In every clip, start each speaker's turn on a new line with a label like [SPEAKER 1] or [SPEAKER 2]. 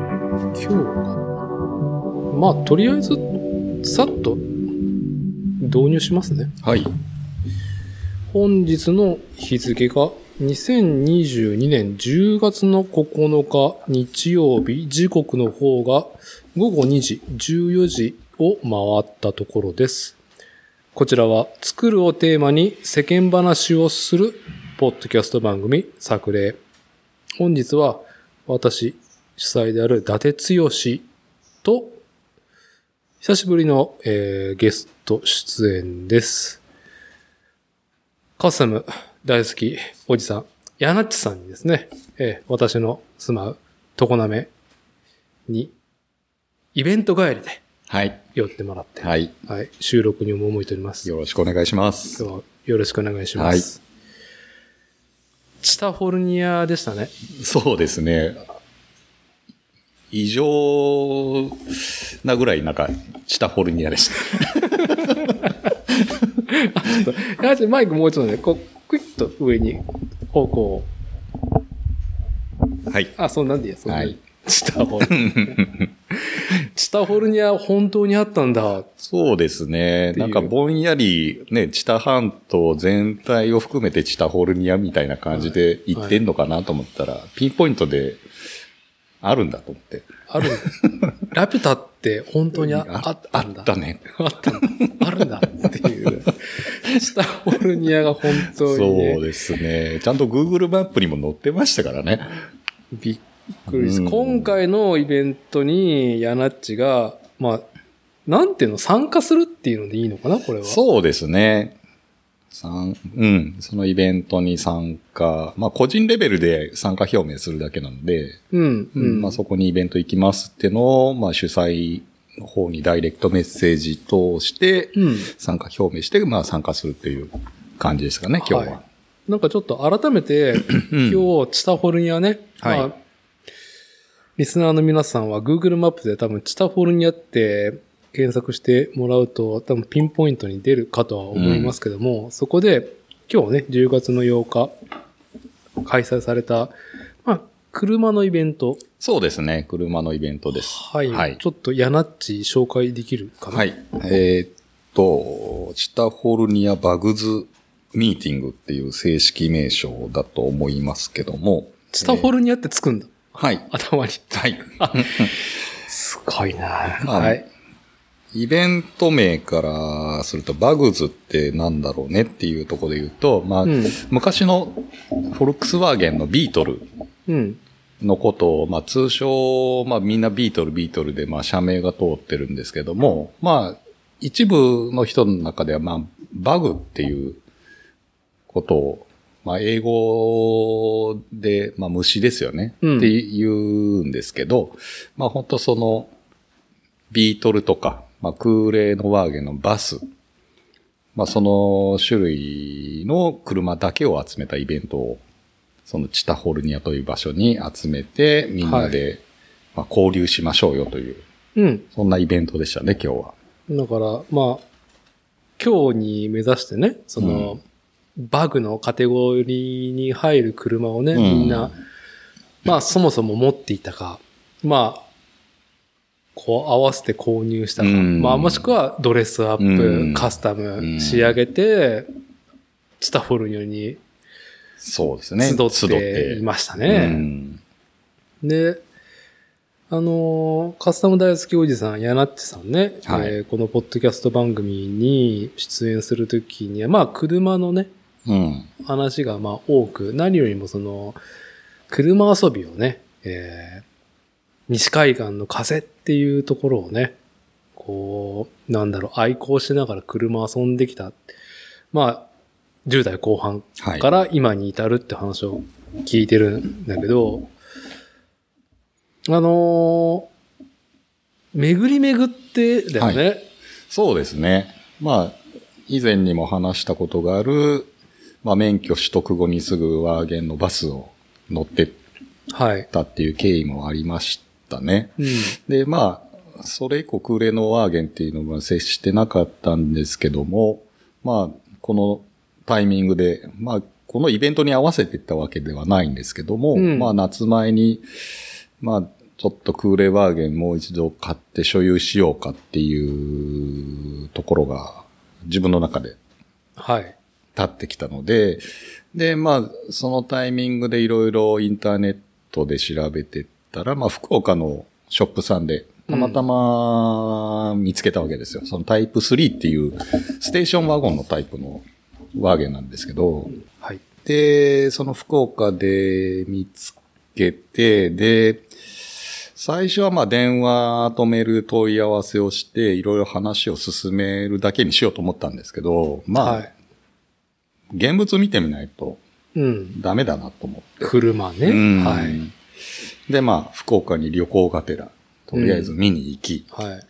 [SPEAKER 1] 今日かなまあ、とりあえず、さっと導入しますね。
[SPEAKER 2] はい。
[SPEAKER 1] 本日の日付が2022年10月の9日日曜日、時刻の方が午後2時、14時を回ったところです。こちらは作るをテーマに世間話をするポッドキャスト番組作例。本日は私主催である伊達剛と久しぶりの、えーゲスト出演です。カスタム大好きおじさん、ヤナッチさんにですね、えー私の住まう常滑にイベント帰りで
[SPEAKER 2] はい。
[SPEAKER 1] 寄ってもらって、
[SPEAKER 2] はい。
[SPEAKER 1] はい、収録に赴いております。
[SPEAKER 2] よろしくお願いします。
[SPEAKER 1] 今日はよろしくお願いします。チタフォルニアでしたね。
[SPEAKER 2] そうですね。異常なぐらい、なんか、チタフォルニアでした。
[SPEAKER 1] やはりマイクもう一度ね、こう、クイッと上に方向を。
[SPEAKER 2] はい。
[SPEAKER 1] あ、そんなんでいいや、そんなんでいい
[SPEAKER 2] はい
[SPEAKER 1] チタフォルニア。チタフォルニア本当にあったんだ。
[SPEAKER 2] そうですね。
[SPEAKER 1] ていう
[SPEAKER 2] なんかぼんやり、ね、チタ半島全体を含めてチタフォルニアみたいな感じで言ってんのかなと思ったら、ピンポイントであるんだと思って。
[SPEAKER 1] ある。ラピュタって本当にああった
[SPEAKER 2] あ
[SPEAKER 1] んだ。
[SPEAKER 2] ったね。
[SPEAKER 1] あったんだ。あるんだって いう。チタフォルニアが本
[SPEAKER 2] そ
[SPEAKER 1] 当に、ね。
[SPEAKER 2] うですね。ちゃんと Google マップにも載ってましたからね。
[SPEAKER 1] びっくりし
[SPEAKER 2] うん
[SPEAKER 1] た。今回のイベントに、ヤナッチが、まあ、なんていうの、参加するっていうのでいいのかな、これは。
[SPEAKER 2] そうですね。さんうん。そのイベントに参加。まあ、個人レベルで参加表明するだけなので、
[SPEAKER 1] う。うん、
[SPEAKER 2] う
[SPEAKER 1] うんん。
[SPEAKER 2] まあ、そこにイベント行きますってのを、まあ、主催の方にダイレクトメッセージ通して、
[SPEAKER 1] うん。
[SPEAKER 2] 参加表明して、まあ、参加するっていう感じですかね、今日は。
[SPEAKER 1] いなんかちょっと改めて、今日、チタフォルニアね、
[SPEAKER 2] はい
[SPEAKER 1] まあ、リスナーの皆さんは Google マップで多分チタフォルニアって検索してもらうと多分ピンポイントに出るかとは思いますけども、そこで今日ね、10月の8日開催された、まあ、車のイベント。
[SPEAKER 2] そうですね、車のイベントです。
[SPEAKER 1] はい。
[SPEAKER 2] はい
[SPEAKER 1] ちょっとヤナッチ紹介できるかな。
[SPEAKER 2] はい。えーっと、チタフォルニアバグズミーティングっていう正式名称だと思いますけども。
[SPEAKER 1] チタフォルニアってつくんだ。
[SPEAKER 2] はい。
[SPEAKER 1] 頭に。
[SPEAKER 2] はい。
[SPEAKER 1] すごいな
[SPEAKER 2] まあ
[SPEAKER 1] はい。
[SPEAKER 2] イベント名からすると、バグズってなんだろうねっていうところで言うと、まあ、
[SPEAKER 1] うん
[SPEAKER 2] 昔のフォルクスワーゲンのビートル
[SPEAKER 1] うん。
[SPEAKER 2] のことを、まあ通称、まあみんなビートルビートルで、まあ社名が通ってるんですけども、まあ一部の人の中では、まあバグっていうことを、まあ英語で、まあ虫ですよね、
[SPEAKER 1] うん
[SPEAKER 2] って言うんですけど、まあ本当そのビートルとか、まあ空冷のワーゲンのバス、まあその種類の車だけを集めたイベントをそのチタホルニアという場所に集めて、みんなで、まあ、交流しましょうよという、
[SPEAKER 1] うん。
[SPEAKER 2] そんなイベントでしたね、今日は。
[SPEAKER 1] だから、まあ、今日に目指してね、その、バグのカテゴリーに入る車をね、
[SPEAKER 2] うん
[SPEAKER 1] みんな、まあ、そもそも持っていたか、まあ、こう合わせて購入したか、
[SPEAKER 2] うん
[SPEAKER 1] まあ、もしくはドレスアップ、
[SPEAKER 2] うん
[SPEAKER 1] カスタ
[SPEAKER 2] ん
[SPEAKER 1] ム仕上げて、チタフォルニアに
[SPEAKER 2] そうですね。
[SPEAKER 1] 集っていましたね。
[SPEAKER 2] うん
[SPEAKER 1] で、あのーカスタム大好きおじさん、ヤナッチさんね、
[SPEAKER 2] はい
[SPEAKER 1] えーこのポッドキャスト番組に出演するときには、まあ、車のね、
[SPEAKER 2] うん。
[SPEAKER 1] 話がまあ多く、何よりもその、車遊びをね、えー西海岸の風っていうところをね、こう、なんだろう、愛好しながら車遊んできた。まあ、10代後半
[SPEAKER 2] はい。
[SPEAKER 1] から今に至るって話を聞いてるんだけど、あのー巡り巡ってだよね。
[SPEAKER 2] そうですね。まあ、以前にも話したことがある、まあ、免許取得後にすぐワーゲンのバスを乗ってっ
[SPEAKER 1] はい。
[SPEAKER 2] たっていう経緯もありましたね。
[SPEAKER 1] うん。
[SPEAKER 2] で、まあ、それ以降空冷のワーゲンっていうのは接してなかったんですけども、まあ、このタイミングで、まあ、このイベントに合わせていったわけではないんですけども、
[SPEAKER 1] うん
[SPEAKER 2] まあ、夏前に、まあ、ちょっとクーレワーゲンもう一度買って所有しようかっていうところが自分の中で
[SPEAKER 1] はい。
[SPEAKER 2] 立ってきたので、で、まあ、そのタイミングでいろいろインターネットで調べてったら、まあ、福岡のショップさんで、たまたま見つけたわけですよ。そのタイプ3っていう、ステーションワゴンのタイプのワーゲンなんですけど、
[SPEAKER 1] はい。
[SPEAKER 2] で、その福岡で見つけて、で、最初はまあ電話とメール問い合わせをして、いろいろ話を進めるだけにしようと思ったんですけど、まあ、
[SPEAKER 1] はい。
[SPEAKER 2] 現物見てみないと
[SPEAKER 1] うん。
[SPEAKER 2] ダメだなと思って。
[SPEAKER 1] 車ね。
[SPEAKER 2] うん
[SPEAKER 1] はい。
[SPEAKER 2] で、まあ、福岡に旅行がてら、とりあえず見に行き、
[SPEAKER 1] はい。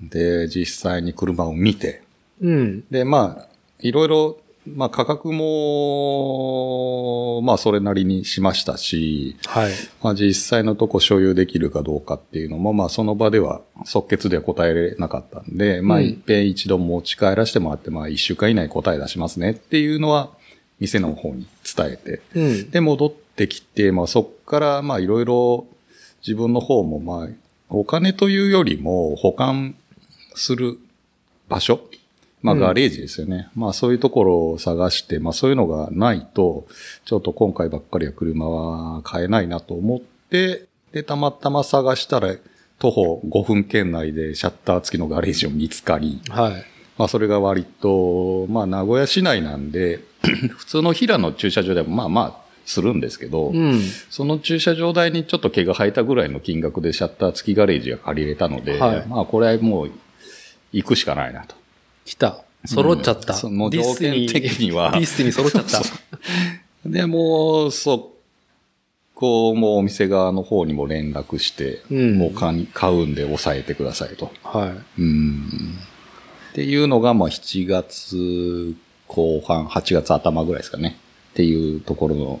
[SPEAKER 2] で、実際に車を見て、
[SPEAKER 1] うん。
[SPEAKER 2] で、まあ、いろいろ、まあ、価格も、まあ、それなりにしましたし、
[SPEAKER 1] はい。
[SPEAKER 2] まあ、実際のとこ所有できるかどうかっていうのも、まあ、その場では即決では答えれなかったんで、まあ、
[SPEAKER 1] うん
[SPEAKER 2] 一遍一度持ち帰らせてもらって、まあ、一週間以内に答え出しますねっていうのは、店の方に伝えて、
[SPEAKER 1] うん。
[SPEAKER 2] で、戻ってきて、まあ、そっから、まあ、いろいろ自分の方も、まあ、お金というよりも保管する場所、まあ、
[SPEAKER 1] うん
[SPEAKER 2] ガレージですよね。まあ、そういうところを探して、まあ、そういうのがないと、ちょっと今回ばっかりは車は買えないなと思って、で、たまたま探したら、徒歩5分圏内でシャッター付きのガレージを見つかり、
[SPEAKER 1] はい。
[SPEAKER 2] まあ、それが割と、まあ、名古屋市内なんで、 普通の平の駐車場でもまあまあするんですけど、
[SPEAKER 1] うん。
[SPEAKER 2] その駐車場代にちょっと毛が生えたぐらいの金額でシャッター付きガレージが借りれたので、
[SPEAKER 1] はい
[SPEAKER 2] まあ、これはもう行くしかないなと。
[SPEAKER 1] 来た。揃っちゃった。
[SPEAKER 2] うんその
[SPEAKER 1] ディスティニー
[SPEAKER 2] 条件的には
[SPEAKER 1] ディスティニー揃っちゃ った。
[SPEAKER 2] で、もう、そこ、もうお店側の方にも連絡して、
[SPEAKER 1] うん
[SPEAKER 2] もう買い買うんで抑えてくださいと。
[SPEAKER 1] は
[SPEAKER 2] うんっていうのが、まあ、7月後半、8月頭ぐらいですかね。っていうところの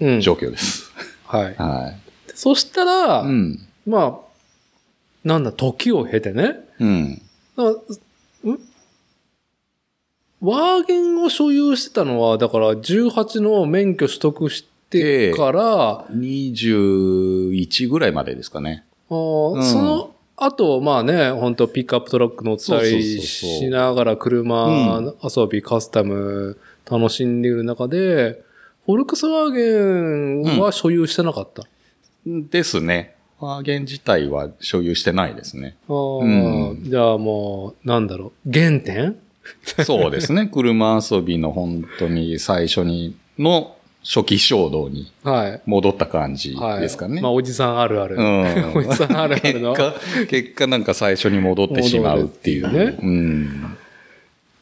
[SPEAKER 1] い。うん。
[SPEAKER 2] 状況です。
[SPEAKER 1] はい。
[SPEAKER 2] は
[SPEAKER 1] そしたら、
[SPEAKER 2] い。うん。
[SPEAKER 1] まあ、なんだ、時を経てね。
[SPEAKER 2] うん。
[SPEAKER 1] だからうんワーゲンを所有してたのは、だから18の免許取得してから、
[SPEAKER 2] 21ぐらいまでですかね。
[SPEAKER 1] あー
[SPEAKER 2] うん
[SPEAKER 1] その後、まあね、本当ピックアップトラック乗ったり
[SPEAKER 2] そうそうそうそう
[SPEAKER 1] しながら車
[SPEAKER 2] うん
[SPEAKER 1] 遊び、カスタム楽しんでいる中で、フォルクスワーゲンは所有してなかった。
[SPEAKER 2] ですね。ワーゲン自体は所有してないですね。
[SPEAKER 1] あー
[SPEAKER 2] うん
[SPEAKER 1] じゃあもう、なんだろう、原点
[SPEAKER 2] そうで すね。車遊びの本当に最初にの初期衝動に
[SPEAKER 1] はい。
[SPEAKER 2] 戻った感じ
[SPEAKER 1] はい。
[SPEAKER 2] ですかね。
[SPEAKER 1] まあ、おじさんあるある。
[SPEAKER 2] うん
[SPEAKER 1] おじさんあるあるの
[SPEAKER 2] 結。果、結果なんか最初に戻ってしまうっていう。
[SPEAKER 1] 戻るって
[SPEAKER 2] うん。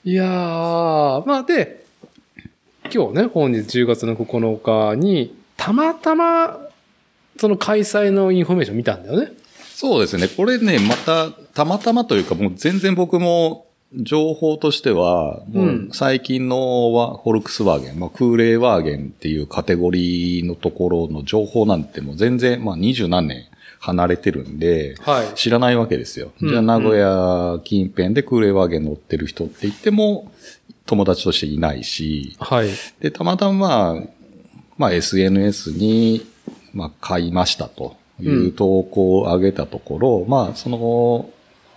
[SPEAKER 1] いやー、まあで、今日ね、本日10月の9日に、たまたま、その開催のインフォメーション見たんだよね。
[SPEAKER 2] そうですね。これね、また、たまたまというか、もう全然僕も、情報としては、も
[SPEAKER 1] うん
[SPEAKER 2] う最近のは、フォルクスワーゲン、まあ、クーレーワーゲンっていうカテゴリーのところの情報なんてもう全然、まあ、二十何年離れてるんで、
[SPEAKER 1] はい。
[SPEAKER 2] 知らないわけですよ。
[SPEAKER 1] うん
[SPEAKER 2] じゃあ、名古屋近辺でクーレーワーゲン乗ってる人って言っても、友達としていないし、
[SPEAKER 1] はい。
[SPEAKER 2] で、たまたま、まあ、まあ、SNS に、まあ、買いましたという投稿を上げたところ、まあ、その、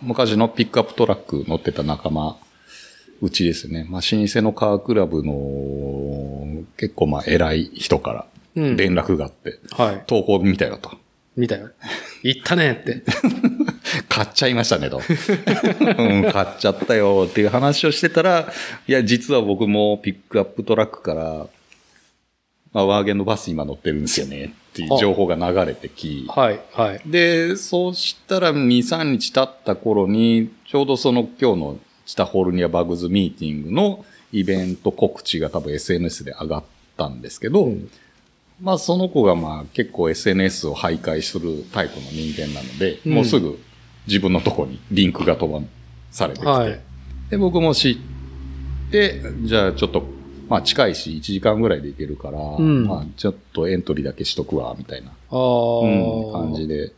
[SPEAKER 2] 昔のピックアップトラック乗ってた仲間、うちですね。まあ、老舗のカークラブの、結構まあ、偉い人から、
[SPEAKER 1] うん
[SPEAKER 2] 連絡があって、
[SPEAKER 1] はい。
[SPEAKER 2] 投稿見たよと。
[SPEAKER 1] 見たよ。行ったねって。
[SPEAKER 2] 買っちゃいましたねと。 うん、買っちゃったよっていう話をしてたら、いや、実は僕もピックアップトラックから、まあ、ワーゲンのバス今乗ってるんですよねっていう情報が流れてき、
[SPEAKER 1] はい。はい。
[SPEAKER 2] で、そうしたら2、3日経った頃に、ちょうどその今日のチタホルニアバグズミーティングのイベント告知が多分 SNS で上がったんですけど、まあその子がまあ結構 SNS を徘徊するタイプの人間なので、
[SPEAKER 1] うん
[SPEAKER 2] もうすぐ自分のとこにリンクが飛ばされてきて、
[SPEAKER 1] はい
[SPEAKER 2] で、僕も知って、じゃあちょっと、まあ近いし1時間ぐらいで行けるから、
[SPEAKER 1] ん
[SPEAKER 2] まあちょっとエントリーだけしとくわ、みたいな
[SPEAKER 1] ああ、
[SPEAKER 2] うん感じで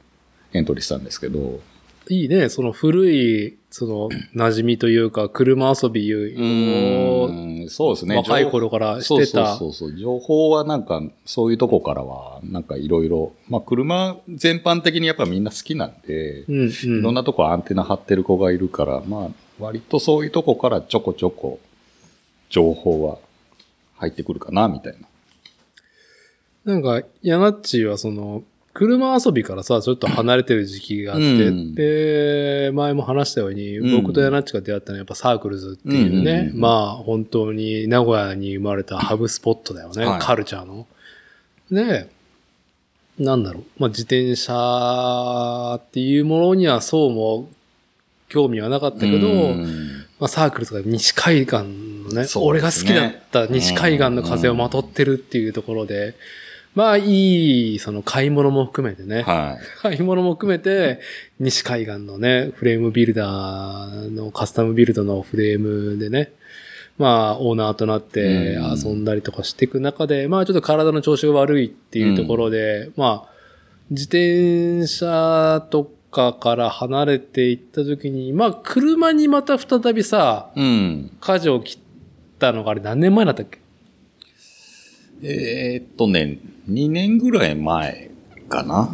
[SPEAKER 2] エントリーしたんですけど、
[SPEAKER 1] いいね。その古い、その、馴染みというか、車遊びを、
[SPEAKER 2] うん、そうですね。
[SPEAKER 1] 若い頃からし
[SPEAKER 2] 情報
[SPEAKER 1] てた。
[SPEAKER 2] そうそうそうそう。情報はなんか、そういうとこからは、なんかいろいろ、まあ車全般的にやっぱみんな好きなんで、
[SPEAKER 1] うんうん。
[SPEAKER 2] いろんなとこアンテナ張ってる子がいるから、まあ、割とそういうとこからちょこちょこ情報は入ってくるかな、みたいな。
[SPEAKER 1] なんか、ヤナッチはその、車遊びからさ、ちょっと離れてる時期があって、
[SPEAKER 2] うん
[SPEAKER 1] で、前も話したように、
[SPEAKER 2] うん
[SPEAKER 1] 僕とヤナッチが出会ったのはやっぱサークルズっていう
[SPEAKER 2] うん
[SPEAKER 1] ね
[SPEAKER 2] う、んうん
[SPEAKER 1] まあ本当に名古屋に生まれたハブスポットだよね、
[SPEAKER 2] はい
[SPEAKER 1] カルチャーの。で、なんだろう、まあ自転車っていうものにはそうも興味はなかったけど、
[SPEAKER 2] うん
[SPEAKER 1] まあ、サークルとか西海岸のね
[SPEAKER 2] そうですね
[SPEAKER 1] 俺が好きだった西海岸の風をまとってるっていうところで、まあいい、その買い物も含めてね、
[SPEAKER 2] は
[SPEAKER 1] 買い物も含めて、西海岸のね、フレームビルダーのカスタムビルドのフレームでね、まあオーナーとなって
[SPEAKER 2] うん
[SPEAKER 1] 遊んだりとかしていく中で、まあちょっと体の調子が悪いっていうところで、まあ自転車とかから離れていった時に、まあ車にまた再びさ、
[SPEAKER 2] い。うん。
[SPEAKER 1] 舵を切ったのがあれ何年前だったっけ
[SPEAKER 2] えーっとね、2年ぐらい前かな。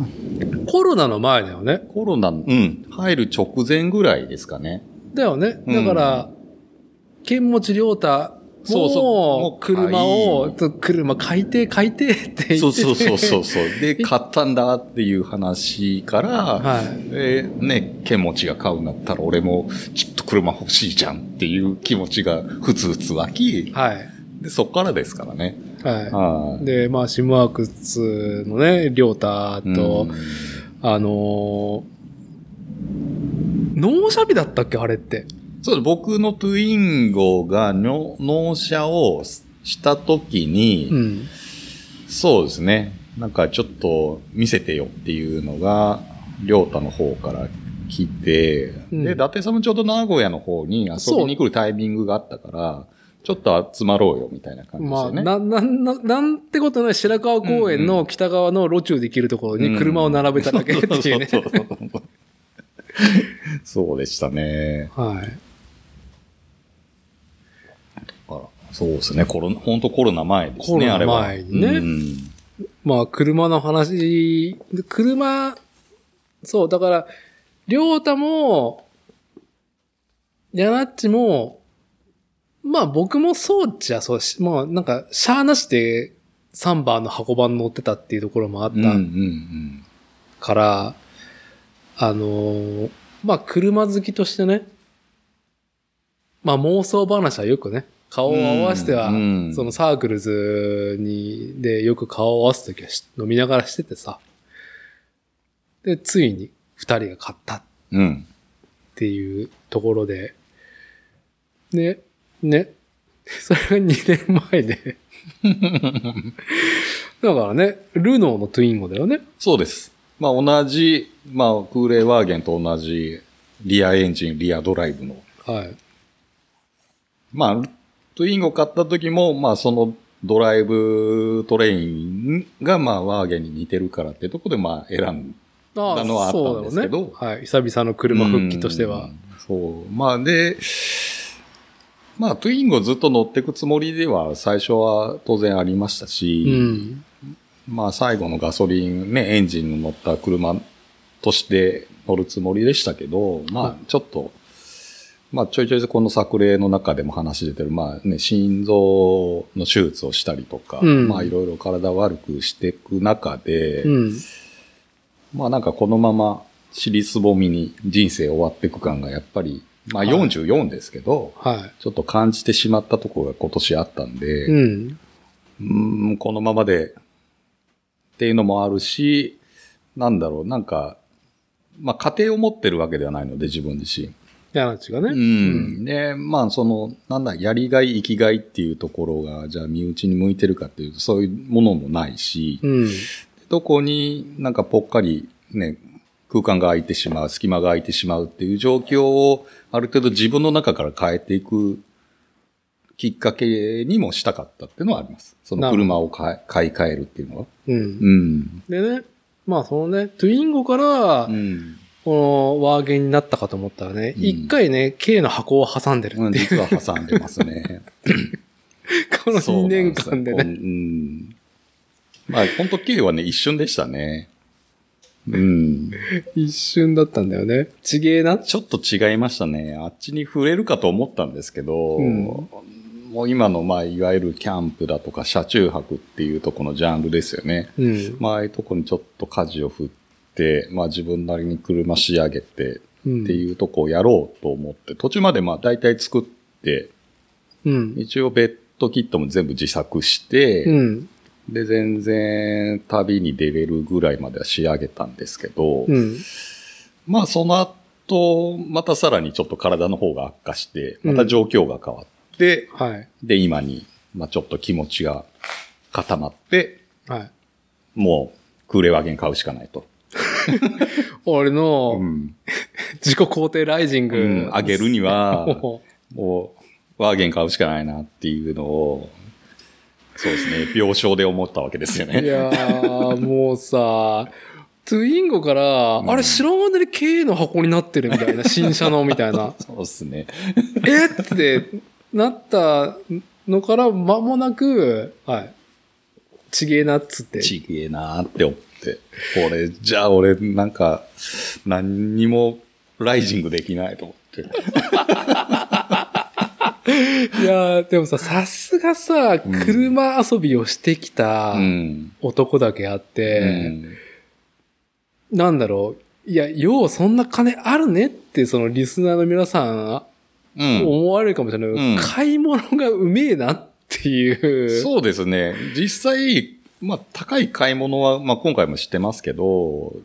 [SPEAKER 1] コロナの前だよね。
[SPEAKER 2] コロナ、うん、入る直前ぐらいですかね。
[SPEAKER 1] だよね。だから、剣持良太
[SPEAKER 2] そうそうも
[SPEAKER 1] も
[SPEAKER 2] う
[SPEAKER 1] 車を、
[SPEAKER 2] 買い
[SPEAKER 1] ちょっと車買いてえ、買いてえって言ってて。。
[SPEAKER 2] そうそうそうそうう そう。で、買ったんだっていう話から、
[SPEAKER 1] はい。
[SPEAKER 2] えーね、ケンモチが買うんだったら俺もちょっと車欲しいじゃんっていう気持ちがふつふつ湧き、
[SPEAKER 1] はい。
[SPEAKER 2] で、そっからですからね。
[SPEAKER 1] は。
[SPEAKER 2] はいい。
[SPEAKER 1] で、まあ、シムワークスのね、良太と、
[SPEAKER 2] うん
[SPEAKER 1] あのー、納車日だったっけあれって。
[SPEAKER 2] そうです僕のトゥインゴがの納車をした時に、
[SPEAKER 1] うん。
[SPEAKER 2] そうですね、なんかちょっと見せてよっていうのが、りょうたの方から来て、
[SPEAKER 1] うん
[SPEAKER 2] で、伊達さんもちょうど名古屋の方に遊びに来るタイミングがあったから、ちょっと集まろうよみたいな感じで
[SPEAKER 1] まあ、
[SPEAKER 2] すよね。
[SPEAKER 1] な、なん、ななんてことない白川公園の北側の路中できるところに車を並べただけっていうね。
[SPEAKER 2] そうそうそうそうそうでしたね。
[SPEAKER 1] はい。
[SPEAKER 2] あらそうですね。コロナ、本当コロナ前ですね、
[SPEAKER 1] コロナ
[SPEAKER 2] あれは。
[SPEAKER 1] 前にね
[SPEAKER 2] うん
[SPEAKER 1] まあ、車の話、車、そう、だから、りょうたも、やなっちも、まあ僕もそうっちゃそうし、まあなんか、シャーなしでサンバーの箱番乗ってたっていうところもあっ
[SPEAKER 2] うんうんう
[SPEAKER 1] た
[SPEAKER 2] ん。
[SPEAKER 1] から、あのーまあ車好きとしてね、まあ妄想話はよくね、顔を合わせては、
[SPEAKER 2] うんうん
[SPEAKER 1] そのサークルズに、で、よく顔を合わすときはし飲みながらしててさ。で、ついに二人が買ったっ
[SPEAKER 2] うん。
[SPEAKER 1] ていうところで。で、ね。 それが2年前 で。だからね、ルノーのトゥインゴだよね。
[SPEAKER 2] そうです。まあ同じ、まあクーレーワーゲンと同じリアエンジン、リアドライブの。
[SPEAKER 1] はい。
[SPEAKER 2] まあ、トゥインゴ買った時も、まあそのドライブトレインがまあワーゲンに似てるからってとこでまあ選ん
[SPEAKER 1] あ
[SPEAKER 2] なのはあった
[SPEAKER 1] そ
[SPEAKER 2] ん
[SPEAKER 1] うだろうね
[SPEAKER 2] ですけど
[SPEAKER 1] はい。久々の車復帰として
[SPEAKER 2] う
[SPEAKER 1] は。
[SPEAKER 2] ん。そう。まあで、まあトゥインゴずっと乗ってくつもりでは最初は当然ありました
[SPEAKER 1] う
[SPEAKER 2] し、
[SPEAKER 1] ん。
[SPEAKER 2] まあ最後のガソリンね、エンジンの乗った車として乗るつもりでしたけど、
[SPEAKER 1] は
[SPEAKER 2] まあちょっと、まあちょいちょいこの作例の中でも話出てる、まあね、心臓の手術をしたりとか、
[SPEAKER 1] うん
[SPEAKER 2] まあいろいろ体悪くしていく中で、
[SPEAKER 1] うん。
[SPEAKER 2] まあなんかこのまま尻すぼみに人生終わっていく感がやっぱり、まあ
[SPEAKER 1] はい
[SPEAKER 2] 44ですけど、
[SPEAKER 1] は
[SPEAKER 2] ちょっと感じてしまったところが今年あったんで、
[SPEAKER 1] い。うん。
[SPEAKER 2] うーん、このままでっていうのもあるし、なんだろう、なんか、まあ家庭を持ってるわけではないので、自分自身。
[SPEAKER 1] ヤナチがね。
[SPEAKER 2] う。ん。で、まあその、なんだ、やりがい、生きがいっていうところが、じゃあ身内に向いてるかっていうと、そういうものもないし、
[SPEAKER 1] うん。
[SPEAKER 2] どこになんかぽっかりね、空間が空いてしまう、隙間が空いてしまうっていう状況を、ある程度自分の中から変えていくきっかけにもしたかったっていうのはあります。その車を買い買い替えるっていうのは。
[SPEAKER 1] うん。
[SPEAKER 2] うん。
[SPEAKER 1] でね、まあそのね、トゥインゴから
[SPEAKER 2] うん。
[SPEAKER 1] このワーゲンになったかと思ったらね、
[SPEAKER 2] うん
[SPEAKER 1] 一、回ね、K の箱を挟んでる
[SPEAKER 2] うん、
[SPEAKER 1] っていう、
[SPEAKER 2] 実は挟んでますね。
[SPEAKER 1] この2年間で
[SPEAKER 2] そ
[SPEAKER 1] ね。
[SPEAKER 2] うなんすようん。まあ、本当 K はね、一瞬でしたね。うん。
[SPEAKER 1] 一瞬だったんだよね。ちげえな。
[SPEAKER 2] ちょっと違いましたね。あっちに触れるかと思ったんですけど、
[SPEAKER 1] うん
[SPEAKER 2] もう今の、まあ、いわゆるキャンプだとか、車中泊っていうとこのジャンルですよね。
[SPEAKER 1] うん。
[SPEAKER 2] まあ、ああいうとこにちょっと舵を振って、まあ、自分なりに車仕上げて
[SPEAKER 1] うん
[SPEAKER 2] っていうとこをやろうと思って、途中までまあ、大体作って、
[SPEAKER 1] うん。
[SPEAKER 2] 一応ベッドキットも全部自作して、
[SPEAKER 1] うん。
[SPEAKER 2] で、全然旅に出れるぐらいまでは仕上げたんですけど、
[SPEAKER 1] うん。
[SPEAKER 2] まあその後、またさらにちょっと体の方が悪化して、また状況が変わって、
[SPEAKER 1] はい。
[SPEAKER 2] で、今に、まあちょっと気持ちが固まって、
[SPEAKER 1] はい。
[SPEAKER 2] もう、クーレワーゲン買うしかないと。
[SPEAKER 1] 俺
[SPEAKER 2] う
[SPEAKER 1] の
[SPEAKER 2] ん。
[SPEAKER 1] 自己肯定ライジング、
[SPEAKER 2] うん上げるに は、
[SPEAKER 1] も
[SPEAKER 2] もう、ワーゲン買うしかないなっていうのを、そうですね、病床で思ったわけですよ
[SPEAKER 1] うい
[SPEAKER 2] ね。
[SPEAKER 1] やー、もうさ、トゥインゴから、
[SPEAKER 2] うん。
[SPEAKER 1] あれ知らん間に K の箱になってるみたいな、新車のみたいな
[SPEAKER 2] そうですね。
[SPEAKER 1] えってなったのから間もなく、はい。ちげえなっつって。
[SPEAKER 2] ちげえなーって思って。これ、じゃあ俺、なんか、何にも、ライジングできないと思って。
[SPEAKER 1] いやー、でもさ、さすがさ、
[SPEAKER 2] ん
[SPEAKER 1] 車遊びをしてきた
[SPEAKER 2] うん。
[SPEAKER 1] 男だけあって、なんだろう。いや、ようそんな金あるねって、そのリスナーの皆さん、
[SPEAKER 2] うん。うん
[SPEAKER 1] 思われるかもしれないけど、
[SPEAKER 2] うん
[SPEAKER 1] 買い物がうめえなっていう。
[SPEAKER 2] そうですね。実際、まあ、高い買い物は、まあ、今回もしてますけど、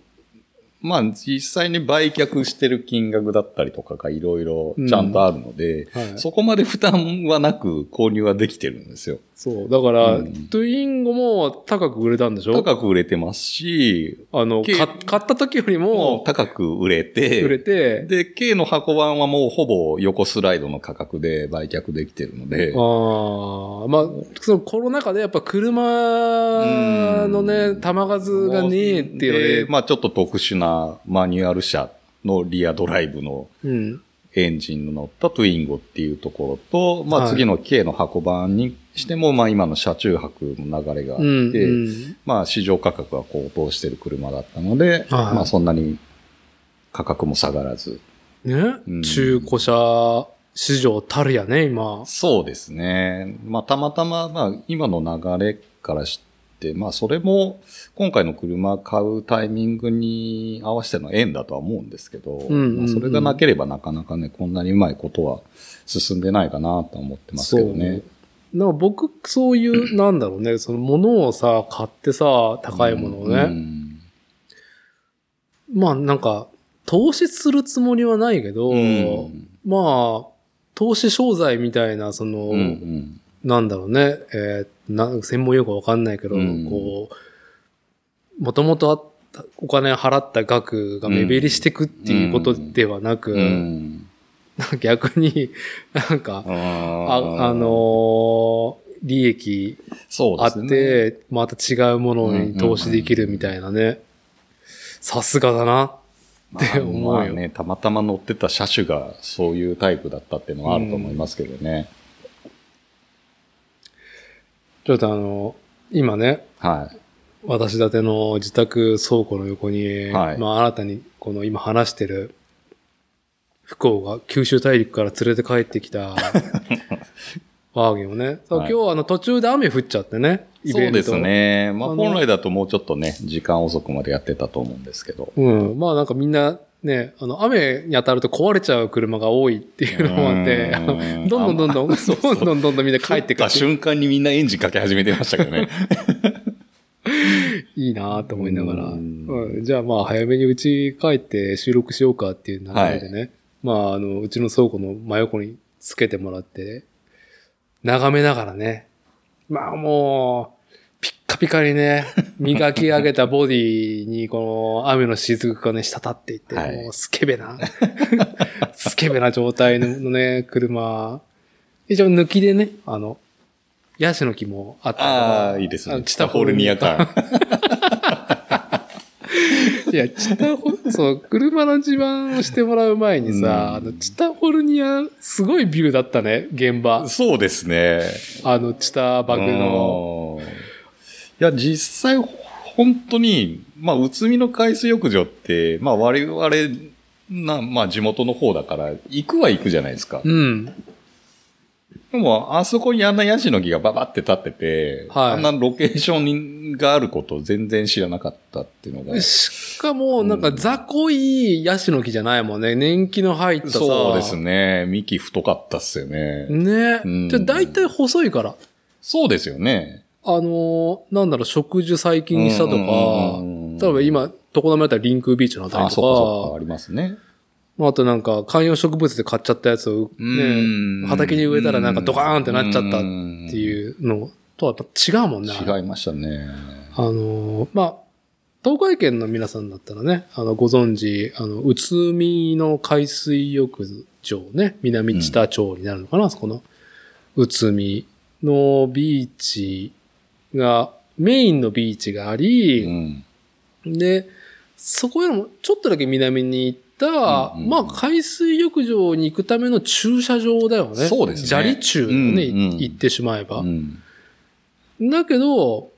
[SPEAKER 2] まあ、実際に売却してる金額だったりとかがいろいろちゃんとあるので、
[SPEAKER 1] はい
[SPEAKER 2] そこまで負担はなく購入はできてるんですよ。
[SPEAKER 1] そう。だから、
[SPEAKER 2] うん
[SPEAKER 1] トゥインゴも高く売れたんでしょ
[SPEAKER 2] 高く売れてますし、
[SPEAKER 1] あの、
[SPEAKER 2] け
[SPEAKER 1] か買った時より
[SPEAKER 2] もう
[SPEAKER 1] も、
[SPEAKER 2] 高く売れて、
[SPEAKER 1] 売れて、
[SPEAKER 2] で、K の箱版はもうほぼ横スライドの価格で売却できてるので、
[SPEAKER 1] ああ、まあ、そのコロナ禍でやっぱ車の
[SPEAKER 2] う
[SPEAKER 1] ね、
[SPEAKER 2] ん
[SPEAKER 1] 玉数がねえっていう
[SPEAKER 2] で
[SPEAKER 1] ね。
[SPEAKER 2] まあちょっと特殊なマニュアル車のリアドライブの
[SPEAKER 1] うん。
[SPEAKER 2] エンジンの乗ったトゥインゴっていうところと、ま
[SPEAKER 1] は
[SPEAKER 2] あ
[SPEAKER 1] い
[SPEAKER 2] 次の K の箱版にしても、まあ今の車中泊の流れがあっ
[SPEAKER 1] う
[SPEAKER 2] て、
[SPEAKER 1] ん。うん
[SPEAKER 2] まあ市場価格が高騰してる車だったので、
[SPEAKER 1] はい
[SPEAKER 2] まあそんなに価格も下がらず。う
[SPEAKER 1] ね
[SPEAKER 2] ん
[SPEAKER 1] 中古車市場たるやね、今。
[SPEAKER 2] そうですね。まあたまたま、まあ今の流れからして、まあそれも今回の車買うタイミングに合わせての縁だとは思うんですけど、
[SPEAKER 1] んうんうん
[SPEAKER 2] まあそれがなければなかなかね、こんなにうまいことは進んでないかなとは思ってますけどね。
[SPEAKER 1] そう。なんか僕、そういう、なんだろうね、その物をさ、買ってさ、高いものを
[SPEAKER 2] う
[SPEAKER 1] ね。
[SPEAKER 2] ん
[SPEAKER 1] まあなんか、投資するつもりはないけど、
[SPEAKER 2] うん
[SPEAKER 1] まあ、投資商材みたいな、その、
[SPEAKER 2] うんうん
[SPEAKER 1] なんだろうね、えーな、専門用語わかんないけど、
[SPEAKER 2] うん
[SPEAKER 1] こう、もともとあった、お金払った額が目減りしてくっていうことではなく、
[SPEAKER 2] うん
[SPEAKER 1] なんか 逆に、なんか、あ、
[SPEAKER 2] あ
[SPEAKER 1] あのー利益
[SPEAKER 2] そう
[SPEAKER 1] あ
[SPEAKER 2] で
[SPEAKER 1] っ
[SPEAKER 2] す
[SPEAKER 1] て、
[SPEAKER 2] ね。
[SPEAKER 1] また違うものに投資できるみたいなね。さすがだな。って思うよ
[SPEAKER 2] まあまあね、たまたま乗ってた車種がそういうタイプだったっていうのはあると思いますけどね。
[SPEAKER 1] ちょっとあの、今ね、
[SPEAKER 2] は
[SPEAKER 1] 私立ての自宅倉庫の横に、
[SPEAKER 2] はい
[SPEAKER 1] まあ新たにこの今話してる、不幸が九州大陸から連れて帰ってき たワーゲンをね。そう
[SPEAKER 2] はい
[SPEAKER 1] 今日あの途中で雨降っちゃってね、
[SPEAKER 2] い。
[SPEAKER 1] イ
[SPEAKER 2] そ
[SPEAKER 1] ベ
[SPEAKER 2] う
[SPEAKER 1] ン
[SPEAKER 2] で
[SPEAKER 1] ト。
[SPEAKER 2] す。ね。まあ
[SPEAKER 1] あの
[SPEAKER 2] 本来だともうちょっとね、時間遅くまでやってたと思うんですけど。
[SPEAKER 1] うん。まあなんかみんなね、あの雨に当たると壊れちゃう車が多いっていうのもあって、あの
[SPEAKER 2] う ん
[SPEAKER 1] どんどんどんどん、どんどんどんどんみんな帰ってく
[SPEAKER 2] た
[SPEAKER 1] る。
[SPEAKER 2] 瞬間にみんなエンジンかけ始めてましたけどね。
[SPEAKER 1] いいなぁと思いながら、
[SPEAKER 2] う
[SPEAKER 1] うんんじゃあまあ早めにうち帰って収録しようかっていう流れでね、まああの、うちの倉庫の真横につけてもらって、眺めながらね、まあもう、ピッカピカにね、磨き上げたボディにこの雨の雫がね、滴っていって、
[SPEAKER 2] はい
[SPEAKER 1] もうスケベな、 スケベな状態のね、車、一応抜きでね、あの、ヤシの木も あったから
[SPEAKER 2] ああ、いいですね。チタフォルニア。
[SPEAKER 1] あの
[SPEAKER 2] 感。
[SPEAKER 1] いや、チタホ、そう、車の自慢をしてもらう前にさ、
[SPEAKER 2] うん
[SPEAKER 1] あの、チタホルニア、すごいビューだったね、現場。
[SPEAKER 2] そうですね。
[SPEAKER 1] あの、チタバグの。
[SPEAKER 2] うんいや、実際、本当に、まあ、宇都宮の海水浴場って、まあ、我々な、まあ、地元の方だから、行くは行くじゃないですか。
[SPEAKER 1] うん。
[SPEAKER 2] でも、あそこにあんなヤシの木がババって立ってて、
[SPEAKER 1] はい
[SPEAKER 2] あんなロケーションがあることを全然知らなかったっていうのが。
[SPEAKER 1] しかも、なんか、雑魚いヤシの木じゃないもんね。年季の入ったさ。
[SPEAKER 2] そうです。ね。幹太かったっすよね。
[SPEAKER 1] ね
[SPEAKER 2] うん。
[SPEAKER 1] じゃ、だいたい細いから。
[SPEAKER 2] そうですよね。
[SPEAKER 1] あのーなんだろう、植樹最近したとか、
[SPEAKER 2] うん
[SPEAKER 1] 例えば今、床滑だったらリンクビーチのあたり
[SPEAKER 2] あ、
[SPEAKER 1] とか、
[SPEAKER 2] そこそこありますね。
[SPEAKER 1] まあ、あとなんか観葉植物で買っちゃったやつを、
[SPEAKER 2] うん
[SPEAKER 1] ね、畑に植えたらなんかドカーンってなっちゃったっ
[SPEAKER 2] うん
[SPEAKER 1] ていうのとはやっぱ違うもんね。
[SPEAKER 2] 違いましたね。
[SPEAKER 1] あのーまあ、東海圏の皆さんだったらね、あの、ご存知、あの、宇都宮の海水浴場ね、南知多町になるのかな、そこの。宇都宮のビーチが、メインのビーチがあり、
[SPEAKER 2] うん
[SPEAKER 1] で、そこよりもちょっとだけ南に行った、
[SPEAKER 2] うんうん
[SPEAKER 1] まあ海水浴場に行くための駐車場だよね。
[SPEAKER 2] そうですね
[SPEAKER 1] 砂利中だよね、
[SPEAKER 2] うんうん
[SPEAKER 1] 行ってしまえば。
[SPEAKER 2] うん
[SPEAKER 1] だけど、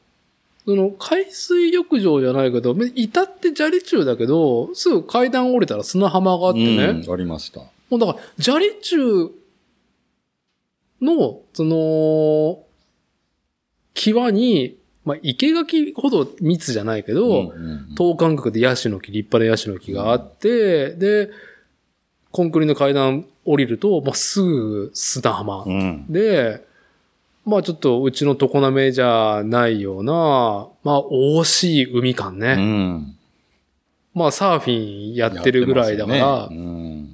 [SPEAKER 1] その海水浴場じゃないけど、至って砂利中だけど、すぐ階段降りたら砂浜があってね。
[SPEAKER 2] うんありました。
[SPEAKER 1] もうだから砂利中の、その、際に、まあ生垣ほど密じゃないけど、
[SPEAKER 2] うんうんうん
[SPEAKER 1] 等間隔でヤシの木、立派なヤシの木があって、で、コンクリの階段降りると、まあ、すぐ砂浜。
[SPEAKER 2] うん
[SPEAKER 1] で、まあちょっとうちの常滑じゃないような、まあ惜しい海感
[SPEAKER 2] う
[SPEAKER 1] ね。
[SPEAKER 2] ん
[SPEAKER 1] まあサーフィンやってるぐらいだから、
[SPEAKER 2] やってますよね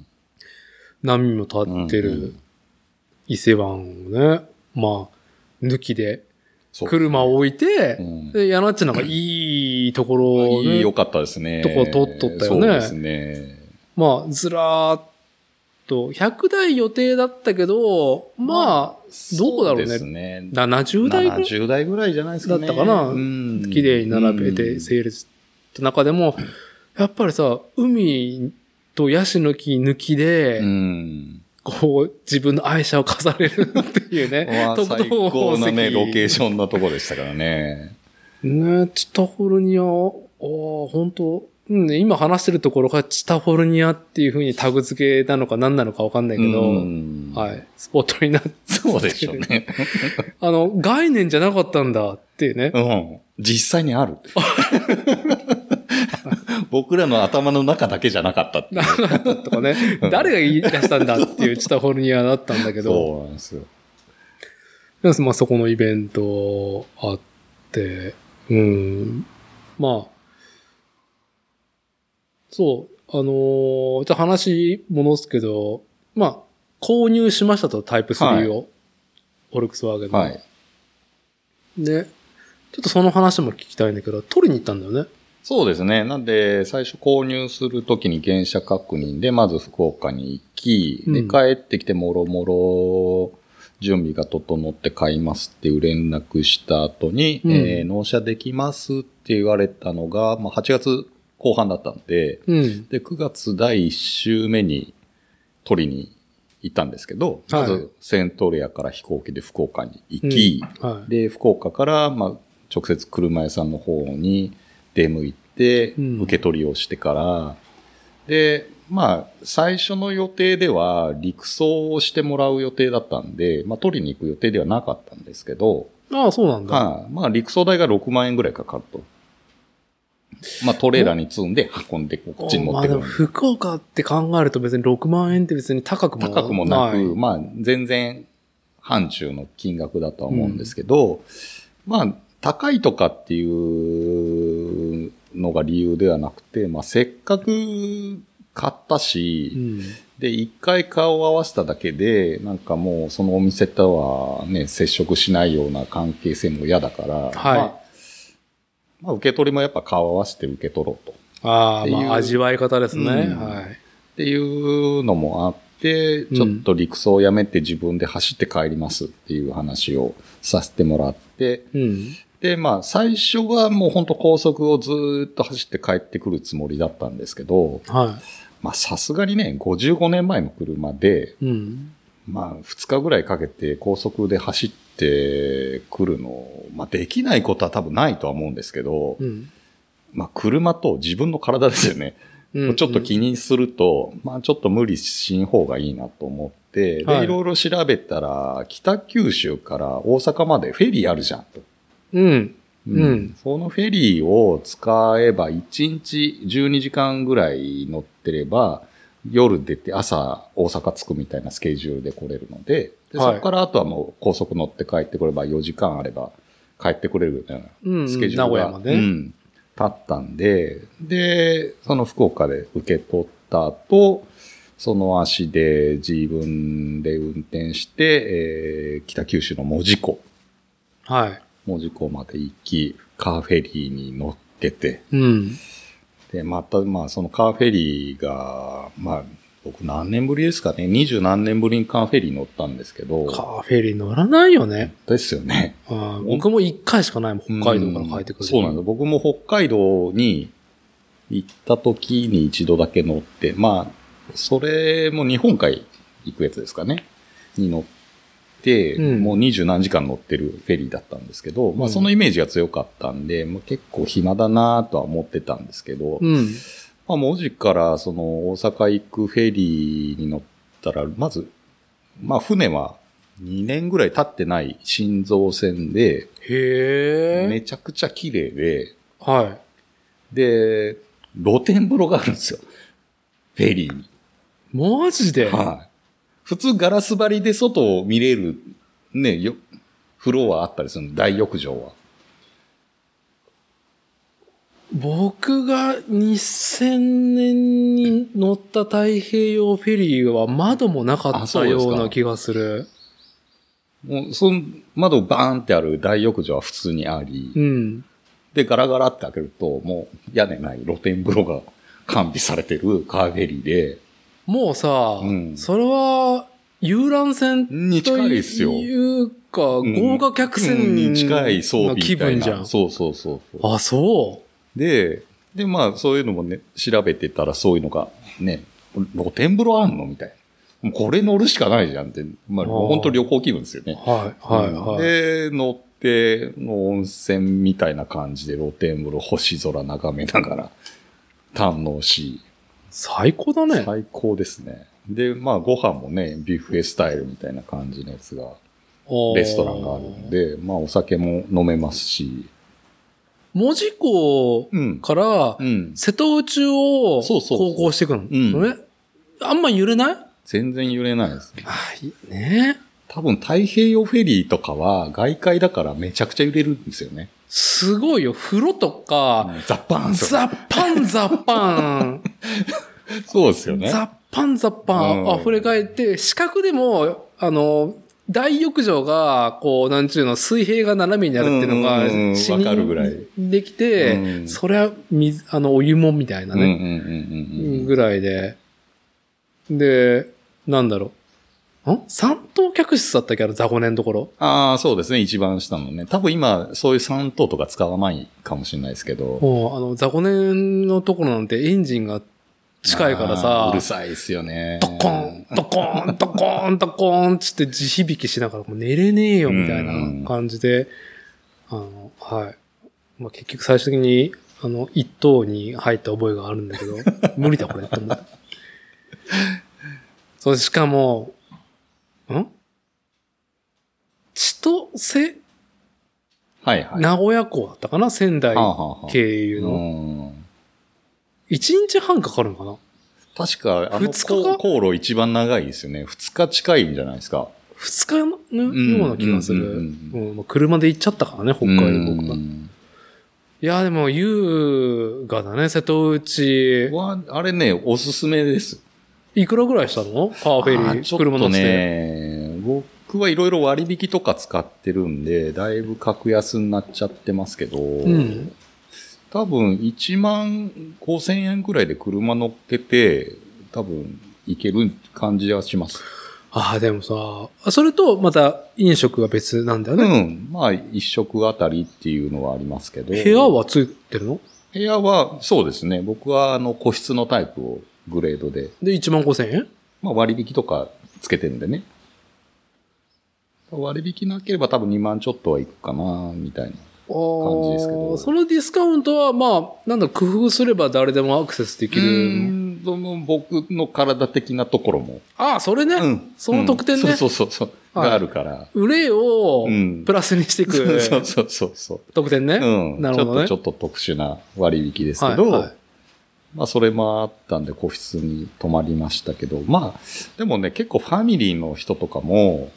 [SPEAKER 1] 波も立って
[SPEAKER 2] うんう
[SPEAKER 1] る
[SPEAKER 2] ん
[SPEAKER 1] 伊勢湾をね、まあ抜きで
[SPEAKER 2] そう
[SPEAKER 1] 車を置いて、
[SPEAKER 2] うん
[SPEAKER 1] で、やなっちなんかいいところをね、
[SPEAKER 2] いい良かったですね。
[SPEAKER 1] とこ取っとったよね
[SPEAKER 2] そうですね。
[SPEAKER 1] まあ、ずらーっと、100台予定だったけど、まあ、どこだろう
[SPEAKER 2] そ
[SPEAKER 1] ね
[SPEAKER 2] ですね。
[SPEAKER 1] 70台ぐらい
[SPEAKER 2] 70代ぐらいじゃないですかね。
[SPEAKER 1] だったかな
[SPEAKER 2] うん
[SPEAKER 1] 綺麗に並べ
[SPEAKER 2] う
[SPEAKER 1] て
[SPEAKER 2] ん
[SPEAKER 1] 整列した中でも、やっぱりさ、海とヤシの木抜きで、
[SPEAKER 2] うん。
[SPEAKER 1] こう、自分の愛車を飾れるっていうね
[SPEAKER 2] う わ、最高なね、ロケー
[SPEAKER 1] シ
[SPEAKER 2] ションのとこでしたからね。
[SPEAKER 1] ョン。ね、チタホルニア、ああ、本当うん、ね今話してるところがチタホルニアっていうふうにタグ付けなのか何なのかわかんないけど、
[SPEAKER 2] うん
[SPEAKER 1] はい、スポットになってる
[SPEAKER 2] そうでしょうね。
[SPEAKER 1] あの、概念じゃなかったんだって いうね。
[SPEAKER 2] うん。実際に ある。僕らの頭の中だけじゃなかったっていう
[SPEAKER 1] なかったとかね。誰が言い出したんだっていうチタホルニアだったんだけど。
[SPEAKER 2] そうなんですよ。
[SPEAKER 1] でまあそこのイベントあって、うん。まあ、そう、あのーじゃあ話戻すけど、まあ、購入しましたとタイプ3を。フォルクスワーゲンの
[SPEAKER 2] はい。
[SPEAKER 1] で、ちょっとその話も聞きたいんだけど、取りに行ったんだよね。
[SPEAKER 2] そうですね。なんで、最初購入するときに原車確認で、まず福岡に行き、
[SPEAKER 1] う
[SPEAKER 2] で、
[SPEAKER 1] ん
[SPEAKER 2] 帰ってきてもろもろ準備が整って買いますっていう連絡した後に、
[SPEAKER 1] うん
[SPEAKER 2] えー納車できますって言われたのが、まあ、8月後半だったんで、
[SPEAKER 1] うん。
[SPEAKER 2] で、9月第1週目に取りに行ったんですけど、ま
[SPEAKER 1] はい
[SPEAKER 2] ずセントレアから飛行機で福岡に行き、
[SPEAKER 1] はい。
[SPEAKER 2] で、福岡から、まあ、直接車屋さんの方に出向いて、
[SPEAKER 1] うん
[SPEAKER 2] 受け取りをしてから、で、まあ、最初の予定では、陸送をしてもらう予定だったんで、まあ、取りに行く予定ではなかったんですけど、
[SPEAKER 1] ああ、そうなんだ。
[SPEAKER 2] はいまあ、陸送代が6万円ぐらいかかると。まあ、トレーラーに積んで運んで、こっちに持
[SPEAKER 1] ま
[SPEAKER 2] っ
[SPEAKER 1] あ
[SPEAKER 2] て
[SPEAKER 1] で
[SPEAKER 2] くる
[SPEAKER 1] も。福岡って考えると別に6万円って別に高くも
[SPEAKER 2] 高くもなく、
[SPEAKER 1] い
[SPEAKER 2] まあ、全然、範疇の金額だとは思うんですけど、まあ、高いとかっていうのが理由ではなくて、まあ、せっかく買ったし、
[SPEAKER 1] うん
[SPEAKER 2] で、一回顔を合わせただけで、なんかもうそのお店とはね、接触しないような関係性も嫌だから、まあ、まあ、受け取りもやっぱ顔を合わせて受け取ろうと。
[SPEAKER 1] あ
[SPEAKER 2] っ
[SPEAKER 1] あ、
[SPEAKER 2] ていう
[SPEAKER 1] まあ味わい方ですね。
[SPEAKER 2] うん
[SPEAKER 1] はい。
[SPEAKER 2] っていうのもあって、ちょっと陸送をやめて自分で走って帰りますっていう話をさせてもらって、
[SPEAKER 1] うん。
[SPEAKER 2] で、まあ、最初はもう本当高速をずーっと走って帰ってくるつもりだったんですけど、
[SPEAKER 1] は
[SPEAKER 2] まあ、さすがにね、55年前の車で、
[SPEAKER 1] い。うん。
[SPEAKER 2] まあ、2日ぐらいかけて高速で走ってくるの、まあ、できないことは多分ないとは思うんですけど、
[SPEAKER 1] うん。
[SPEAKER 2] まあ、車と自分の体ですよね。
[SPEAKER 1] うん
[SPEAKER 2] ちょっと気にすると、まあ、ちょっと無理しん方がいいなと思って、
[SPEAKER 1] はい
[SPEAKER 2] で、いろいろ調べたら、北九州から大阪までフェリーあるじゃんと。
[SPEAKER 1] うん。うん
[SPEAKER 2] そのフェリーを使えば、1日12時間ぐらい乗ってれば、夜出て朝大阪着くみたいなスケジュールで来れるので、で
[SPEAKER 1] はい
[SPEAKER 2] そこからあとはもう高速乗って帰ってこれば4時間あれば帰ってこれるみたいな
[SPEAKER 1] うん。
[SPEAKER 2] スケジュ
[SPEAKER 1] 名
[SPEAKER 2] ール
[SPEAKER 1] 古
[SPEAKER 2] が、
[SPEAKER 1] 屋まで
[SPEAKER 2] う
[SPEAKER 1] ね。
[SPEAKER 2] ん、立ったんで、で、その福岡で受け取った後、その足で自分で運転して、えー北九州の門司港、
[SPEAKER 1] はい。
[SPEAKER 2] 門司港まで行き、カーフェリーに乗ってて、
[SPEAKER 1] うん。
[SPEAKER 2] で、また、まあ、そのカーフェリーが、まあ、僕何年ぶりですかね、二十何年ぶりにカーフェリー乗ったんですけど、
[SPEAKER 1] カーフェリー乗らないよね。
[SPEAKER 2] ですよね。
[SPEAKER 1] あー僕も一回しかないもん。北海道から帰ってくる。
[SPEAKER 2] そうなんです。僕も北海道に行った時に一度だけ乗って、まあ、それも日本海行くやつですかね。に乗って、
[SPEAKER 1] うん
[SPEAKER 2] もう二十何時間乗ってるフェリーだったんですけど、
[SPEAKER 1] う
[SPEAKER 2] まあ
[SPEAKER 1] ん
[SPEAKER 2] そのイメージが強かったんで、まあ、結構暇だなとは思ってたんですけど、
[SPEAKER 1] うん。
[SPEAKER 2] まあ文字からその大阪行くフェリーに乗ったら、まず、まあ船は2年ぐらい経ってない新造船で、
[SPEAKER 1] へえ。
[SPEAKER 2] めちゃくちゃ綺麗で、
[SPEAKER 1] は
[SPEAKER 2] で、露天風呂があるんですよ。フェリーに。
[SPEAKER 1] い。マジで
[SPEAKER 2] はい。普通ガラス張りで外を見れる、ね、よ、フロアあったりするの、大浴場は。
[SPEAKER 1] 僕が2000年に乗った太平洋フェリーは窓もなか
[SPEAKER 2] あ
[SPEAKER 1] っ
[SPEAKER 2] そう
[SPEAKER 1] た
[SPEAKER 2] です
[SPEAKER 1] よ
[SPEAKER 2] か
[SPEAKER 1] うな気がする。
[SPEAKER 2] もう、その窓バーンってある大浴場は普通にあり、
[SPEAKER 1] うん。
[SPEAKER 2] で、ガラガラって開けると、もう屋根ない露天風呂が完備されてるカーフェリーで、
[SPEAKER 1] もうさ、
[SPEAKER 2] うん
[SPEAKER 1] それは遊覧船
[SPEAKER 2] に
[SPEAKER 1] と
[SPEAKER 2] 近いですよ。
[SPEAKER 1] いうか、
[SPEAKER 2] ん
[SPEAKER 1] 豪華客船
[SPEAKER 2] に近い装備
[SPEAKER 1] の
[SPEAKER 2] みた
[SPEAKER 1] 気
[SPEAKER 2] いな。
[SPEAKER 1] 分じゃん。
[SPEAKER 2] そうそうそうそう。
[SPEAKER 1] あ、そ
[SPEAKER 2] で、で、まあ、そういうのもね、調べてたらそういうのが、ね、露天風呂あんのみたいな。もうこれ乗るしかないじゃんって、まあ、
[SPEAKER 1] あー
[SPEAKER 2] 本当旅行気分ですよ
[SPEAKER 1] う
[SPEAKER 2] ね。
[SPEAKER 1] はい、はい、はい。
[SPEAKER 2] で、乗って、もう温泉みたいな感じで露天風呂、星空眺めながら堪能し、
[SPEAKER 1] 最高だね。
[SPEAKER 2] 最高ですね。で、まあ、ご飯もね、ビュッフェスタイルみたいな感じのやつが、レストランがあるん。で、まあ、お酒も飲めますし、
[SPEAKER 1] 門司港
[SPEAKER 2] うん。
[SPEAKER 1] から
[SPEAKER 2] うん。
[SPEAKER 1] 瀬戸内を
[SPEAKER 2] そうそうそ
[SPEAKER 1] 航
[SPEAKER 2] う
[SPEAKER 1] 行していくの。
[SPEAKER 2] ん
[SPEAKER 1] ねあんま揺れない
[SPEAKER 2] 全然揺れないですね。
[SPEAKER 1] はいいね。
[SPEAKER 2] 多分太平洋フェリーとかは外海だからめちゃくちゃ揺れるんですよね。
[SPEAKER 1] すごいよ。風呂とか、
[SPEAKER 2] ザッパーンですよ
[SPEAKER 1] ザッパンザッパ ン。
[SPEAKER 2] そうですよね。
[SPEAKER 1] ザッパンザッパン、
[SPEAKER 2] うん
[SPEAKER 1] 溢れ返って、四角でも、あの、大浴場が、こう、なんちゅうの、水平が斜めにあるっていうのが、
[SPEAKER 2] うんうんうん
[SPEAKER 1] 視
[SPEAKER 2] わかるぐらい
[SPEAKER 1] 認できて、
[SPEAKER 2] うん
[SPEAKER 1] それは水、あの、お湯もみたいな
[SPEAKER 2] うんうん
[SPEAKER 1] ね、
[SPEAKER 2] うんうん
[SPEAKER 1] ぐらいで。で、なんだろう。ん三等客室だったっけあの、雑魚寝のところ。
[SPEAKER 2] ああ、そうですね。一番下のね。多分今、そういう3等とか使わないかもしれないですけど。
[SPEAKER 1] もう、あの、雑魚寝のところなんてエンジンが近いから
[SPEAKER 2] あ
[SPEAKER 1] さ
[SPEAKER 2] ーうる、さいですよね。
[SPEAKER 1] ドコン、ドコン、ドコン、ドコンっつって地響きしながら、もう寝れねえよみたいな感じで、あの、はい。まあ、結局最終的に、あの、一等に入った覚えがあるんだ けど、無理だこれって思った。そう、しかも、ん千歳、
[SPEAKER 2] はいはい。
[SPEAKER 1] 名古屋港だったかな仙台
[SPEAKER 2] はあはあはあ
[SPEAKER 1] 経由
[SPEAKER 2] う
[SPEAKER 1] の。
[SPEAKER 2] ん
[SPEAKER 1] 一日半かかるのかな
[SPEAKER 2] 確か、あの、
[SPEAKER 1] 二日か
[SPEAKER 2] こう航路一番長いですよね。2日近いんじゃないですか。
[SPEAKER 1] 二日のような気がする。
[SPEAKER 2] うんう
[SPEAKER 1] うんまあ車で行っちゃったからね、北海道僕は
[SPEAKER 2] う。
[SPEAKER 1] い
[SPEAKER 2] ん
[SPEAKER 1] や、でも優雅だね、瀬戸内。
[SPEAKER 2] わあれね、おすすめです。
[SPEAKER 1] いくらぐらいしたのカーフェ
[SPEAKER 2] あ
[SPEAKER 1] リ
[SPEAKER 2] ーち
[SPEAKER 1] ー、
[SPEAKER 2] ょっと
[SPEAKER 1] 車乗せて。
[SPEAKER 2] ね、僕はいろいろ割引とか使ってるんで、だいぶ格安になっちゃってますけど、
[SPEAKER 1] ん
[SPEAKER 2] 多分1万5千円くらいで車乗っけて、多分行ける感じはします。
[SPEAKER 1] ああ、でもさ、それとまた飲食は別なんだよね。
[SPEAKER 2] うん。まあ、一食あたりっていうのはありますけど。
[SPEAKER 1] 部屋はついてるの
[SPEAKER 2] 部屋は、そうですね。僕は、あの、個室のタイプをグレードで、
[SPEAKER 1] で、1万5千円
[SPEAKER 2] まあ、割引とかつけてるんでね。割引なければ多分2万ちょっとはいくかな、みたいな。
[SPEAKER 1] 感
[SPEAKER 2] じですけど
[SPEAKER 1] そのディスカウントは、まあ、なんだ、工夫すれば誰でもアクセスでき
[SPEAKER 2] う
[SPEAKER 1] る。
[SPEAKER 2] ん、その僕の体的なところも。
[SPEAKER 1] ああ、それね。その特典ね。
[SPEAKER 2] うんそうそうそうそう。
[SPEAKER 1] はい
[SPEAKER 2] があるから。
[SPEAKER 1] 売れを
[SPEAKER 2] うん
[SPEAKER 1] プラスにしてい
[SPEAKER 2] そう
[SPEAKER 1] く
[SPEAKER 2] そうそうそう。
[SPEAKER 1] 特典ね。
[SPEAKER 2] うん。
[SPEAKER 1] なるほどね。
[SPEAKER 2] ちょっとちょっと特殊な割引ですけど、
[SPEAKER 1] はいはい
[SPEAKER 2] まあそれもあったんで個室に泊まりましたけど、まあでもね結構ファミリーの人とかも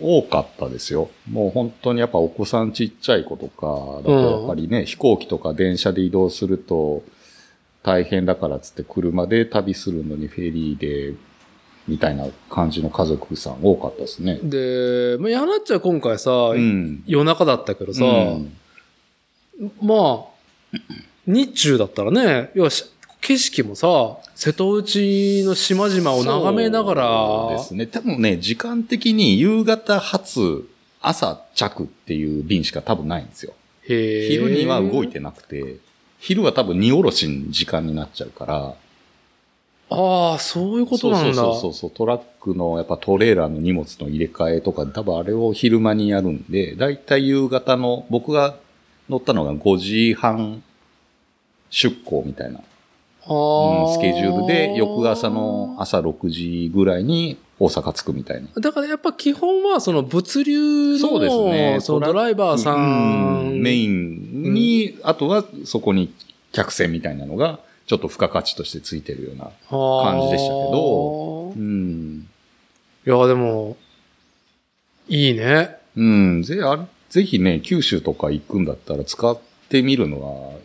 [SPEAKER 2] 多かったですよ。もう本当にやっぱお子さんちっちゃい子とかだとやっぱりね、飛行機とか電車で移動すると大変だからっつって車で旅するのにフェリーでみたいな感じの家族さん多かったですね。
[SPEAKER 1] で、まあ、やなっちゃん今回さ、
[SPEAKER 2] うん。
[SPEAKER 1] 夜中だったけどさ、
[SPEAKER 2] うん
[SPEAKER 1] まあ、日中だったらね、要はし景色もさ、瀬戸内の島々を眺めながら、
[SPEAKER 2] そうですね。多分ね、時間的に夕方発、朝着っていう便しか多分ないんですよ。
[SPEAKER 1] へえ
[SPEAKER 2] 昼には動い。てなくて、昼は多分荷下ろしの時間になっちゃうから。
[SPEAKER 1] ああ、そういうことなんだ。
[SPEAKER 2] そうそうそうそう。トラックのやっぱトレーラーの荷物の入れ替えとか、多分あれを昼間にやるんで、だいたい夕方の、僕が乗ったのが5時半出港みたいな。
[SPEAKER 1] あ
[SPEAKER 2] うん
[SPEAKER 1] ー
[SPEAKER 2] スケジュールで、翌朝の朝6時ぐらいに大阪着くみたいな。
[SPEAKER 1] だからやっぱ基本はその物流の、
[SPEAKER 2] そうですね
[SPEAKER 1] そのドライバーさん、
[SPEAKER 2] うんメインに、あとはそこに客船みたいなのが、ちょっと付加価値としてついてるような。感じでしたけどうん。
[SPEAKER 1] いや、でも、いいね。
[SPEAKER 2] うん。ぜあぜひね、九州とか行くんだったら使ってみるのは、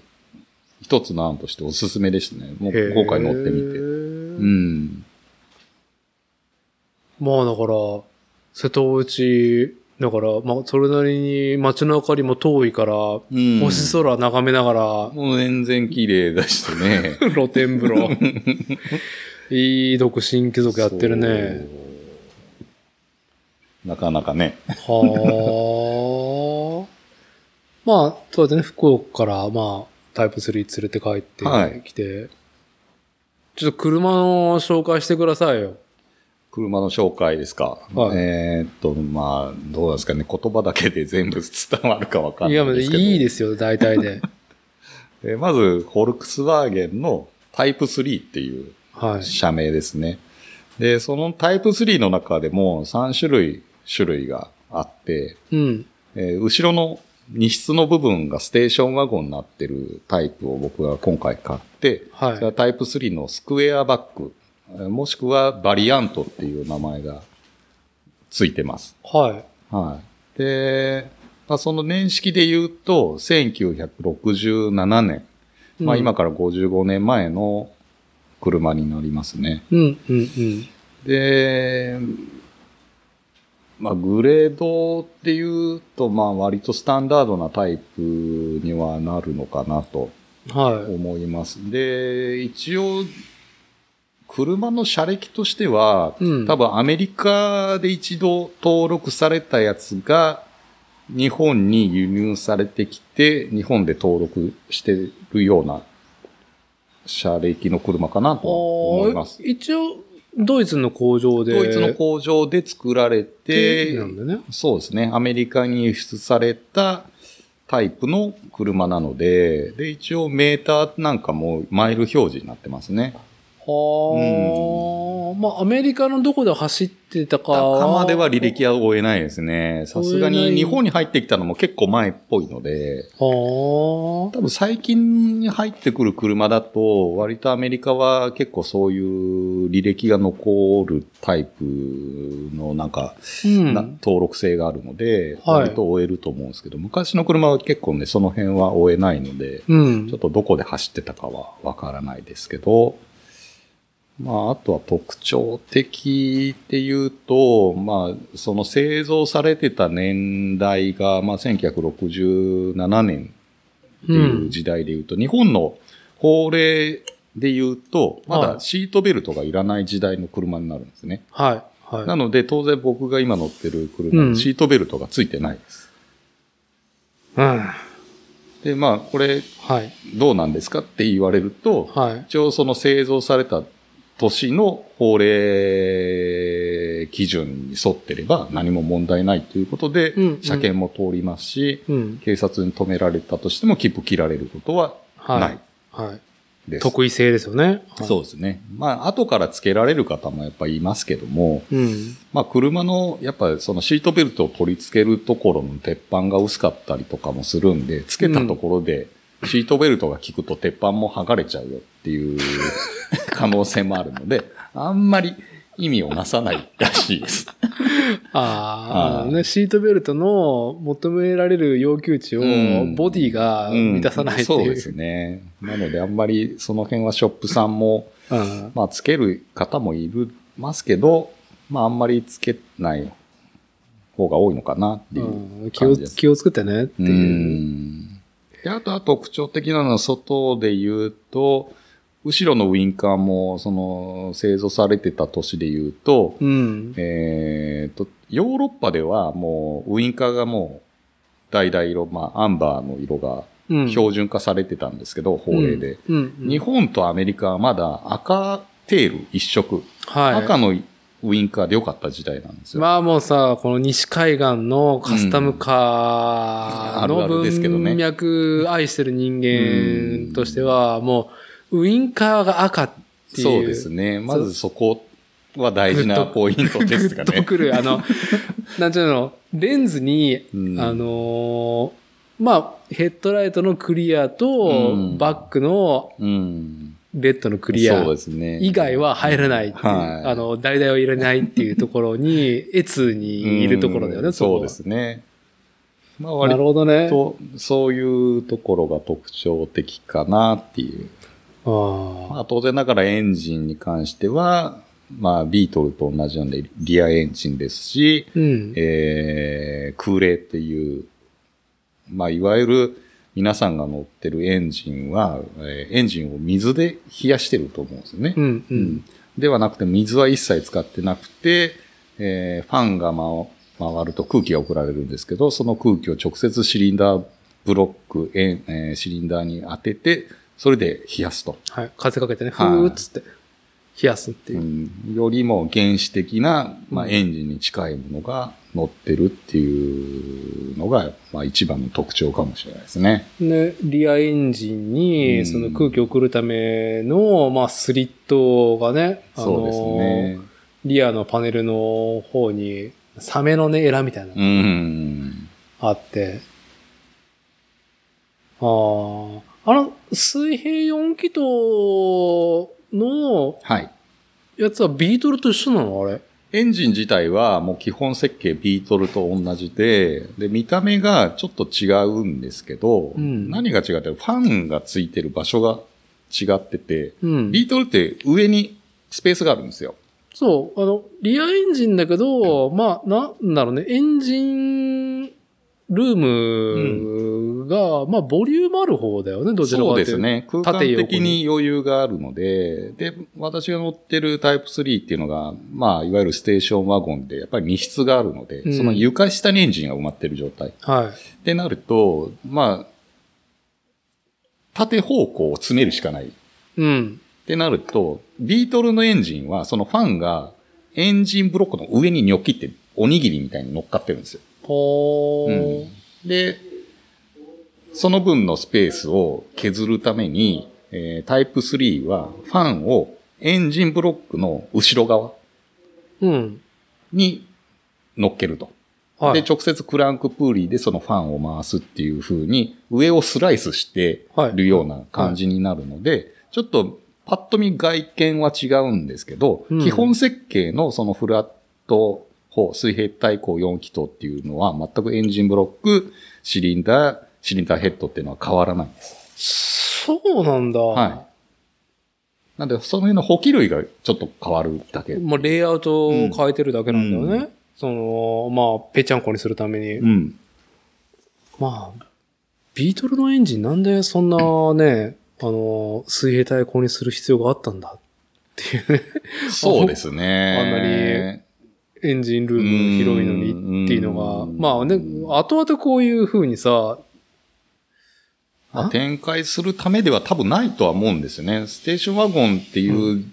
[SPEAKER 2] 一つの案としておすすめですね。もう
[SPEAKER 1] へー
[SPEAKER 2] 今回乗ってみて。うん。
[SPEAKER 1] まあだから、瀬戸内、だから、まあそれなりに街の明かりも遠いから、
[SPEAKER 2] うん
[SPEAKER 1] 星空眺めなが
[SPEAKER 2] もう全然綺麗だしね。
[SPEAKER 1] ら、露天風 呂。いい独身貴族やってるね。
[SPEAKER 2] そう。なかなかね。
[SPEAKER 1] はあ。まあ、そうやってね、福岡から、まあ、タイプ3連れて帰って
[SPEAKER 2] はい
[SPEAKER 1] きて、ちょっと車の紹介してくださいよ。
[SPEAKER 2] 車の紹介ですか。
[SPEAKER 1] はい
[SPEAKER 2] えーっと、まあ、どうなんですかね。言葉だけで全部 伝わるかわかん
[SPEAKER 1] い
[SPEAKER 2] な
[SPEAKER 1] や、
[SPEAKER 2] い
[SPEAKER 1] まあ
[SPEAKER 2] ですけど。
[SPEAKER 1] いいですよ、大体 で。
[SPEAKER 2] えーまず、フォルクスワーゲンのタイプ3っていう
[SPEAKER 1] はい。
[SPEAKER 2] 社名ですね。で、そのタイプ3の中でも3種類、種類があって、
[SPEAKER 1] うん。
[SPEAKER 2] えー後ろの荷室の部分がステーションワゴンになってるタイプを僕が今回買って、
[SPEAKER 1] はい
[SPEAKER 2] それはタイプ3のスクエアバッグ、えーもしくはバリアントっていう名前がついてます。
[SPEAKER 1] はい。
[SPEAKER 2] はい。で、まあ、その年式で言うと、1967年、まあ、
[SPEAKER 1] うん
[SPEAKER 2] 今から55年前の車になりますね。
[SPEAKER 1] うん、うん、うん。
[SPEAKER 2] で、まあ、グレードっていうと、まあ、割とスタンダードなタイプにはなるのかなと
[SPEAKER 1] はい。
[SPEAKER 2] 思います。で、一応、車の車歴としては、
[SPEAKER 1] うん
[SPEAKER 2] 多分アメリカで一度登録されたやつが、日本に輸入されてきて、日本で登録してるような車歴の車かなと思います。
[SPEAKER 1] 一応、ドイツの工場で。
[SPEAKER 2] ドイツの工場で作られて、
[SPEAKER 1] なんだね。
[SPEAKER 2] そうですね。アメリカに輸出されたタイプの車なので、で、一応メーターなんかもマイル表示になってますね。
[SPEAKER 1] はあ、まあ、アメリカのどこで走ってたかは。
[SPEAKER 2] 中までは履歴は追えないですね。さすが
[SPEAKER 1] 追えない
[SPEAKER 2] に日本に入ってきたのも結構前っぽいので、
[SPEAKER 1] はあ。
[SPEAKER 2] 多分最近に入ってくる車だと、割とアメリカは結構そういう履歴が残るタイプのなんか、
[SPEAKER 1] うん。
[SPEAKER 2] な登録性があるので、
[SPEAKER 1] はい
[SPEAKER 2] 割と終えると思うんですけど、昔の車は結構ね、その辺は終えないので、
[SPEAKER 1] うん
[SPEAKER 2] ちょっ。とどこで走ってたかはわからないですけど、まあ、あとは特徴的っていうと、まあ、その製造されてた年代が、まあ、1967年っていう時代でいうと、日本の法令で言うと、ま
[SPEAKER 1] は
[SPEAKER 2] だ
[SPEAKER 1] い
[SPEAKER 2] シートベルトがいらない時代の車になるんですね。
[SPEAKER 1] はい。はい。
[SPEAKER 2] なので、当然僕が今乗ってる
[SPEAKER 1] う
[SPEAKER 2] 車、
[SPEAKER 1] ん
[SPEAKER 2] シートベルトがついてないです。
[SPEAKER 1] うん。
[SPEAKER 2] で、まあ、これ
[SPEAKER 1] はい。
[SPEAKER 2] どうなんですかって言われると、
[SPEAKER 1] はい。
[SPEAKER 2] 一応その製造された年の法令基準に沿ってれば何も問題ないということで、
[SPEAKER 1] うんうん
[SPEAKER 2] 車検も通りますし、
[SPEAKER 1] うん。
[SPEAKER 2] 警察に止められたとしても切符切られることは
[SPEAKER 1] はい。
[SPEAKER 2] ない
[SPEAKER 1] はい。
[SPEAKER 2] です。
[SPEAKER 1] 得意性ですよね。はい
[SPEAKER 2] そうですね。まあ、後から付けられる方もやっぱいますけども、
[SPEAKER 1] うん。
[SPEAKER 2] まあ、車の、やっぱりそのシートベルトを取り付けるところの鉄板が薄かったりとかもするんで、付けたところで、シートベルトが効くと鉄板も剥がれちゃうよっていう可能性もあるので、あんまり意味をなさないらし いです。
[SPEAKER 1] あーあ
[SPEAKER 2] はい
[SPEAKER 1] のね、シートベルトの求められる要求値を
[SPEAKER 2] うん
[SPEAKER 1] ボディが満たさないって
[SPEAKER 2] そう
[SPEAKER 1] い
[SPEAKER 2] です
[SPEAKER 1] う。
[SPEAKER 2] ね。なのであんまりその辺はショップさんも、
[SPEAKER 1] うん
[SPEAKER 2] まあ、つける方もいるますけど、まあ、あんまりつけない方が多いのかなっていううん
[SPEAKER 1] 気を
[SPEAKER 2] 感じです。
[SPEAKER 1] 気をつけてねって
[SPEAKER 2] う
[SPEAKER 1] いう。
[SPEAKER 2] んで、あとは特徴的なのは外で言うと、後ろのウインカーも、その、製造されてた年で言うと、
[SPEAKER 1] うん。
[SPEAKER 2] えっと、ヨーロッパではもう、ウインカーがもう、橙色、まあ、アンバーの色が
[SPEAKER 1] うん
[SPEAKER 2] 標準化されてたんですけど、法令で。。
[SPEAKER 1] うん。うん
[SPEAKER 2] 日本とアメリカはまだ赤テール一色。
[SPEAKER 1] はい。
[SPEAKER 2] 赤のウインカーで良かった時代なんですよ。
[SPEAKER 1] まあもうさ、この西海岸のカスタムカー
[SPEAKER 2] うんあ
[SPEAKER 1] の
[SPEAKER 2] るあるですけどね
[SPEAKER 1] 文脈愛してる人間としては、もうウインカーが赤っていう。
[SPEAKER 2] そうですね。まずそこは大事なポイント
[SPEAKER 1] グ
[SPEAKER 2] です
[SPEAKER 1] ッ
[SPEAKER 2] が
[SPEAKER 1] と
[SPEAKER 2] ね。
[SPEAKER 1] くる。あの、 なんちゅうの、レンズに、
[SPEAKER 2] うん
[SPEAKER 1] あのーまあ、ヘッドライトのクリアと、
[SPEAKER 2] うん
[SPEAKER 1] バックの
[SPEAKER 2] うん。
[SPEAKER 1] レッドのクリア
[SPEAKER 2] そうですね。
[SPEAKER 1] 以外は入らないっていう、
[SPEAKER 2] はい
[SPEAKER 1] あの、代々はいらないっていうところ に、エツにいるところだよね、
[SPEAKER 2] う
[SPEAKER 1] こ
[SPEAKER 2] んそう
[SPEAKER 1] は
[SPEAKER 2] ですね。まあ
[SPEAKER 1] なる
[SPEAKER 2] 割
[SPEAKER 1] ほどね。
[SPEAKER 2] と、そういうところが特徴的かなっていう。
[SPEAKER 1] あ
[SPEAKER 2] まあ当然ながらエンジンに関しては、まあビートルと同じなんでリアエンジンですし、
[SPEAKER 1] ーうん。
[SPEAKER 2] えー、空冷っていう、まあ、いわゆる皆さんが乗ってるエンジンは、えーエンジンを水で冷やしてると思うんですよね。
[SPEAKER 1] うん、う。
[SPEAKER 2] うんではなくて、水は一切使ってなくて、えーファンが回回ると空気が送られるんですけど、その空気を直接シリンダーブロック、えーえーシリンダーに当てて、それで冷やすと。
[SPEAKER 1] はい。風かけてね、ふ
[SPEAKER 2] はい
[SPEAKER 1] ーっつって、冷やすっていうう。
[SPEAKER 2] ん、よりも原始的な、まあ、
[SPEAKER 1] うん
[SPEAKER 2] エンジンに近いものが乗ってるっていうのが、まあ、一番の特徴かもしれないですね。
[SPEAKER 1] ね、リアエンジン
[SPEAKER 2] う
[SPEAKER 1] に、
[SPEAKER 2] ん
[SPEAKER 1] その空気を送るための、まあ、スリットがね、あ
[SPEAKER 2] そうですね
[SPEAKER 1] の、。リアのパネルの方に、サメのね、エラみたいなの
[SPEAKER 2] う
[SPEAKER 1] が
[SPEAKER 2] ん。
[SPEAKER 1] あって、ああ、あの、水平4気筒の
[SPEAKER 2] はい。
[SPEAKER 1] やつはビートルと一緒なのあれ。
[SPEAKER 2] エンジン自体はもう基本設計ビートルと同じで、で、見た目がちょっと違うんですけど、
[SPEAKER 1] うん
[SPEAKER 2] 何が違うってファンがついてる場所が違ってて、
[SPEAKER 1] うん。
[SPEAKER 2] ビートルって上にスペースがあるんですよ。
[SPEAKER 1] そう、あの、リアエンジンだけど、まあ、なんだろうね、エンジンルームが、まあ、ボリュームある方だよね、どちらか
[SPEAKER 2] そう
[SPEAKER 1] とい
[SPEAKER 2] で
[SPEAKER 1] うと。
[SPEAKER 2] す。ね。空間
[SPEAKER 1] 縦横に
[SPEAKER 2] 的に余裕があるので、で、私が乗ってるタイプ3っていうのが、まあ、いわゆるステーションワゴンで、やっぱり密室があるので、
[SPEAKER 1] うん
[SPEAKER 2] その床下にエンジンが埋まってる状態。っ
[SPEAKER 1] は
[SPEAKER 2] てなると、まあ、縦方向を詰めるしかない。っ
[SPEAKER 1] い。うん。
[SPEAKER 2] てなると、ビートルのエンジンは、そのファンがエンジンブロックの上にニョキって、おにぎりみたいに乗っかってるんですよ。
[SPEAKER 1] ほー。
[SPEAKER 2] うんで、その分のスペースを削るために、えータイプ3はファンをエンジンブロックの後ろ側
[SPEAKER 1] うん。
[SPEAKER 2] に乗っけると。
[SPEAKER 1] は
[SPEAKER 2] で、
[SPEAKER 1] い。
[SPEAKER 2] 直接クランクプーリーでそのファンを回すっていう風に、上をスライスしてるような感じになるので、ちょっとパッと見外見は違うんですけど、
[SPEAKER 1] うん
[SPEAKER 2] 基本設計のそのフラット砲、水平対向4気筒っていうのは全くエンジンブロック、シリンダー、シリンダーヘッドっていうのは変わらないんです。
[SPEAKER 1] そうなんだ。
[SPEAKER 2] はい。なんで、その辺の補給類がちょっと変わるだけ。
[SPEAKER 1] まあ、レイアウトを変えてるだけなんだよね。
[SPEAKER 2] うんう
[SPEAKER 1] その、まあ、ぺちゃんこにするために。
[SPEAKER 2] うん。
[SPEAKER 1] まあ、ビートルのエンジンなんでそんなね、あの、水平対向にする必要があったんだっていうね。
[SPEAKER 2] そうですね。
[SPEAKER 1] あんまりエンジンルーム広いのにっていうのが、
[SPEAKER 2] うん
[SPEAKER 1] まあね、後々こういう風にさ、
[SPEAKER 2] まあ展開するためでは多分ないとは思うんですよね。ステーションワゴンっていう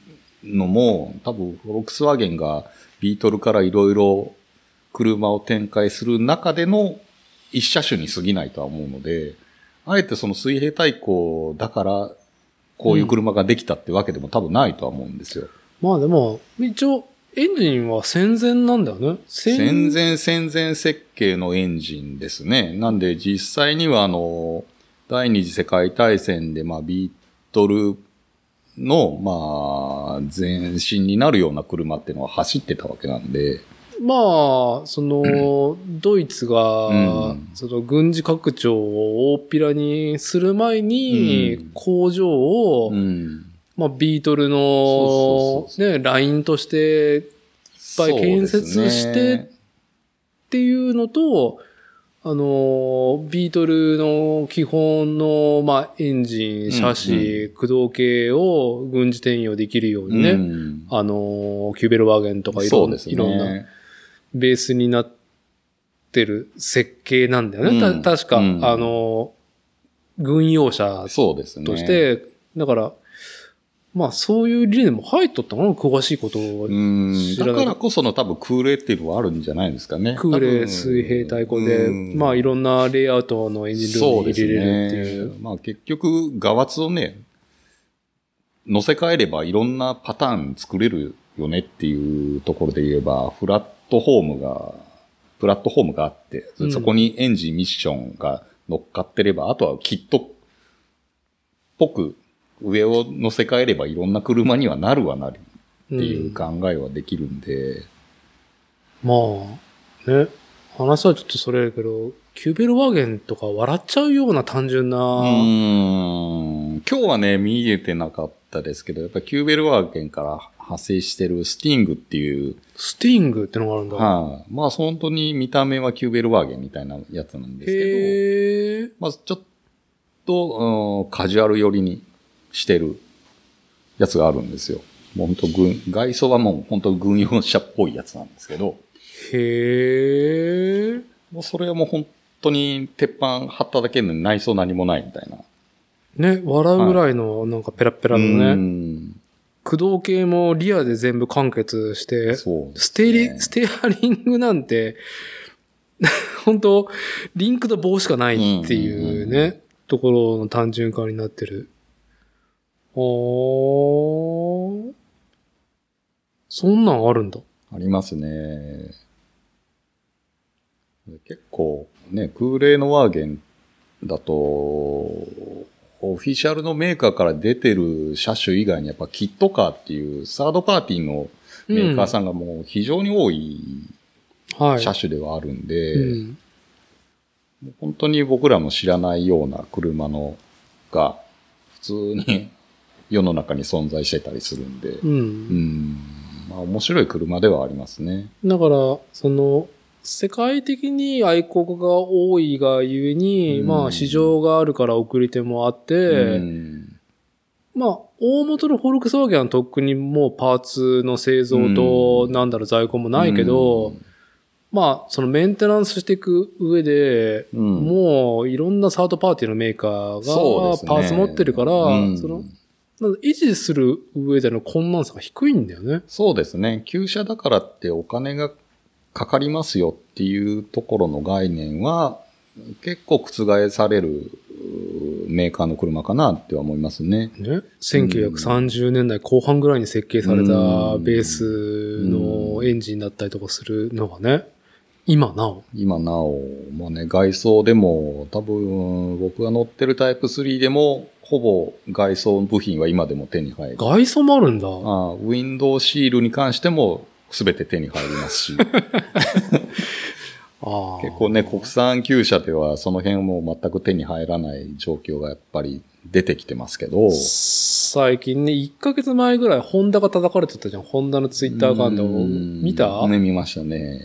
[SPEAKER 2] のも、多分フォルクスワーゲンがビートルからいろいろ車を展開する中での一車種に過ぎないとは思うので、あえてその水平対向だから、こういう車ができたってわけでも多分ないとは思うんですよ。
[SPEAKER 1] まあでも、一応、エンジンは戦前なんだよね。
[SPEAKER 2] 戦。前戦前設計のエンジンですね。なんで実際にはあの、第二次世界大戦でまあビートルのまあ前身になるような車っていうのは走ってたわけなんで、
[SPEAKER 1] まあ、その、ドイツが、
[SPEAKER 2] うん
[SPEAKER 1] その軍事拡張を大っぴらにする前に、
[SPEAKER 2] うん
[SPEAKER 1] 工場を、
[SPEAKER 2] うん。
[SPEAKER 1] まあビートル
[SPEAKER 2] そ
[SPEAKER 1] の
[SPEAKER 2] うそう、そ
[SPEAKER 1] ね、
[SPEAKER 2] う
[SPEAKER 1] ラインとしてっぱい建設して
[SPEAKER 2] そうですね
[SPEAKER 1] ていうのと、あのー、ビートルの基本の、まあ、エンジン、車
[SPEAKER 2] うん
[SPEAKER 1] 種、駆動系を軍事転用できるようにね、
[SPEAKER 2] うん
[SPEAKER 1] あのー、キューベルワーゲンとかいろ
[SPEAKER 2] そ
[SPEAKER 1] ん
[SPEAKER 2] う
[SPEAKER 1] な、
[SPEAKER 2] ですね。
[SPEAKER 1] いろんなベースになってる設計なんだよね。
[SPEAKER 2] うん
[SPEAKER 1] た確か、
[SPEAKER 2] うん
[SPEAKER 1] あのー、軍用車
[SPEAKER 2] そうですね。
[SPEAKER 1] として、だから、まあそういう理念も入っとったかな、詳しいことは。
[SPEAKER 2] うん。
[SPEAKER 1] 知
[SPEAKER 2] だ
[SPEAKER 1] らない
[SPEAKER 2] からこその多分空冷っていうのはあるんじゃないですかね。
[SPEAKER 1] 空
[SPEAKER 2] 多
[SPEAKER 1] 冷、
[SPEAKER 2] 分
[SPEAKER 1] 水平対向で、
[SPEAKER 2] うん
[SPEAKER 1] まあいろんなレイアウトのエンジンルームに入れれるってい。
[SPEAKER 2] そうですね。まあ結局、側圧をね、乗せ替えればいろんなパターン作れるよねっていうところで言えば、フラットホームが、プラットホームがあって、
[SPEAKER 1] うん
[SPEAKER 2] そこにエンジンミッションが乗っかってれば、あとはキットっぽく上を乗せ替えればいろんな車にはなるはなるっていう考えはできるんで、
[SPEAKER 1] まあ、ね。話はちょっとそれやけど、キューベルワーゲンとか笑っちゃうような単純
[SPEAKER 2] う
[SPEAKER 1] な、
[SPEAKER 2] ーん今日はね、見えてなかったですけど、やっぱキューベルワーゲンから派生してるスティングっていう、
[SPEAKER 1] スティングってのがあるんだ。
[SPEAKER 2] はいまあ本当に見た目はキューベルワーゲンみたいなやつなんですけど、
[SPEAKER 1] へえ。
[SPEAKER 2] まあちょっと、うんカジュアル寄りにしてるやつがあるんですよ。もう本当軍、外装はもう本当軍用車っぽいやつなんですけど、
[SPEAKER 1] へえ。
[SPEAKER 2] もうそれはもう本当に鉄板貼っただけのに内装何もないみたいな。
[SPEAKER 1] ね、笑うぐらいの、なんかペラペラ
[SPEAKER 2] う
[SPEAKER 1] のね。
[SPEAKER 2] ん
[SPEAKER 1] 駆動系もリアで全部完結して、
[SPEAKER 2] そうですね
[SPEAKER 1] ステリ、ステアリングなんて、 本当リンクと棒しかないっていうね、
[SPEAKER 2] うんうんうん
[SPEAKER 1] ところの単純化になってる。おー。そんなんあるんだ。
[SPEAKER 2] ありますね。結構ね、空冷のワーゲンだと、オフィシャルのメーカーから出てる車種以外にやっぱキットカーっていうサードパーティーのメーカーさんがもう非常に多い
[SPEAKER 1] はい。
[SPEAKER 2] 車種ではあるんで、
[SPEAKER 1] うん
[SPEAKER 2] 本当に僕らも知らないような車のが普通に 世の中に存在してたりするんで、
[SPEAKER 1] う。
[SPEAKER 2] うんん、まあ面白い車ではありますね。
[SPEAKER 1] だから、その、世界的に愛国が多いがゆえに、
[SPEAKER 2] うん
[SPEAKER 1] まあ市場があるから送り手もあって、
[SPEAKER 2] うん
[SPEAKER 1] まあ、大元のフォルクスワーゲンはとっくにもうパーツの製造と、
[SPEAKER 2] うん
[SPEAKER 1] なんだろう、在庫もないけど、まあ、そのメンテナンスしていく上で、
[SPEAKER 2] うん、うん
[SPEAKER 1] もういろんなサードパーティーのメーカー
[SPEAKER 2] そうで
[SPEAKER 1] が
[SPEAKER 2] すね
[SPEAKER 1] パーツ持ってるから、
[SPEAKER 2] うん
[SPEAKER 1] そのなんだ維持する上での困難さが低いんだよね。
[SPEAKER 2] そうですね。旧車だからってお金がかかりますよっていうところの概念は結構覆されるうーメーカーの車かなっては思いますね。
[SPEAKER 1] ね、1930年代後半ぐらいに設計された
[SPEAKER 2] うん
[SPEAKER 1] ベースのエンジンだったりとかするのがね、今なお。
[SPEAKER 2] 今なお、まあね、外装でも多分僕が乗ってるタイプ3でもほぼ外装部品は今でも手に入る。
[SPEAKER 1] 外装もあるんだ。
[SPEAKER 2] ああウィンドウシールに関しても全て手に入ります し。
[SPEAKER 1] ああ
[SPEAKER 2] 結構ね、国産旧車ではその辺も全く手に入らない状況がやっぱり出てきてますけど、
[SPEAKER 1] 最近ね、1ヶ月前ぐらい、ホンダが叩かれてたじゃん。ホンダのツイッターアカウントを。
[SPEAKER 2] うん
[SPEAKER 1] 見た、
[SPEAKER 2] ね、見ましたね。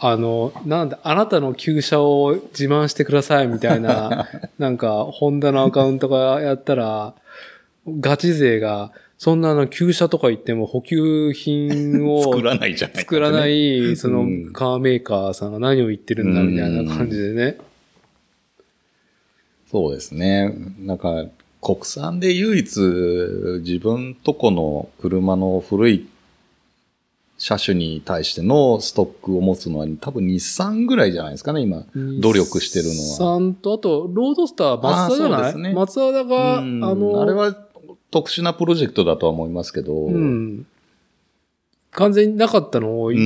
[SPEAKER 1] あの、なんだ、あなたの旧車を自慢してくださいみたい な、なんか、ホンダのアカウントがやったら、ガチ勢が、そんなあの、旧車とか言っても補給品を
[SPEAKER 2] 作らないじゃない、
[SPEAKER 1] 作らな。い、その
[SPEAKER 2] うん
[SPEAKER 1] カーメーカーさんが何を言ってるんだみたいな感じでね。
[SPEAKER 2] そうですね。なんか、国産で唯一自分とこの車の古い車種に対してのストックを持つのは多分日産ぐらいじゃないですかね、今。努力してるのは。
[SPEAKER 1] さんと、あと、ロードスター、松田じゃ
[SPEAKER 2] あーそう
[SPEAKER 1] な
[SPEAKER 2] で
[SPEAKER 1] い、
[SPEAKER 2] すね
[SPEAKER 1] 松田が、あ
[SPEAKER 2] うん
[SPEAKER 1] の、
[SPEAKER 2] あれは特殊なプロジェクトだとは思いますけど、
[SPEAKER 1] うん。完全になかったのを、
[SPEAKER 2] う
[SPEAKER 1] 5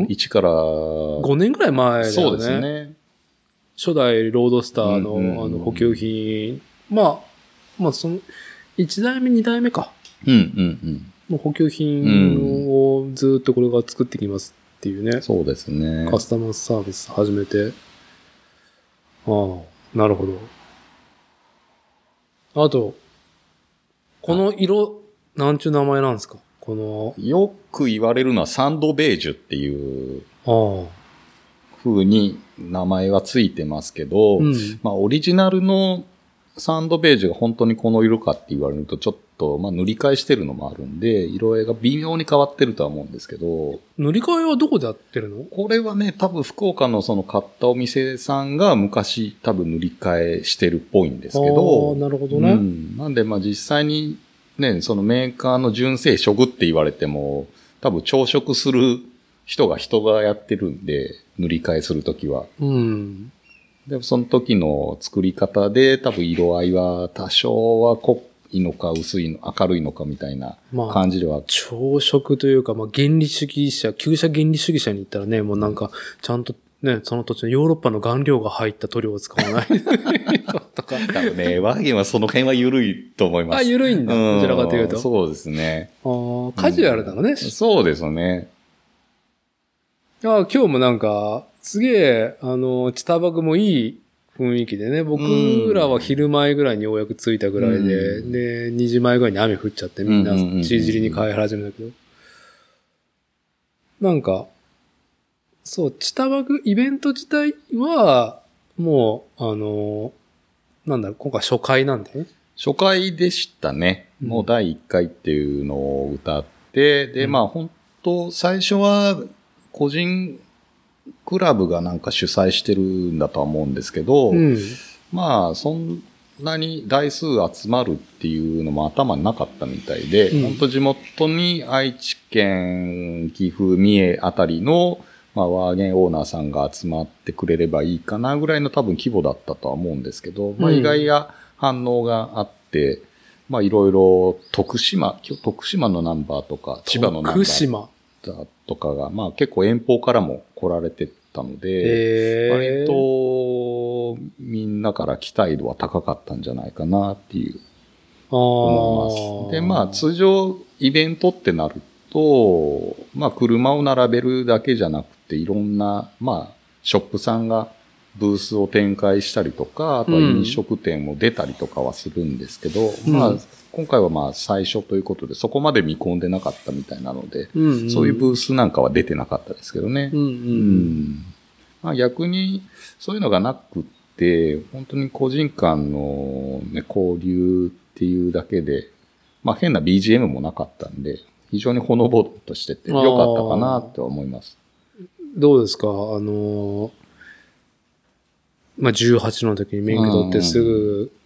[SPEAKER 2] ん一から、
[SPEAKER 1] 年ぐらい前だよね。
[SPEAKER 2] そうですね。
[SPEAKER 1] 初代ロードスターの,、
[SPEAKER 2] うんうんうん
[SPEAKER 1] あの補給品、まあ、まあその、1代目、2代目か、
[SPEAKER 2] うんうん
[SPEAKER 1] の補給品をずっとこれが作ってきますっていう
[SPEAKER 2] う
[SPEAKER 1] ね
[SPEAKER 2] ん。、そうですね。
[SPEAKER 1] カスタマーサービス始めて。ああ、なるほど。あと、この色、なんちゅう名前なんですかこ
[SPEAKER 2] よく言われるのはサンドベージュっていう
[SPEAKER 1] の、ああ、
[SPEAKER 2] 風に名前はついてますけど、
[SPEAKER 1] うん。
[SPEAKER 2] まあオリジナルのサンドベージュが本当にこの色かって言われるとちょっと、まあ塗り替えしてるのもあるんで、色合いが微妙に変わってるとは思うんですけど、
[SPEAKER 1] 塗り替えはどこでやってるの
[SPEAKER 2] これはね、多分福岡のその買ったお店さんが昔多分塗り替えしてるっぽいんですけ
[SPEAKER 1] ああ、
[SPEAKER 2] ど、
[SPEAKER 1] なるほどね。
[SPEAKER 2] うん、なんで、まあ実際にね、そのメーカーの純正職って言われても、多分朝食する人が人がやってるんで、塗り替えするときは。
[SPEAKER 1] うん。
[SPEAKER 2] でもその時の作り方で、多分色合いは多少は濃いのか薄いの、明るいのかみたいな
[SPEAKER 1] まあ、
[SPEAKER 2] 感じでは、
[SPEAKER 1] 朝食というか、まあ、原理主義者、旧社原理主義者に行ったらね、もうなんか、ちゃんとね、その土地のヨーロッパの顔料が入った塗料を使 わないとか。
[SPEAKER 2] 多分ね、ワーゲンはその辺は緩いと思います。
[SPEAKER 1] あ、緩いんだ。
[SPEAKER 2] うん
[SPEAKER 1] どちらかというと。
[SPEAKER 2] そうですね。
[SPEAKER 1] あーカジュアルだろうね。
[SPEAKER 2] そうですね。
[SPEAKER 1] あー今日もなんか、すげえ、あの、チタバグもいい雰囲気でね、僕らは昼前ぐらいにようやく着いたぐらいで、
[SPEAKER 2] うん
[SPEAKER 1] で、2時前ぐらいに雨降っちゃって、みんな
[SPEAKER 2] うんうんうんうん
[SPEAKER 1] ちりじりに帰り始めたけど。なんか、そう、チタバグイベント自体は、もう、あの、なんだろう、今回初回なんだよね。
[SPEAKER 2] 初回でしたね。
[SPEAKER 1] うん
[SPEAKER 2] もう第1回っていうのを歌って、で、
[SPEAKER 1] うん
[SPEAKER 2] まあ本当最初は個人クラブがなんか主催してるんだとは思うんですけど、
[SPEAKER 1] うん。
[SPEAKER 2] まあそんなに台数集まるっていうのも頭になかったみたいで、
[SPEAKER 1] うん
[SPEAKER 2] 本当地元に愛知県、岐阜、三重あたりのまあ、ワーゲンオーナーさんが集まってくれればいいかなぐらいの多分規模だったとは思うんですけど、まあ、
[SPEAKER 1] うん
[SPEAKER 2] 意外や反応があって、まあ、いろいろ徳島、今日徳島のナンバーとか、千葉のナンバ
[SPEAKER 1] 福
[SPEAKER 2] ー
[SPEAKER 1] 島。
[SPEAKER 2] だとかが、まあ、結構遠方からも来られてたので、
[SPEAKER 1] え
[SPEAKER 2] 割とみんなから期待度は高かったんじゃないかなっていう思います。で、まあ、通常イベントってなると、まあ、車を並べるだけじゃなくて、いろんな、まあ、ショップさんがブースを展開したりとか、あとは
[SPEAKER 1] うん
[SPEAKER 2] 飲食店も出たりとかはするんですけど、
[SPEAKER 1] ん
[SPEAKER 2] まあ、今回はまあ、最初ということで、そこまで見込んでなかったみたいなので、
[SPEAKER 1] うんうん
[SPEAKER 2] そういうブースなんかは出てなかったですけどね。
[SPEAKER 1] うんう。
[SPEAKER 2] うんんまあ、逆にそういうのがなくって、本当に個人間の、ね、交流っていうだけで、まあ、変な BGM もなかったんで、非常にほのぼっとしてて、
[SPEAKER 1] あー
[SPEAKER 2] 良かったかなとは思います。
[SPEAKER 1] どうですかあのーまあ、18の時に免許取ってす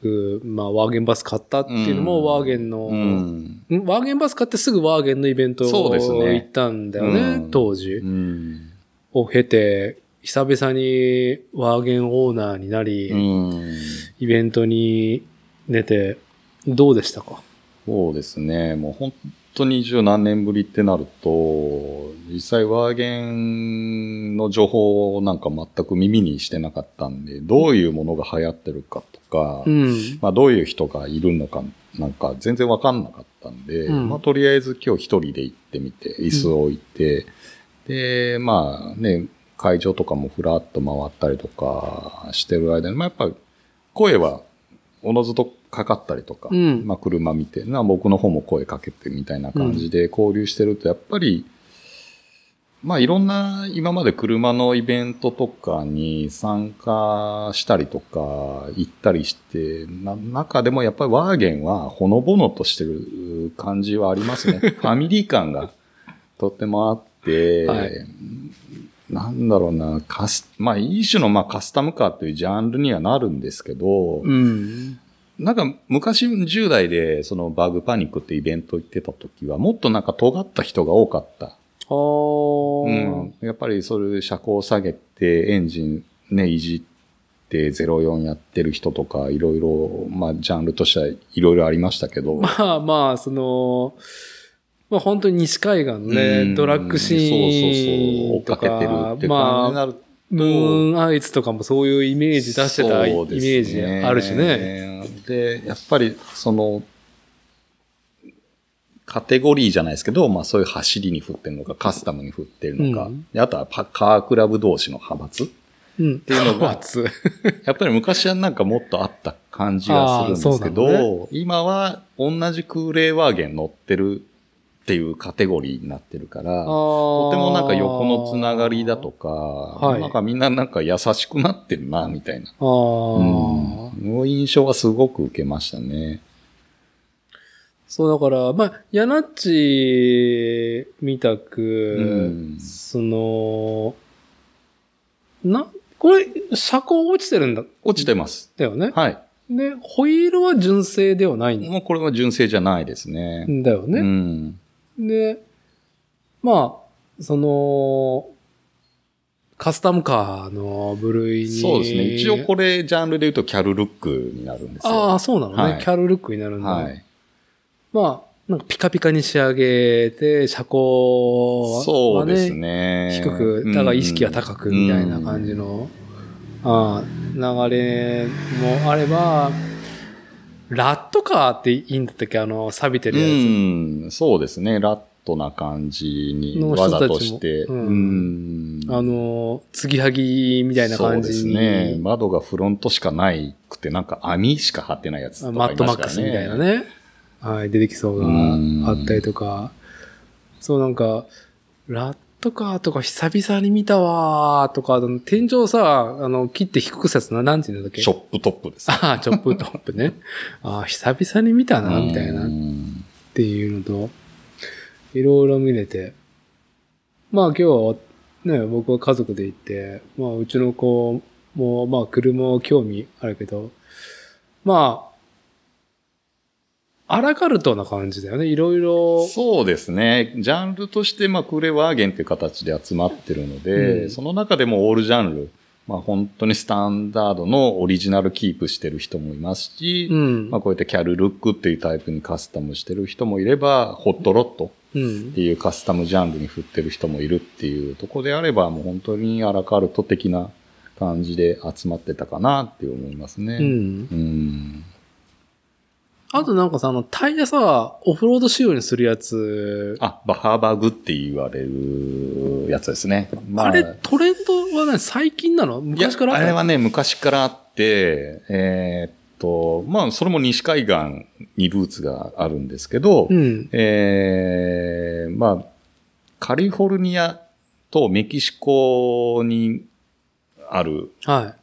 [SPEAKER 1] ぐ、まあ、ワーゲンバス買ったっていうのも、
[SPEAKER 2] うん
[SPEAKER 1] ワーゲンの、
[SPEAKER 2] うん。
[SPEAKER 1] んワーゲンバス買ってすぐワーゲンのイベント
[SPEAKER 2] そうですね
[SPEAKER 1] 行ったんだよね、
[SPEAKER 2] うん
[SPEAKER 1] 当時。
[SPEAKER 2] うん。
[SPEAKER 1] を経て、久々にワーゲンオーナーになり、
[SPEAKER 2] うん
[SPEAKER 1] イベントに出て、どうでしたか
[SPEAKER 2] そうですね。もう本当に十何年ぶりってなると、実際ワーゲンの情報なんか全く耳にしてなかったんで、どういうものが流行ってるかとか、
[SPEAKER 1] うん。
[SPEAKER 2] まあ、どういう人がいるのかなんか全然わかんなかったんで、
[SPEAKER 1] うん
[SPEAKER 2] まあ、とりあえず今日一人で行ってみて、椅子を置いて、で、まあね、会場とかもふらっと回ったりとかしてる間に、まあ、やっぱ声はおのずとかかったりとか、
[SPEAKER 1] うん
[SPEAKER 2] まあ、車見て、な僕の方も声かけてみたいな感じで交流してると、やっぱり、まあいろんな今まで車のイベントとかに参加したりとか行ったりして、な中でもやっぱりワーゲンはほのぼのとしてる感じはありま すね。ファミリー感がとってもあって、
[SPEAKER 1] はい
[SPEAKER 2] なんだろうな、カス、まあ一種のまあカスタムカーというジャンルにはなるんですけど、
[SPEAKER 1] うん。
[SPEAKER 2] なんか昔10代でそのバグパニックってイベント行ってた時はもっとなんか尖った人が多かった。
[SPEAKER 1] あー。
[SPEAKER 2] うん、やっぱりそれで車高を下げてエンジンね、いじって04やってる人とかいろいろ、まあジャンルとしてはいろいろありましたけど。
[SPEAKER 1] まあ まあ、その、まあ本当に西海岸の
[SPEAKER 2] う
[SPEAKER 1] ね、
[SPEAKER 2] ん
[SPEAKER 1] ドラッグシーン
[SPEAKER 2] そう
[SPEAKER 1] と
[SPEAKER 2] そうそう、追っかけてる
[SPEAKER 1] か
[SPEAKER 2] っ、ていう感じに
[SPEAKER 1] まあ、
[SPEAKER 2] なると。
[SPEAKER 1] ムーンアイツとかもそういうイメージ出してたイメ
[SPEAKER 2] そうですね
[SPEAKER 1] ージあるしね。。
[SPEAKER 2] で、やっぱりその、カテゴリーじゃないですけど、まあそういう走りに振ってるのか、カスタムに振ってるのか、
[SPEAKER 1] うん
[SPEAKER 2] であとはパカークラブ同士の派閥。
[SPEAKER 1] うん。って
[SPEAKER 2] いうのが
[SPEAKER 1] 熱い
[SPEAKER 2] やっぱり昔はなんかもっとあった感じがするんですけ
[SPEAKER 1] あーそうな
[SPEAKER 2] ど、今は同じ空冷ワーゲン乗ってるっていうカテゴリーになってるから、 と
[SPEAKER 1] と
[SPEAKER 2] てもなんか横のつながりだと
[SPEAKER 1] か。
[SPEAKER 2] か、
[SPEAKER 1] い
[SPEAKER 2] なんかみんななんか優しくなってるな、みたいな。
[SPEAKER 1] あー
[SPEAKER 2] うん、の印象はすごく受けましたね。
[SPEAKER 1] そうだから、まあ、ヤナッチみたく、
[SPEAKER 2] うん
[SPEAKER 1] その、な、これ、車高落ちてるんだ、
[SPEAKER 2] 落ちてます。
[SPEAKER 1] だよね。
[SPEAKER 2] はい。
[SPEAKER 1] で、ホイールは純正ではないん
[SPEAKER 2] もうこれは純正じゃないですね。
[SPEAKER 1] だよ
[SPEAKER 2] う
[SPEAKER 1] ね。
[SPEAKER 2] ん。
[SPEAKER 1] で、まあ、その、カスタムカーの部類に。
[SPEAKER 2] そうですね。一応これ、ジャンルで言うとキャルルックになるんですよ。
[SPEAKER 1] ああ、そうなのね、
[SPEAKER 2] はい
[SPEAKER 1] キャルルックになるんだ。
[SPEAKER 2] はい。
[SPEAKER 1] まあ、なんかピカピカに仕上げて、車高
[SPEAKER 2] そ
[SPEAKER 1] は
[SPEAKER 2] うで
[SPEAKER 1] ね、
[SPEAKER 2] すね。
[SPEAKER 1] 低く、だが意識は高くみたいな感じ
[SPEAKER 2] うん。
[SPEAKER 1] の、ああ流れもあれば、ラットカーっていいんだったっけあの、錆びて
[SPEAKER 2] う
[SPEAKER 1] るやつ。
[SPEAKER 2] ん、そうですね。ラットな感じに
[SPEAKER 1] の
[SPEAKER 2] わ
[SPEAKER 1] 人た
[SPEAKER 2] ざ
[SPEAKER 1] ちも
[SPEAKER 2] として。
[SPEAKER 1] う
[SPEAKER 2] うん
[SPEAKER 1] あの、継ぎはぎみたいな感じに、
[SPEAKER 2] そうですね。窓がフロントしかないくて、なんか網しか張ってないやつとかい
[SPEAKER 1] マ
[SPEAKER 2] ま
[SPEAKER 1] ッ
[SPEAKER 2] し
[SPEAKER 1] ト
[SPEAKER 2] た
[SPEAKER 1] マ
[SPEAKER 2] ね
[SPEAKER 1] ックスみたいな。ね、はい、出てきそうがあったりとか、そうなんか、ラットカーとか久々に見たわーとか、あの天井さ、あの、切って低くしたやつな、なんていうんだっけ
[SPEAKER 2] ショップトップです。
[SPEAKER 1] ああ、チョップトップね。ああ、久々に見たな、みたいな
[SPEAKER 2] う
[SPEAKER 1] っ
[SPEAKER 2] ん
[SPEAKER 1] ていうのと、いろいろ見れて。まあ今日はね、僕は家族で行って、まあうちの子も、まあ車は興味あるけど、まあ、アラカルトな感じだよね。いろいろ、
[SPEAKER 2] そうですね。ジャンルとして、まあ、クレワーゲンという形で集まってるので、
[SPEAKER 1] うん
[SPEAKER 2] その中でもオールジャンル、まあ、本当にスタンダードのオリジナルキープしてる人もいますし、
[SPEAKER 1] うん
[SPEAKER 2] まあ、、こうやってキャルルックっていうタイプにカスタムしてる人もいれば、ホットロット
[SPEAKER 1] うん
[SPEAKER 2] って。いうカスタムジャンルに振ってる人もいるっていうところであれば、もう本当にアラカルト的な感じで集まってたかなって思います
[SPEAKER 1] うん。
[SPEAKER 2] ね。うん。
[SPEAKER 1] あとなんかさ、あの、タイヤさ、オフロード仕様にするやつ、
[SPEAKER 2] あ、バハーバグって言われるやつですね。ま
[SPEAKER 1] あれ、トレンドはね、最近なの昔から
[SPEAKER 2] い
[SPEAKER 1] あ
[SPEAKER 2] や
[SPEAKER 1] っ
[SPEAKER 2] あ
[SPEAKER 1] た
[SPEAKER 2] れはね、昔からあって、えーっと、まあ、それも西海岸にルーツがあるんですけど、
[SPEAKER 1] うん。
[SPEAKER 2] えーまあ、カリフォルニアとメキシコにある
[SPEAKER 1] はい。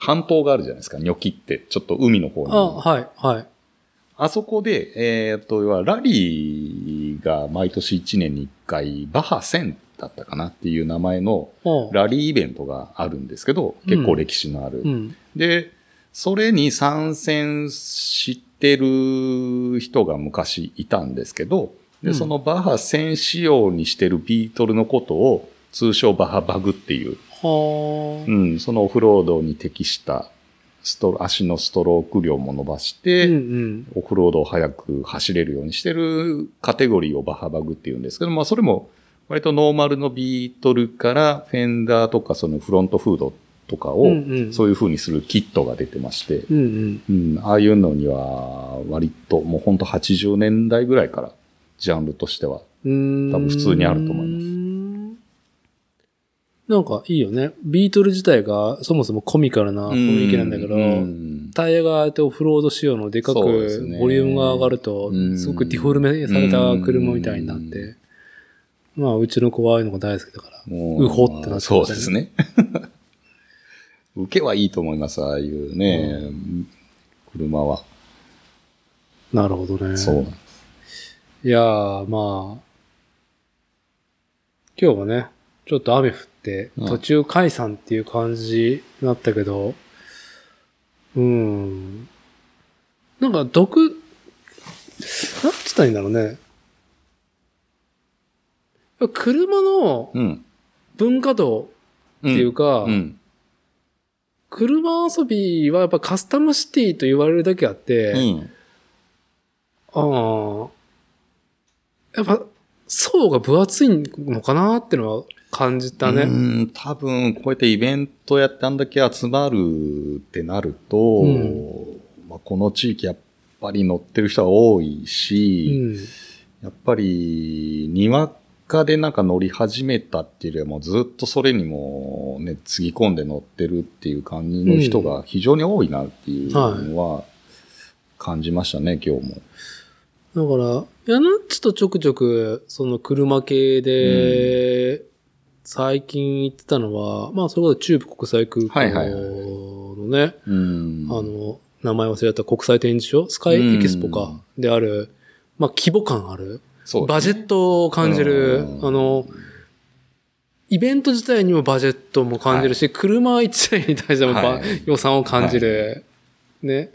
[SPEAKER 2] 半島があるじゃないですか、ニョキって、ちょっと海の方に。
[SPEAKER 1] あ、
[SPEAKER 2] あ
[SPEAKER 1] はい、はい。
[SPEAKER 2] そこで、えーっと、要はラリーが毎年1年に1回、バハ1000だったかなっていう名前の
[SPEAKER 1] おう
[SPEAKER 2] ラリーイベントがあるんですけど、結構歴史のある。
[SPEAKER 1] うん。
[SPEAKER 2] で、それに参戦してる人が昔いたんですけど、
[SPEAKER 1] う
[SPEAKER 2] で、
[SPEAKER 1] ん
[SPEAKER 2] そのバハ1000仕様にしてるビートルのことを通称バハバグっていう、
[SPEAKER 1] は
[SPEAKER 2] う
[SPEAKER 1] あ。
[SPEAKER 2] ん、そのオフロードに適したストロ足のストローク量も伸ばし
[SPEAKER 1] う
[SPEAKER 2] て、
[SPEAKER 1] んうん。
[SPEAKER 2] オフロードを速く走れるようにしてるカテゴリーをバハバグっていうんですけど、まあそれも割とノーマルのビートルからフェンダーとかそのフロントフードとかを
[SPEAKER 1] うんうん
[SPEAKER 2] そういう風にするキットが出てまして、
[SPEAKER 1] うんうん。
[SPEAKER 2] うん、ああいうのには割ともうほんと80年代ぐらいからジャンルとしては。
[SPEAKER 1] うーん。
[SPEAKER 2] 多分普通にあると思います
[SPEAKER 1] ます。なんかいいよね。ビートル自体がそもそもコミカルな雰囲気なんだけど、
[SPEAKER 2] うん
[SPEAKER 1] タイヤがあってオフロード仕様のでかくボ
[SPEAKER 2] そ
[SPEAKER 1] リ
[SPEAKER 2] う
[SPEAKER 1] ュ
[SPEAKER 2] ですね
[SPEAKER 1] ームが上がると
[SPEAKER 2] う、ん
[SPEAKER 1] すごくディフォルメされた車みたいになって、まあ、うちの子はああいうのが大好きだから。
[SPEAKER 2] も
[SPEAKER 1] うほってなっちゃう
[SPEAKER 2] そうですね。 受けはいいと思います、ああいうね、車は。
[SPEAKER 1] なるほどね。
[SPEAKER 2] そう。
[SPEAKER 1] いやー、まあ、今日はね、ちょっと雨降って、
[SPEAKER 2] うん
[SPEAKER 1] 途中解散っていう感じになったけど、うん。なんか、毒、なんつったらいいんだろうね。車の
[SPEAKER 2] うん。
[SPEAKER 1] 文化度
[SPEAKER 2] って
[SPEAKER 1] っていうか、
[SPEAKER 2] うん。
[SPEAKER 1] 車遊びはやっぱカスタムシティと言われるだけあって、
[SPEAKER 2] うん。
[SPEAKER 1] ああ。やっぱ、層が分厚いのかなってのは感じたね。
[SPEAKER 2] うん、多分、こうやってイベントやってあんだけ集まるってなると、
[SPEAKER 1] うん
[SPEAKER 2] まあ、この地域やっぱり乗ってる人は多いし、
[SPEAKER 1] うん。
[SPEAKER 2] やっぱり、にわかでなんか乗り始めたっていうよりはもうずっとそれにもね、つぎ込んで乗ってるっていう感じの人が非常に多いなっていうのは感じましたね、今日も。
[SPEAKER 1] だから、いや、なんちょっとちょくちょく、その車系で、最近行ってたのは、まあ、それこそ中部国際空
[SPEAKER 2] はいはい
[SPEAKER 1] 港のね、
[SPEAKER 2] うん。
[SPEAKER 1] あの、名前忘れちゃった国際展示場スカイエキスポ
[SPEAKER 2] う
[SPEAKER 1] か
[SPEAKER 2] ん。
[SPEAKER 1] である、まあ、規模感ある。
[SPEAKER 2] そうですね
[SPEAKER 1] バジェットを感じる
[SPEAKER 2] う、ん
[SPEAKER 1] あの、イベント自体にもバジェットも感じるし、車一台に対してもば、
[SPEAKER 2] はい
[SPEAKER 1] 予算を感じる。ね。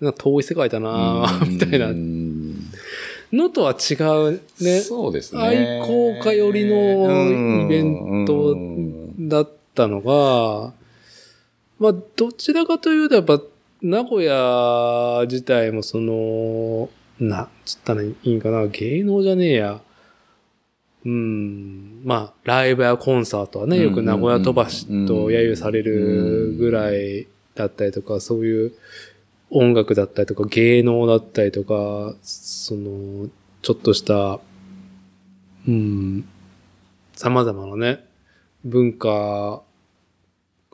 [SPEAKER 1] なんか遠い世界だなぁみたいな
[SPEAKER 2] うん
[SPEAKER 1] のとは違うね。
[SPEAKER 2] そうですね。
[SPEAKER 1] 愛好家寄りのイベントだったのが、まあ、どちらかというと、やっぱ、名古屋自体もその、な、つったらいいんかな、芸能じゃねえや。うん、まあ、ライブやコンサートはね、よく名古屋飛ばしと揶揄されるぐらいだったりとか、そういう音楽だったりとか、芸能だったりとか、その、ちょっとした、うん、様々なね、文化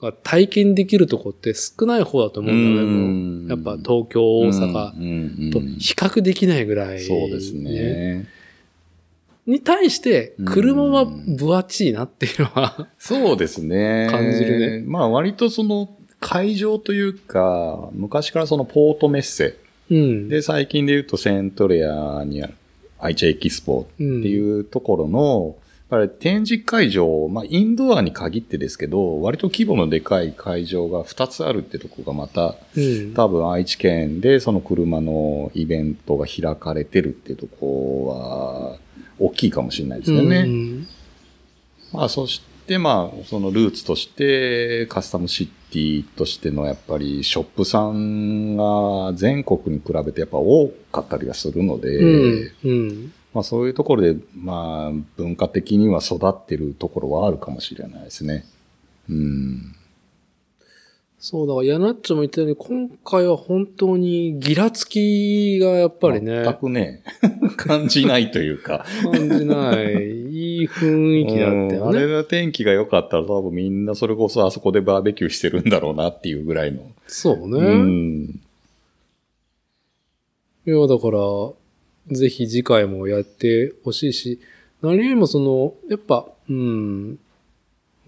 [SPEAKER 1] が体験できるとこって少ない方だと思うんだよねもう。やっぱ東京、大阪
[SPEAKER 2] 阪
[SPEAKER 1] と比較できないぐらい、
[SPEAKER 2] そうですね。
[SPEAKER 1] に対して
[SPEAKER 2] う、ん
[SPEAKER 1] 車は分厚いなっていうのは、
[SPEAKER 2] そうですね。
[SPEAKER 1] 感じる
[SPEAKER 2] ね。まあ割とその会場というか、昔からそのポートメッセ。
[SPEAKER 1] うん。
[SPEAKER 2] で、最近で言うとセントレアにある愛知エキスポ
[SPEAKER 1] うん、
[SPEAKER 2] っていうところの、やっぱり展示会場、まあインドアに限ってですけど、割と規模のでかい会場が2つあるってとこがまた
[SPEAKER 1] うん、
[SPEAKER 2] 多分愛知県でその車のイベントが開かれてるっていうとこは大きいかもしれないですよね。
[SPEAKER 1] うん
[SPEAKER 2] まあそしてまあそのルーツとしてカスタムシティとしてのやっぱりショップさんが全国に比べてやっぱ多かったりはするので、
[SPEAKER 1] うん。うん。
[SPEAKER 2] まあそういうところでまあ文化的には育ってるところはあるかもしれないですね。うん。
[SPEAKER 1] そう、だから、ヤナッチョも言ったように、今回は本当にギラつきがやっぱりね
[SPEAKER 2] 全、くね、 感じないというか。
[SPEAKER 1] 感じない、いい雰囲気だった
[SPEAKER 2] うん
[SPEAKER 1] よ
[SPEAKER 2] あ
[SPEAKER 1] ね。
[SPEAKER 2] れが天気が良かったら多分みんなそれこそあそこでバーベキューしてるんだろうなっていうぐらいの。
[SPEAKER 1] そうね。
[SPEAKER 2] うん。
[SPEAKER 1] いや、だから、ぜひ次回もやってほしいし、何よりもその、やっぱ、うん、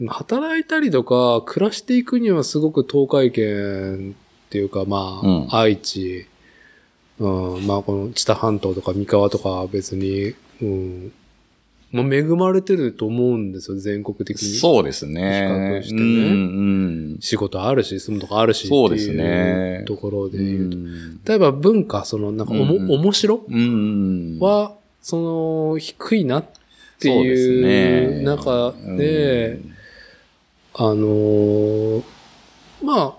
[SPEAKER 1] 働いたりとか、暮らしていくにはすごく東海圏っていうか、まあ、
[SPEAKER 2] うん
[SPEAKER 1] 愛知、うん、まあ、この知多半島とか三河とか別に、うん、まあ、恵まれてると思うんですよ、全国的に。
[SPEAKER 2] そうです
[SPEAKER 1] 比
[SPEAKER 2] ね。
[SPEAKER 1] 較してね
[SPEAKER 2] うん、
[SPEAKER 1] 仕事あるし、住むとこあるし、
[SPEAKER 2] そうですね
[SPEAKER 1] っていうところ
[SPEAKER 2] う
[SPEAKER 1] で
[SPEAKER 2] ん。
[SPEAKER 1] 言うと。例えば文化、その、なんかおも、
[SPEAKER 2] うん
[SPEAKER 1] 面白
[SPEAKER 2] うん。
[SPEAKER 1] は、その、低いなって
[SPEAKER 2] そうです
[SPEAKER 1] い
[SPEAKER 2] ね、
[SPEAKER 1] う中で、あのーまあ、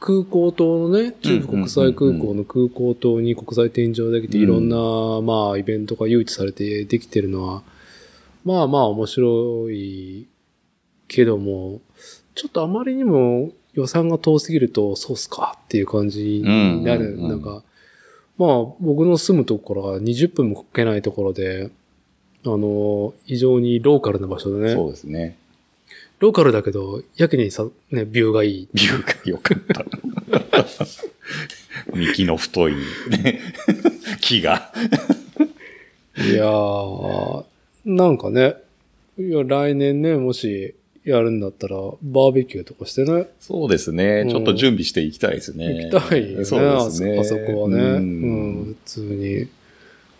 [SPEAKER 1] 空港島のね、中部国際空港の空港島に国際展示場だけで
[SPEAKER 2] うん
[SPEAKER 1] いろんな、まあ、イベントが誘致されてできてるのは、まあまあ面白いけども、ちょっとあまりにも予算が遠すぎると、そうっすかっていう感じになる。
[SPEAKER 2] うんうんうん
[SPEAKER 1] なんか、まあ、僕の住むところが20分もかけないところで、あの、非常にローカルな場所で
[SPEAKER 2] うん
[SPEAKER 1] ね。
[SPEAKER 2] そうですね。
[SPEAKER 1] ローカルだけど、やけにさ、ね、ビューがいい。
[SPEAKER 2] 理由が良かった。 幹の太い、ね、木が。
[SPEAKER 1] いやー、なんかね、いや、来年ね、もしやるんだったら、バーベキューとかしてね、
[SPEAKER 2] そうですね。
[SPEAKER 1] うん
[SPEAKER 2] ちょっと準備していきたいですね。
[SPEAKER 1] 行きたいよね、
[SPEAKER 2] そうですね。
[SPEAKER 1] あそあそこはね、う
[SPEAKER 2] うんん。
[SPEAKER 1] 普通に、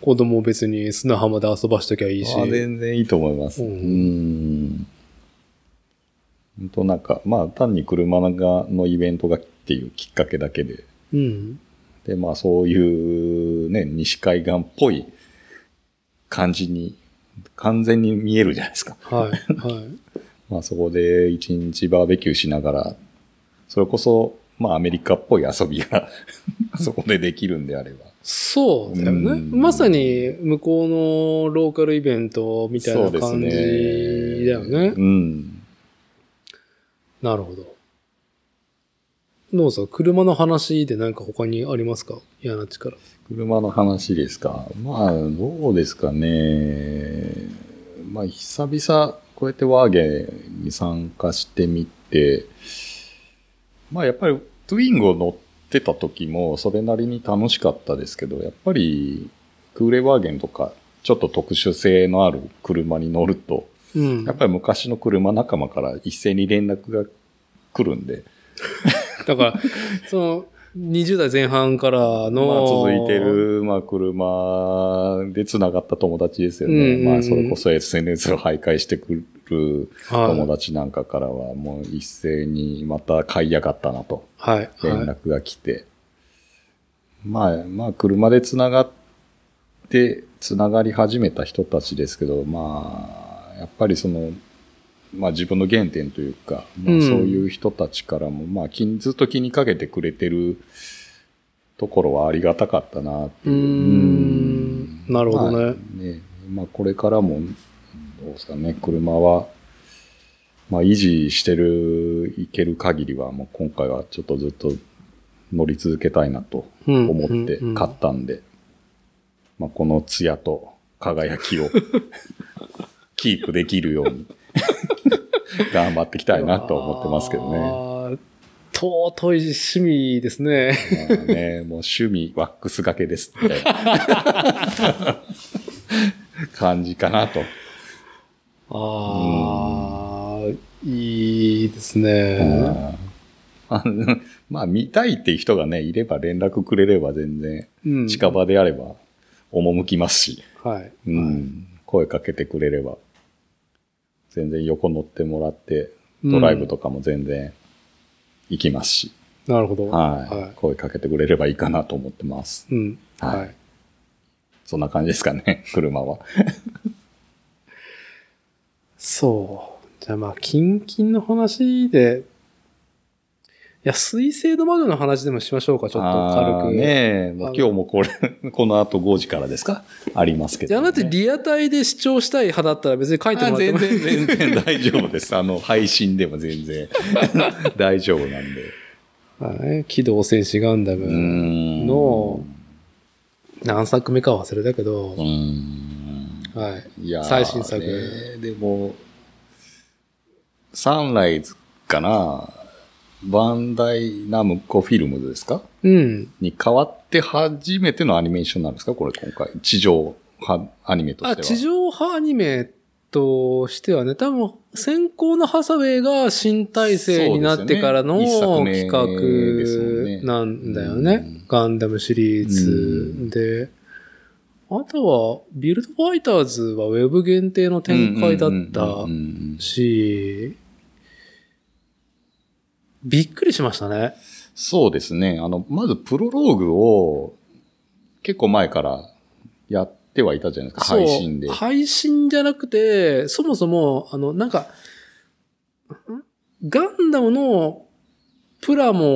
[SPEAKER 1] 子供別に砂浜で遊ばしときゃいいし、
[SPEAKER 2] あ全然いいと思います。
[SPEAKER 1] う
[SPEAKER 2] うんん。本当なんか、まあ単に車がのイベントがっていうきっかけだけで、
[SPEAKER 1] うん。
[SPEAKER 2] で、まあそういうね、西海岸っぽい感じに、完全に見えるじゃないですか。
[SPEAKER 1] はい、はい。
[SPEAKER 2] まあそこで一日バーベキューしながら、それこそ、まあアメリカっぽい遊びが そこでできるんであれば。
[SPEAKER 1] そうだよね。
[SPEAKER 2] うん
[SPEAKER 1] まさに、向こうのローカルイベントみたいな感じだよね。
[SPEAKER 2] うん。
[SPEAKER 1] なるほど。どうぞ、車の話でなんか他にありますか嫌な力。
[SPEAKER 2] 車の話ですか。まあ、どうですかね。まあ、久々、こうやってワーゲンに参加してみて、まあ、やっぱり、トゥイングを乗ってた時も、それなりに楽しかったですけど、やっぱり、クーレワーゲンとか、ちょっと特殊性のある車に乗ると、
[SPEAKER 1] うん。
[SPEAKER 2] やっぱり昔の車仲間から一斉に連絡が来るんで、
[SPEAKER 1] だ から、その、20代前半からの、
[SPEAKER 2] まあ、続いて。る、まあ、車で繋がった友達ですよね。
[SPEAKER 1] うんうんうん
[SPEAKER 2] まあ、それこそ SNS を徘徊してくる友
[SPEAKER 1] はい。
[SPEAKER 2] 達なんかからは、もう一斉にまた買いやがったなと
[SPEAKER 1] はい。
[SPEAKER 2] 連
[SPEAKER 1] はい
[SPEAKER 2] 絡が来て。まあ、まあ、車で繋がって、繋がり始めた人たちですけど、まあ、やっぱりその、まあ自分の原点というか、ま
[SPEAKER 1] う
[SPEAKER 2] あ
[SPEAKER 1] ん
[SPEAKER 2] そういう人たちからも、まあ気にずっと気にかけてくれてるところはありがたかったなっ
[SPEAKER 1] う
[SPEAKER 2] て
[SPEAKER 1] ー
[SPEAKER 2] いう。
[SPEAKER 1] ん。なるほど
[SPEAKER 2] まあ
[SPEAKER 1] ね。
[SPEAKER 2] ねまあこれからも、どうですかね、車は、まあ維持してる、いける限りは、もう今回はちょっとずっと乗り続けたいなと
[SPEAKER 1] うん
[SPEAKER 2] 思って
[SPEAKER 1] うんうん
[SPEAKER 2] 買ったんで、まあこの艶と輝き をキープできるように頑張っていきたいなと思ってますけどね。
[SPEAKER 1] あー尊い趣味ですね。
[SPEAKER 2] まあね、もう趣味ワックスがけです みたいな感じかなと。
[SPEAKER 1] ああ、いいですね。
[SPEAKER 2] あーまあ、見たいっていう人がね、いれば連絡くれれば全然、
[SPEAKER 1] うん
[SPEAKER 2] 近場であれば、赴きますし、
[SPEAKER 1] はい。
[SPEAKER 2] うん、声かけてくれれば、全然横乗ってもらって、ドライブとかも全然行きますし、
[SPEAKER 1] なるほど。
[SPEAKER 2] はい、
[SPEAKER 1] は
[SPEAKER 2] 声かけてくれればいいかなと思ってます。
[SPEAKER 1] い。うん。
[SPEAKER 2] はい
[SPEAKER 1] はい。
[SPEAKER 2] そんな感じですかね、 車は。
[SPEAKER 1] そう。じゃあまあ、キンキンの話で、いや、水星の窓の話でもしましょうか、ちょっと
[SPEAKER 2] あ
[SPEAKER 1] 軽
[SPEAKER 2] ー
[SPEAKER 1] く。
[SPEAKER 2] ねえ、もう今日もこれ、この後5時からですかありますけ
[SPEAKER 1] じゃ
[SPEAKER 2] ど、
[SPEAKER 1] あ
[SPEAKER 2] ね。
[SPEAKER 1] なたリアタイで視聴したい派だったら別に書いて
[SPEAKER 2] あ
[SPEAKER 1] もらっても
[SPEAKER 2] 全
[SPEAKER 1] いい。
[SPEAKER 2] 然、全然大丈夫 です。あの、配信でも全 然大丈夫なんで。
[SPEAKER 1] はい。機動戦士ガンダ
[SPEAKER 2] うー
[SPEAKER 1] ム。
[SPEAKER 2] ん
[SPEAKER 1] の何作目かは忘れたけど
[SPEAKER 2] うー、ん。
[SPEAKER 1] はい。
[SPEAKER 2] いやー
[SPEAKER 1] 最新作
[SPEAKER 2] ねでも、サンライズかなバンダイナムコフィルムズですか
[SPEAKER 1] うん。
[SPEAKER 2] に変わって初めてのアニメーションなんですかこれ今回。地上派アニメとして
[SPEAKER 1] あ、
[SPEAKER 2] は。
[SPEAKER 1] 地上波アニメとしてはね、多分、先行のハサウェイが新体制になってからの
[SPEAKER 2] そうです
[SPEAKER 1] 企
[SPEAKER 2] よね一作目ですもんね
[SPEAKER 1] 画なんだよね。
[SPEAKER 2] うん
[SPEAKER 1] ガンダムシリーズで。あとは、ビルドファイターズはウェブ限定の展開だった
[SPEAKER 2] うんうんうんうんうん
[SPEAKER 1] し、びっくりしましたね。
[SPEAKER 2] そうですね。あの、まずプロローグを結構前からやってはいたじゃないですか、
[SPEAKER 1] そう
[SPEAKER 2] 配信で。
[SPEAKER 1] 配信じゃなくて、そもそも、あの、なんか、んガンダムのプラモ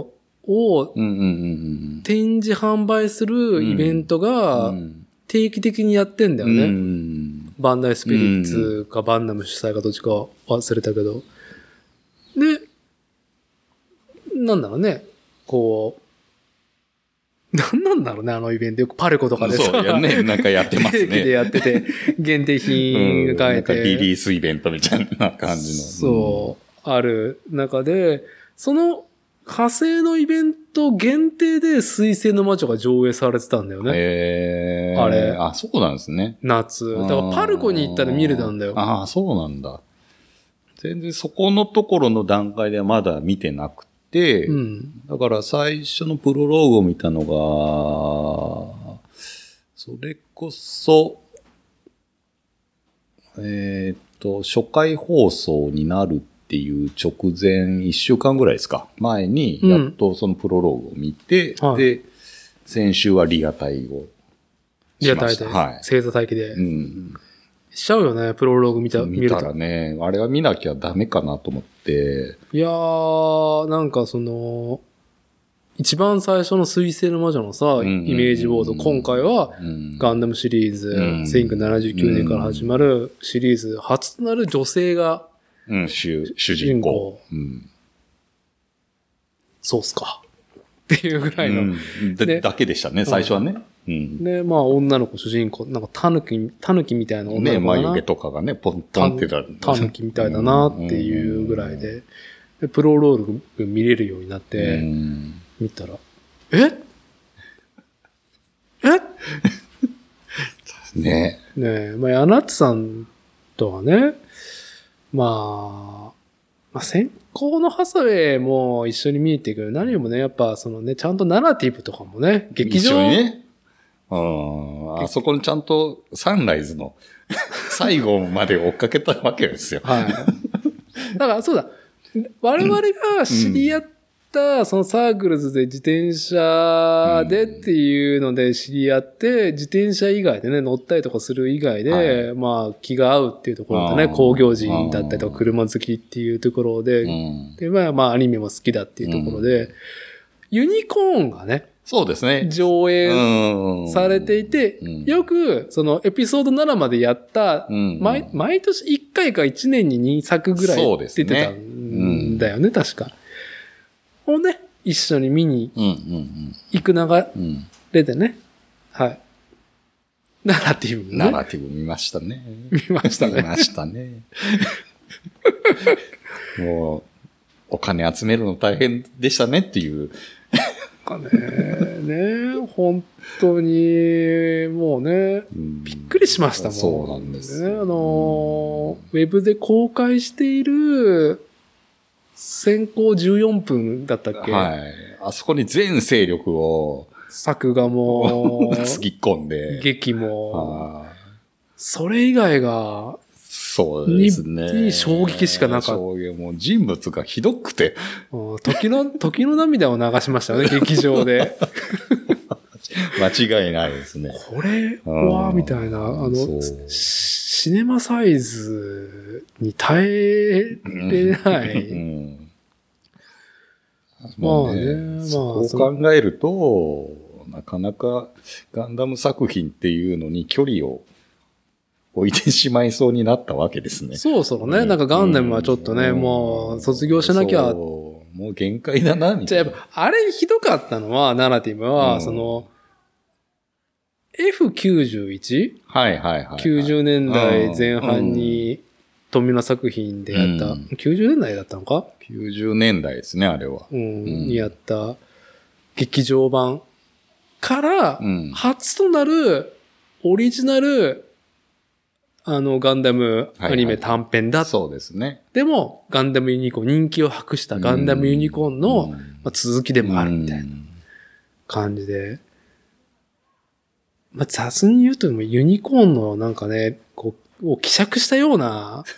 [SPEAKER 1] を
[SPEAKER 2] うんうんうん
[SPEAKER 1] 展示販売するイベント
[SPEAKER 2] うん。
[SPEAKER 1] が
[SPEAKER 2] うん
[SPEAKER 1] 定期的にやってんだよね。
[SPEAKER 2] うん
[SPEAKER 1] バンダイスピリッツかバンダム主催かどっちか忘れたけど。で、なんだろうね、こう、なんなんだろうね、あのイベント。よくパルコとかでさ
[SPEAKER 2] そう、い やね、なんかやってます
[SPEAKER 1] 定期で
[SPEAKER 2] ね。
[SPEAKER 1] やってて、限定
[SPEAKER 2] う
[SPEAKER 1] 品
[SPEAKER 2] ん、
[SPEAKER 1] が
[SPEAKER 2] な
[SPEAKER 1] 買え
[SPEAKER 2] んか
[SPEAKER 1] て、
[SPEAKER 2] リリースイベントみたいな感じの。
[SPEAKER 1] そう、ある中で、その火星のイベント限定で水星の魔女が上映されてたんだよね。
[SPEAKER 2] えー、
[SPEAKER 1] あれ
[SPEAKER 2] あ、そうなんですね。
[SPEAKER 1] 夏。だからパルコに行ったら見れたんだよ。
[SPEAKER 2] ああ、そうなんだ。全然そこのところの段階ではまだ見てなくて、
[SPEAKER 1] うん。
[SPEAKER 2] だから最初のプロローグを見たのが、それこそ、えーっと、初回放送になるっていう直前1週間ぐらいですか、前に、
[SPEAKER 1] うん
[SPEAKER 2] やっとそのプロローグを見て、
[SPEAKER 1] はい
[SPEAKER 2] で、先週はリアタイを
[SPEAKER 1] リ
[SPEAKER 2] し
[SPEAKER 1] ア
[SPEAKER 2] ま
[SPEAKER 1] タイ
[SPEAKER 2] した。
[SPEAKER 1] で、
[SPEAKER 2] はい。
[SPEAKER 1] 星座待機で
[SPEAKER 2] う。ん、
[SPEAKER 1] しちゃうよね、プロローグ見た、見
[SPEAKER 2] 見
[SPEAKER 1] る
[SPEAKER 2] た
[SPEAKER 1] と
[SPEAKER 2] ら。ね、あれは見なきゃダメかなと思って、
[SPEAKER 1] いやー、なんかその、一番最初の水星の魔女のさ、
[SPEAKER 2] んうんうん
[SPEAKER 1] イメージボード、今回は、
[SPEAKER 2] うん
[SPEAKER 1] ガンダムシリーズ、
[SPEAKER 2] うん
[SPEAKER 1] 1979年から始まるシリーズ、初となる女性が、
[SPEAKER 2] うん、主主人公。うん
[SPEAKER 1] そうっすか。っていうぐらいの。
[SPEAKER 2] うんだ
[SPEAKER 1] で
[SPEAKER 2] だけでしたね、最初はね。うん。
[SPEAKER 1] で、まあ、女の子主人公、なんか、タヌキ、タヌキみたいな女
[SPEAKER 2] ね
[SPEAKER 1] の子か
[SPEAKER 2] 眉
[SPEAKER 1] な、
[SPEAKER 2] 毛とかがね、ポンポンってた。
[SPEAKER 1] タヌキみたいだなっていうぐらいで、でプロロール見れるようになっ
[SPEAKER 2] う
[SPEAKER 1] て、
[SPEAKER 2] ん。
[SPEAKER 1] 見たら、ええ
[SPEAKER 2] ね。
[SPEAKER 1] ねえ、まあ、ヤナッツさんとはね、まあ、まあ、先行のハサウェイも一緒に見えていくけど、何よりもね、やっぱそのね、ちゃんとナラティブとかもね、劇
[SPEAKER 2] 一
[SPEAKER 1] 場
[SPEAKER 2] 緒にね。うん。あそこにちゃんとサンライズの 最後まで追っかけたわけですよ。
[SPEAKER 1] はい。だからそうだ、我々が知り合った、そのサークルズで自転車でっていうので知り合って、自転車以外でね、乗ったりとかする以外で、
[SPEAKER 2] は
[SPEAKER 1] まあ気が合うっていうところで
[SPEAKER 2] あ
[SPEAKER 1] ね、
[SPEAKER 2] ー
[SPEAKER 1] 工業人だったりとか車好きっていうところで、
[SPEAKER 2] うん。
[SPEAKER 1] で、まあまあアニメも好きだっていうところで、ユニコーンがね、
[SPEAKER 2] そうですね。
[SPEAKER 1] 上映
[SPEAKER 2] うん。
[SPEAKER 1] されていて、
[SPEAKER 2] うん
[SPEAKER 1] よくそのエピソード7までやった
[SPEAKER 2] うん、
[SPEAKER 1] 毎毎年1回か1年に2作ぐらい
[SPEAKER 2] そうです
[SPEAKER 1] 出
[SPEAKER 2] ね
[SPEAKER 1] てたんだよね、確か。をね、一緒に見に
[SPEAKER 2] うんうん
[SPEAKER 1] 行く流
[SPEAKER 2] うん。うん。
[SPEAKER 1] れでね、はい。ナラティブ
[SPEAKER 2] ナ
[SPEAKER 1] ね、
[SPEAKER 2] ラティブ見ましたね。
[SPEAKER 1] 見ました
[SPEAKER 2] 見
[SPEAKER 1] ね。
[SPEAKER 2] まし たね。もう、お金集めるの大変でしたねっていう。
[SPEAKER 1] なんかね、ね、本当に、もうね、
[SPEAKER 2] びっ
[SPEAKER 1] びっくりしましたもん。
[SPEAKER 2] そうなんです
[SPEAKER 1] ね、
[SPEAKER 2] よ
[SPEAKER 1] あのーウェブで公開している、先行14分だったっけ、
[SPEAKER 2] はい。あそこに全勢力を
[SPEAKER 1] 作画 も、
[SPEAKER 2] つぎ込んで。
[SPEAKER 1] 劇も、
[SPEAKER 2] あー
[SPEAKER 1] それ以外が、
[SPEAKER 2] そうですね。
[SPEAKER 1] に衝撃しかなかった
[SPEAKER 2] 衝撃もう人物がひどくて、
[SPEAKER 1] うん時の、 時の涙を流しま したよね、劇場で。
[SPEAKER 2] 間違いないですね。
[SPEAKER 1] これ
[SPEAKER 2] あ
[SPEAKER 1] は、
[SPEAKER 2] ー
[SPEAKER 1] みたいな、あ
[SPEAKER 2] そ
[SPEAKER 1] の、
[SPEAKER 2] う
[SPEAKER 1] シシネマサイズに耐えれな
[SPEAKER 2] う
[SPEAKER 1] い。
[SPEAKER 2] ん
[SPEAKER 1] まあねまあ
[SPEAKER 2] そう考えると、なかなかガンダム作品っていうのに距離を置いてしまいそうになったわけですね。
[SPEAKER 1] そろそろね、なんかガンダムはちょっとね、
[SPEAKER 2] うん
[SPEAKER 1] もう卒業しなきゃ
[SPEAKER 2] そうもう限界だな、み
[SPEAKER 1] じ
[SPEAKER 2] た
[SPEAKER 1] ゃあ
[SPEAKER 2] い
[SPEAKER 1] や
[SPEAKER 2] な。
[SPEAKER 1] っぱ、あれひどかったのは、ナラティブは、
[SPEAKER 2] うん
[SPEAKER 1] その、F91?90
[SPEAKER 2] はいはいはいはい。
[SPEAKER 1] 年代前半に、富野作品でやった、
[SPEAKER 2] うん
[SPEAKER 1] 90年代だったのか、
[SPEAKER 2] 90年代ですね、あれは。
[SPEAKER 1] うん、
[SPEAKER 2] ん
[SPEAKER 1] にやった、劇場版から
[SPEAKER 2] う、ん。
[SPEAKER 1] 初となる、オリジナル、あの、ガンダムアニメ短編だ。
[SPEAKER 2] そうですね。
[SPEAKER 1] でも、ガンダムユニコーン、人気を博したガンダムユニコーンの、
[SPEAKER 2] うん
[SPEAKER 1] まあ、続きでもあるみたいな。
[SPEAKER 2] うん
[SPEAKER 1] 感じで。まあ、雑に言うと、ユニコーンのなんかね、こう、を希釈したよう な、
[SPEAKER 2] ち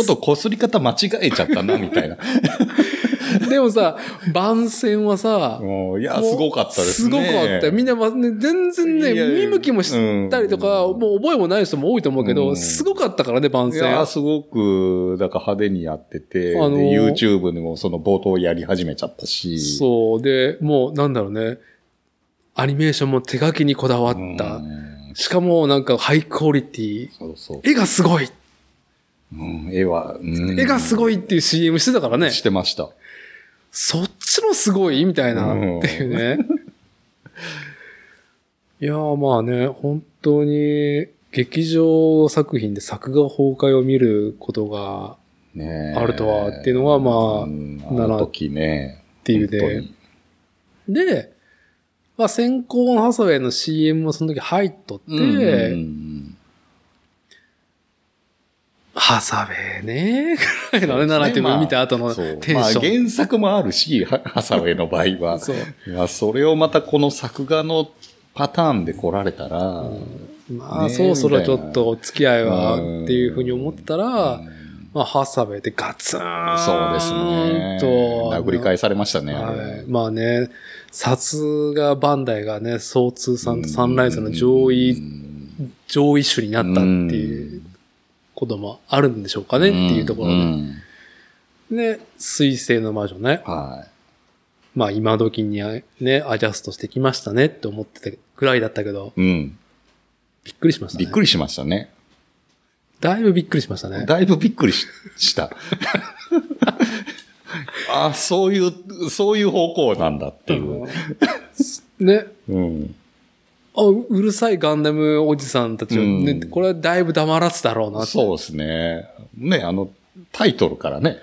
[SPEAKER 2] ょっと擦り方間違えちゃったな、み たいな。
[SPEAKER 1] でもさ、番宣はさ、
[SPEAKER 2] もういや、すごかったですね。
[SPEAKER 1] もうすごかった。みんな、まね、全然
[SPEAKER 2] いや
[SPEAKER 1] ね、
[SPEAKER 2] いや
[SPEAKER 1] 見向きもしたりとか、
[SPEAKER 2] うん
[SPEAKER 1] もう覚えもない人も多いと思うけど、
[SPEAKER 2] うん
[SPEAKER 1] すごかったからね、番
[SPEAKER 2] い
[SPEAKER 1] 宣。
[SPEAKER 2] や、すごく、だから派手にやってて、
[SPEAKER 1] あの
[SPEAKER 2] で
[SPEAKER 1] ー
[SPEAKER 2] YouTube でもその冒頭やり始めちゃったし。
[SPEAKER 1] そう。で、もう、なんだろうね。アニメーションも手書きにこだわっ
[SPEAKER 2] うん
[SPEAKER 1] た。しかも、なんか、ハイクオリティ。
[SPEAKER 2] そうそう。
[SPEAKER 1] 絵がすごい
[SPEAKER 2] うん絵は、
[SPEAKER 1] 絵がす
[SPEAKER 2] い
[SPEAKER 1] ごいっていう CM してたからね。
[SPEAKER 2] してました。
[SPEAKER 1] そっちもすごいみたいな、
[SPEAKER 2] うん
[SPEAKER 1] っていうね。 いやーまあね、本当に劇場作品で作画崩壊を見ることが
[SPEAKER 2] ね
[SPEAKER 1] あるとはっていうのはまあ
[SPEAKER 2] うん
[SPEAKER 1] な
[SPEAKER 2] あ
[SPEAKER 1] ら
[SPEAKER 2] の時ね。って
[SPEAKER 1] いうでで、まあ、先行のハサウェイの CM もその時入っとって、ハサウェイね、 ぐらいのね、ナラティブ見た後の
[SPEAKER 2] そう
[SPEAKER 1] テンシ
[SPEAKER 2] まあ
[SPEAKER 1] ョン。
[SPEAKER 2] 原作もあるし、ハハサウェイの場合は。
[SPEAKER 1] そう。
[SPEAKER 2] まあそれをまたこの作画のパターンで来られたら、
[SPEAKER 1] まあ、
[SPEAKER 2] ねえ
[SPEAKER 1] そろそろちょっとお付き合いは
[SPEAKER 2] うん
[SPEAKER 1] っていうふうに思ったら、まあ、ハサウェイでガツーン
[SPEAKER 2] そうですね。
[SPEAKER 1] と、
[SPEAKER 2] 殴り返されましたね。あれ
[SPEAKER 1] はい。まあね、さすがバンダイがね、総通さんとサンライズの上位、上位種になったっていうこともあるんでしょうかねっていうところ
[SPEAKER 2] で。う
[SPEAKER 1] で。
[SPEAKER 2] ん
[SPEAKER 1] で、水星の魔女ね。
[SPEAKER 2] は
[SPEAKER 1] まあ今時にね、アジャストしてきましたねって思ってたぐらいだったけど、
[SPEAKER 2] い。うん。
[SPEAKER 1] びっくりしましたね。
[SPEAKER 2] びっくりしましたね。
[SPEAKER 1] だいぶびっくりしましたね。
[SPEAKER 2] だいぶびっくりしした。 あ、そういう、そういう方向なんだっていう。
[SPEAKER 1] ね、
[SPEAKER 2] うん。
[SPEAKER 1] あうるさいガンダムおじさんたちを、ね
[SPEAKER 2] うん
[SPEAKER 1] これはだいぶ黙らすだろうな。
[SPEAKER 2] そうですね。ね、あの、タイトルからね。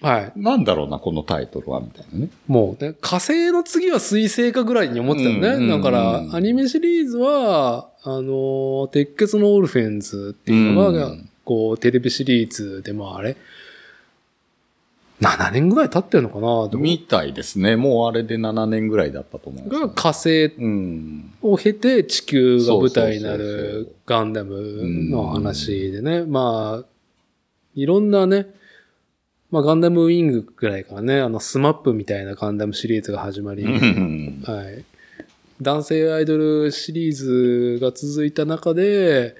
[SPEAKER 1] はい。
[SPEAKER 2] なんだろうな、このタイトルは、みたいなね。
[SPEAKER 1] もうね、火星の次は水星かぐらいに思ってたよね。
[SPEAKER 2] うん
[SPEAKER 1] だから、
[SPEAKER 2] うん
[SPEAKER 1] アニメシリーズは、あのー鉄血のオルフェンズっていうのが、
[SPEAKER 2] うん
[SPEAKER 1] こう、テレビシリーズでもあれ、7年ぐらい経ってるのかなと
[SPEAKER 2] みたいですね。もうあれで7年ぐらいだったと思います、
[SPEAKER 1] が火星
[SPEAKER 2] うん。
[SPEAKER 1] を経て地球が舞台にな
[SPEAKER 2] そうそうそうそ
[SPEAKER 1] る
[SPEAKER 2] う
[SPEAKER 1] ガンダムの話でね、まあ、いろんなね、まあガンダムウィングぐらいからね、あのスマップみたいなガンダムシリーズが始まり、
[SPEAKER 2] うん
[SPEAKER 1] はい。男性アイドルシリーズが続いた中で、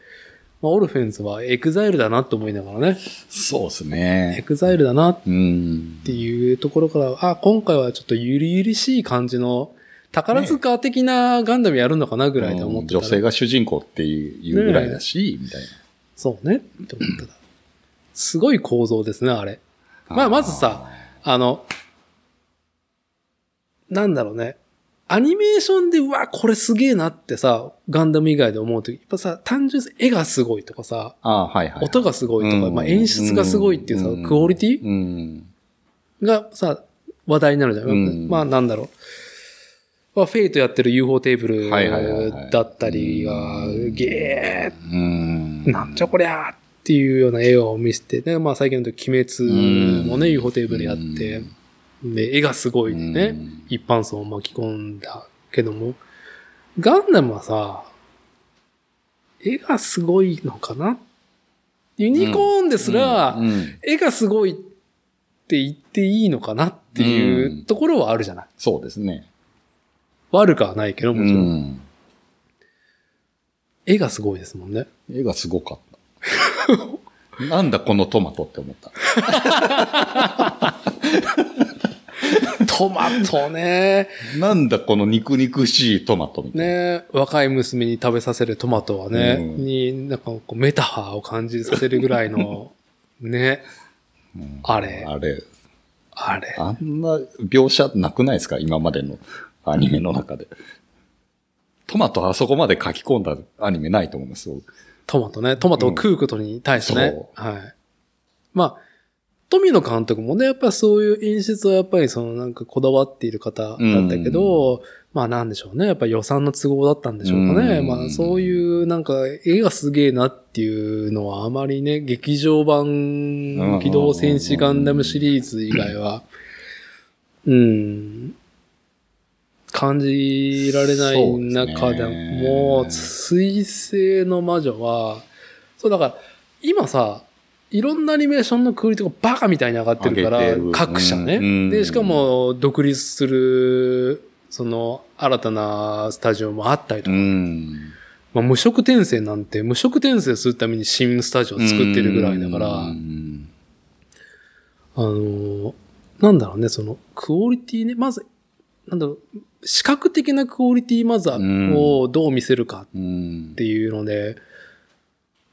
[SPEAKER 1] まあ、オルフェンズはエグザイルだなと思いながらね、
[SPEAKER 2] そうです
[SPEAKER 1] エ
[SPEAKER 2] ね。
[SPEAKER 1] グザイルだなっ
[SPEAKER 2] うん
[SPEAKER 1] て。いうところから、あ、今回はちょっとゆりゆりしい感じの、宝塚的なガンダムやるのかなぐらいで思ってたら、
[SPEAKER 2] 女性が主人公っていうぐらいだし、みたいな。
[SPEAKER 1] そうね。って思ってた。すごい構造ですね、あれ。まあ、まずさ、あの、なんだろうね。アニメーションで、うわ、これすげえなってさ、ガンダム以外で思うとき、やっぱさ、単純に絵がすごいとかさ、
[SPEAKER 2] ああ、はいはい。
[SPEAKER 1] 音がすごいとか、
[SPEAKER 2] うん
[SPEAKER 1] まあ、演出がすごいっていうさ、
[SPEAKER 2] ん
[SPEAKER 1] クオリティ
[SPEAKER 2] うん。
[SPEAKER 1] がさ、話題になるじゃん。
[SPEAKER 2] うん
[SPEAKER 1] まあ、なんだろう。まあ、フェイトやってる UFO テーブル
[SPEAKER 2] はいはいはいはい
[SPEAKER 1] だったりが、ゲー
[SPEAKER 2] うん。
[SPEAKER 1] なんじゃこりゃーっていうような絵を見せて、ね、まあ最近だと鬼滅もね、
[SPEAKER 2] うん
[SPEAKER 1] UFO テーブルやって、で、絵がすごいんで
[SPEAKER 2] う
[SPEAKER 1] ね
[SPEAKER 2] ん、
[SPEAKER 1] 一般層を巻き込んだけども、ガンダムはさ、絵がすごいのかなユニコーンですら
[SPEAKER 2] う、ん
[SPEAKER 1] 絵がすごいって言っていいのかなっていううんところはあるじゃない。
[SPEAKER 2] そうですね。
[SPEAKER 1] 悪くはないけど、もちろん。
[SPEAKER 2] ん。
[SPEAKER 1] 絵がすごいですもんね。
[SPEAKER 2] 絵がすごかった。 なんだこのトマトって思った。
[SPEAKER 1] トマトね。
[SPEAKER 2] なんだこの肉肉しいトマトみたいな。
[SPEAKER 1] ね若い娘に食べさせるトマトはね、
[SPEAKER 2] うん
[SPEAKER 1] に、なんかこうメタファーを感じさせるぐらい の、ね、
[SPEAKER 2] うん
[SPEAKER 1] あれ
[SPEAKER 2] あれ。
[SPEAKER 1] あれ。
[SPEAKER 2] あんな描写なくないですか今までのアニメの中で。トマトあそこまで書き込んだアニメないと思います。僕
[SPEAKER 1] トマトね、トマトを食うことに対して
[SPEAKER 2] うん
[SPEAKER 1] ね
[SPEAKER 2] そ。
[SPEAKER 1] はい。まあ、富野監督もね、やっぱそういう演出はやっぱりそのなんかこだわっている方だったけど、まあなんでしょうね。やっぱ予算の都合だったんでしょうかね。
[SPEAKER 2] うん
[SPEAKER 1] まあそういうなんか絵がすげえなっていうのはあまりね、劇場版機動戦士ガンダムシリーズ以外は、うん、感じられない中でも、
[SPEAKER 2] そうです
[SPEAKER 1] 水星の魔女は、そうだから、今さ、いろんなアニメーションのクオリティがバカみたいに上がってるから
[SPEAKER 2] 上げて、る
[SPEAKER 1] 各社ね。
[SPEAKER 2] うんうん
[SPEAKER 1] で、しかも、独立する、その、新たなスタジオもあったりと
[SPEAKER 2] う
[SPEAKER 1] か、
[SPEAKER 2] ん。
[SPEAKER 1] まあ、無色転生なんて、無色転生するために新スタジオを作ってるぐらいだから、
[SPEAKER 2] うん
[SPEAKER 1] あのーなんだろうね、その、クオリティね、まず、なんだろう、視覚的なクオリティまずは
[SPEAKER 2] うん
[SPEAKER 1] をどう見せるか
[SPEAKER 2] うん
[SPEAKER 1] っていうので、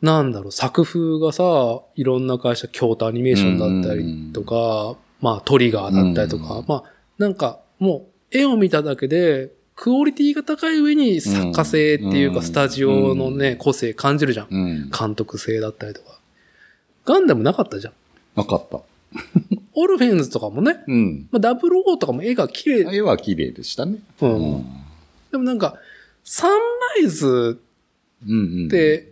[SPEAKER 1] なんだろう、作風がさ、いろんな会社、京都アニメーションだったりとか、まあトリガーだったりとか、
[SPEAKER 2] うん
[SPEAKER 1] まあなんかもう絵を見ただけで、クオリティが高い上に作家性っていう
[SPEAKER 2] う
[SPEAKER 1] か
[SPEAKER 2] ん
[SPEAKER 1] スタジオの
[SPEAKER 2] う
[SPEAKER 1] ね、
[SPEAKER 2] ん
[SPEAKER 1] 個性感じるじゃん。
[SPEAKER 2] うん
[SPEAKER 1] 監督性だったりとか。ガンダムなかったじゃん。
[SPEAKER 2] なかった。
[SPEAKER 1] オルフェンズとかもね、
[SPEAKER 2] うん。
[SPEAKER 1] まあ、ダブルオーとかも絵が綺麗。
[SPEAKER 2] 絵は綺麗でしたね。
[SPEAKER 1] う。
[SPEAKER 2] うんん
[SPEAKER 1] でもなんか、サンライズ
[SPEAKER 2] うんうん。
[SPEAKER 1] って、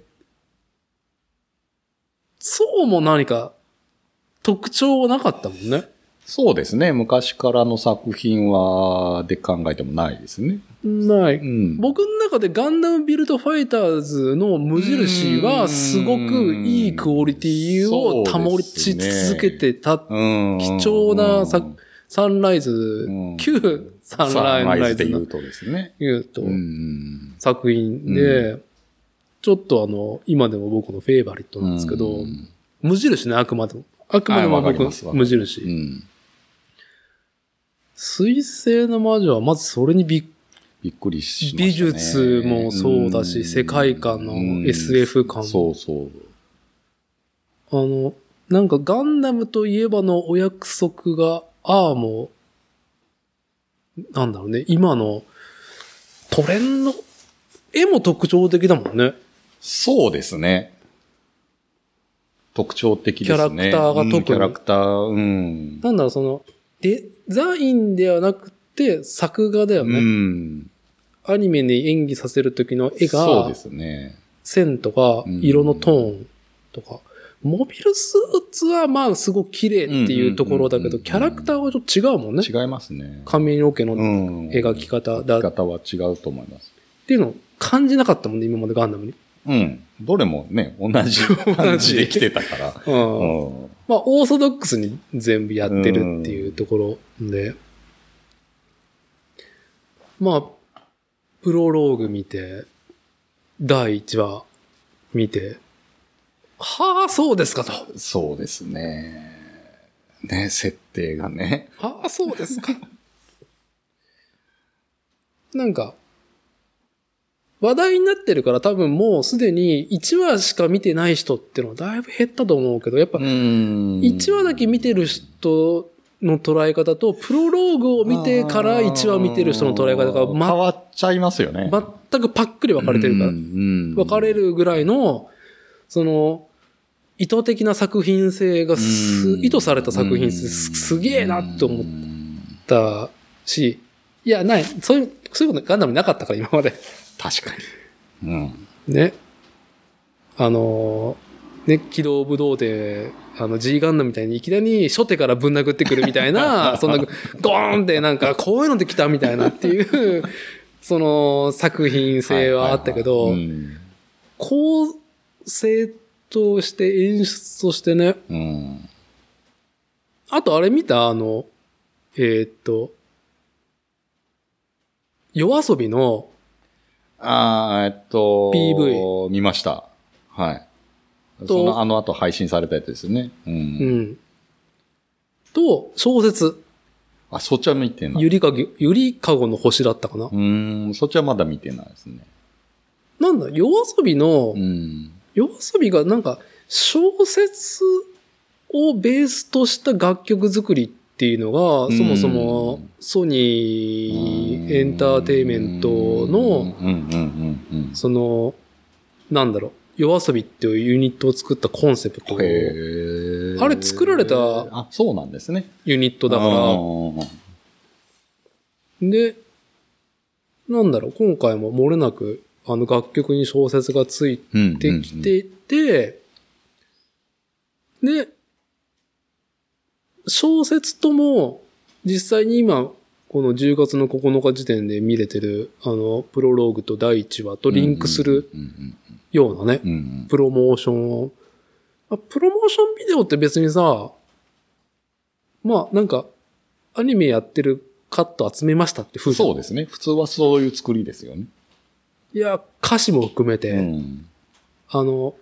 [SPEAKER 1] そうも何か特徴はなかったもんね。
[SPEAKER 2] そうですね。昔からの作品は、で考えてもないですね。。
[SPEAKER 1] ないう
[SPEAKER 2] ん。
[SPEAKER 1] 僕の中でガンダムビルドファイターズの無印はすごくいいクオリティを保ち続けてた。
[SPEAKER 2] うん、
[SPEAKER 1] 貴重な作サンライズ
[SPEAKER 2] うん、
[SPEAKER 1] 旧サンライズ
[SPEAKER 2] で言
[SPEAKER 1] の
[SPEAKER 2] うとですね。
[SPEAKER 1] いうと
[SPEAKER 2] ん。
[SPEAKER 1] 作品で、ちょっとあの、今でも僕のフェイバリットなんですけど、
[SPEAKER 2] うん。
[SPEAKER 1] 無印ね、あくまでも。あくまで
[SPEAKER 2] は
[SPEAKER 1] も
[SPEAKER 2] いわか
[SPEAKER 1] 僕
[SPEAKER 2] りますわ
[SPEAKER 1] の無印。
[SPEAKER 2] うん
[SPEAKER 1] 水星の魔女はまずそれにびっ
[SPEAKER 2] びっくりしましたね
[SPEAKER 1] 美術もそうだし、
[SPEAKER 2] ん
[SPEAKER 1] 世界観
[SPEAKER 2] う
[SPEAKER 1] の
[SPEAKER 2] ん
[SPEAKER 1] SF 感も。
[SPEAKER 2] そうそう。
[SPEAKER 1] あの、なんかガンダムといえばのお約束が、ああもう、なんだろうね、今のトレンド、絵も特徴的だもんね。
[SPEAKER 2] そうですね。特徴的ですね。
[SPEAKER 1] キャラクターが特に
[SPEAKER 2] うんキャラクター、うん。
[SPEAKER 1] なんだろう、その、デザインではなくて作画だよね。
[SPEAKER 2] うん。
[SPEAKER 1] アニメに演技させる時の絵
[SPEAKER 2] そう
[SPEAKER 1] が
[SPEAKER 2] で、すね。
[SPEAKER 1] 線とか
[SPEAKER 2] うん
[SPEAKER 1] 色のトーンとか、モビルスーツはまあすごく綺麗っていうところだけ
[SPEAKER 2] うんうんうん
[SPEAKER 1] ど、
[SPEAKER 2] うん
[SPEAKER 1] キャラクターはちょっと違うもんね。
[SPEAKER 2] 違いますね。
[SPEAKER 1] 髪の毛の
[SPEAKER 2] うん
[SPEAKER 1] 描き方だ
[SPEAKER 2] 描き方は違うと思います。
[SPEAKER 1] っていうのを感じなかったもんね、今までガンダムに。
[SPEAKER 2] うん。どれもね、同じ感じで来てたから。
[SPEAKER 1] うん
[SPEAKER 2] うん。
[SPEAKER 1] まあ、オーソドックスに全部やってるっていうところで。まあ、プロローグ見て、第1話見て、はあ、そうですかと。
[SPEAKER 2] そうですね。ね、設定がね。
[SPEAKER 1] はあ、そうですか。 なんか、話題になってるから多分もうすでに1話しか見てない人っていうのはだいぶ減ったと思うけど、やっぱ
[SPEAKER 2] ん
[SPEAKER 1] 1話だけ見てる人の捉え方と、プロローグを見てから1話見てる人の捉え方
[SPEAKER 2] 変
[SPEAKER 1] が、
[SPEAKER 2] わっちゃいますよね。
[SPEAKER 1] ま、全くパックリ分かれてるから
[SPEAKER 2] う。ん
[SPEAKER 1] 分かれ
[SPEAKER 2] る。
[SPEAKER 1] るぐらいの、その、意図的な作品性がす
[SPEAKER 2] う、ん
[SPEAKER 1] 意図された作品性
[SPEAKER 2] う
[SPEAKER 1] す
[SPEAKER 2] ん
[SPEAKER 1] すげえなって思
[SPEAKER 2] う
[SPEAKER 1] っ
[SPEAKER 2] ん
[SPEAKER 1] たし、いや、ない、そういう、そういうことガンダムになかったから今まで。
[SPEAKER 2] 確かに。うん。
[SPEAKER 1] ね。あのーね、機動武道で、あの、G ガンダムみたいにいきなり初手からぶん殴ってくるみたい な、そんな、ゴーンってなんか、こういうのできたみたいなっていう、 その、作品性はあったけど、
[SPEAKER 2] はいはいはいうん
[SPEAKER 1] 構成として演出としてね、
[SPEAKER 2] うん。
[SPEAKER 1] あとあれ見たあの、えーっと、夜遊びの、
[SPEAKER 2] あーえっと、
[SPEAKER 1] PV
[SPEAKER 2] 見ました。はい。
[SPEAKER 1] と
[SPEAKER 2] その、あの後配信されたやつですよね。う。
[SPEAKER 1] うんん、と、小説、
[SPEAKER 2] あ、そっちは見てない。
[SPEAKER 1] ゆりかご、ゆりかごの星だったかな
[SPEAKER 2] う。ーん、そっちはまだ見てないですね。
[SPEAKER 1] なんだ、夜遊びの
[SPEAKER 2] う、ん。
[SPEAKER 1] 夜遊びがなんか、小説をベースとした楽曲作りっていうのが、そもそもソニーエンターテイメント
[SPEAKER 2] うん
[SPEAKER 1] の、
[SPEAKER 2] うんうんうん
[SPEAKER 1] その、なんだろう、夜遊びっていうユニットを作ったコンセプト
[SPEAKER 2] うん。
[SPEAKER 1] ユ
[SPEAKER 2] へー
[SPEAKER 1] あれ作られた
[SPEAKER 2] あ、そうなんですね。
[SPEAKER 1] ニットだか
[SPEAKER 2] あ
[SPEAKER 1] ら、
[SPEAKER 2] ー
[SPEAKER 1] で、なんだろう、今回も漏れなく、あの楽曲に小説がついて
[SPEAKER 2] うん
[SPEAKER 1] できていて、で、小説とも、実際に今、この10月の9日時点で見れてる、あの、プロローグと第1話とリンクする。
[SPEAKER 2] うんうん
[SPEAKER 1] ようなね、
[SPEAKER 2] うんうんうん
[SPEAKER 1] プロモーションを。あプロモーションビデオって別にさ、まあなんか、アニメやってるカット集めましたって
[SPEAKER 2] う
[SPEAKER 1] 風
[SPEAKER 2] ん。そう
[SPEAKER 1] で
[SPEAKER 2] ですね。普通はそういう作りですよね。
[SPEAKER 1] いや、歌詞も含めて、
[SPEAKER 2] うん
[SPEAKER 1] あの、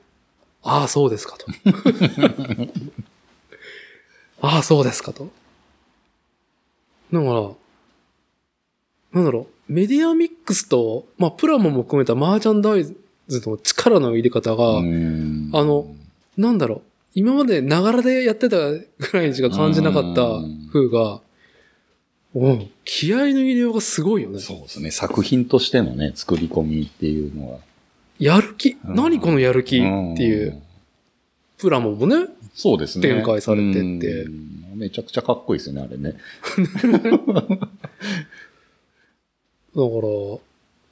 [SPEAKER 1] ああ、そうですかと。 ああ、そうですかと。だから、なんだろう、メディアミックスと、まあ、プラモも含めたマーチャンダイズの力の入れ方が、
[SPEAKER 2] うん
[SPEAKER 1] あの、なんだろう、今までながらでやってたぐらいにしか感じなかった風が、うん、気合の入れようがすごいよね。
[SPEAKER 2] そうですね。作品としてのね、作り込みっていうのは。
[SPEAKER 1] やる気、
[SPEAKER 2] うん
[SPEAKER 1] 何このやる気っていう。プラモもね、
[SPEAKER 2] そうですね。
[SPEAKER 1] 展開されてって
[SPEAKER 2] うんめちゃくちゃかっこいいですよね、あれね。
[SPEAKER 1] だから、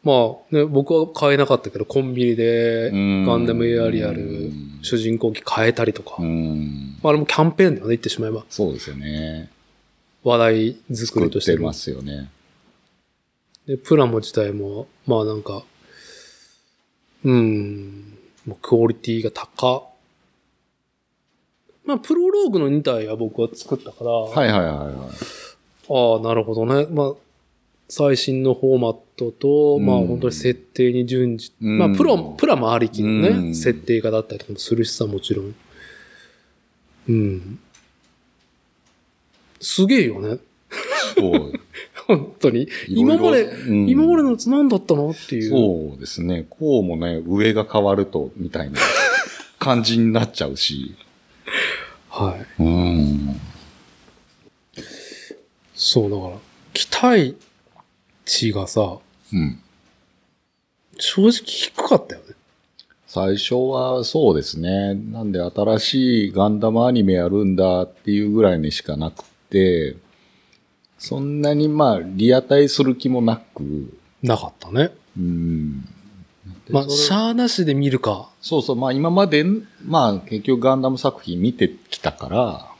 [SPEAKER 1] まあね、僕は買えなかったけど、コンビニで
[SPEAKER 2] うん
[SPEAKER 1] ガンダムエアリアル
[SPEAKER 2] うん
[SPEAKER 1] 主人公機買えたりとか
[SPEAKER 2] う、ん。
[SPEAKER 1] まああれもキャンペーンだよね、言ってしまえば。
[SPEAKER 2] そうですよね。
[SPEAKER 1] 話題作
[SPEAKER 2] 作
[SPEAKER 1] り
[SPEAKER 2] っ
[SPEAKER 1] として
[SPEAKER 2] て
[SPEAKER 1] も
[SPEAKER 2] ますよね。
[SPEAKER 1] で、プラモ自体も、まあなんか、うん、もうクオリティが高。まあ、プロローグの2体は僕は作ったから、
[SPEAKER 2] はいはいはいはい。
[SPEAKER 1] ああ、なるほどね。まあ、最新のフォーマットと、
[SPEAKER 2] うん
[SPEAKER 1] まあ本当に設定に準じ、
[SPEAKER 2] うん
[SPEAKER 1] まあプロ、プラもありきのね、
[SPEAKER 2] うん
[SPEAKER 1] 設定がだったりとかもするしさ、もちろん。うん。すげえよね。
[SPEAKER 2] そう。
[SPEAKER 1] 本当に。
[SPEAKER 2] い
[SPEAKER 1] 今
[SPEAKER 2] ろいろ
[SPEAKER 1] まで、
[SPEAKER 2] うん
[SPEAKER 1] 今までのやつ何だったのっていう。
[SPEAKER 2] そうですね。こうもね、上が変わると、みた いな感じになっちゃうし。
[SPEAKER 1] はい。
[SPEAKER 2] うん。
[SPEAKER 1] そう、だから、期待値がさ、
[SPEAKER 2] うん。
[SPEAKER 1] 正直低かったよね。
[SPEAKER 2] 最初はそうですね。なんで新しいガンダムアニメやるんだっていうぐらいにしかなくて、そんなにまあ、リアタイする気もなく、
[SPEAKER 1] なかったね。
[SPEAKER 2] うん。で
[SPEAKER 1] まあ、
[SPEAKER 2] それ
[SPEAKER 1] シャーなしで見るか。
[SPEAKER 2] そうそう、まあ今まで、まあ結局ガンダム作品見てきたから、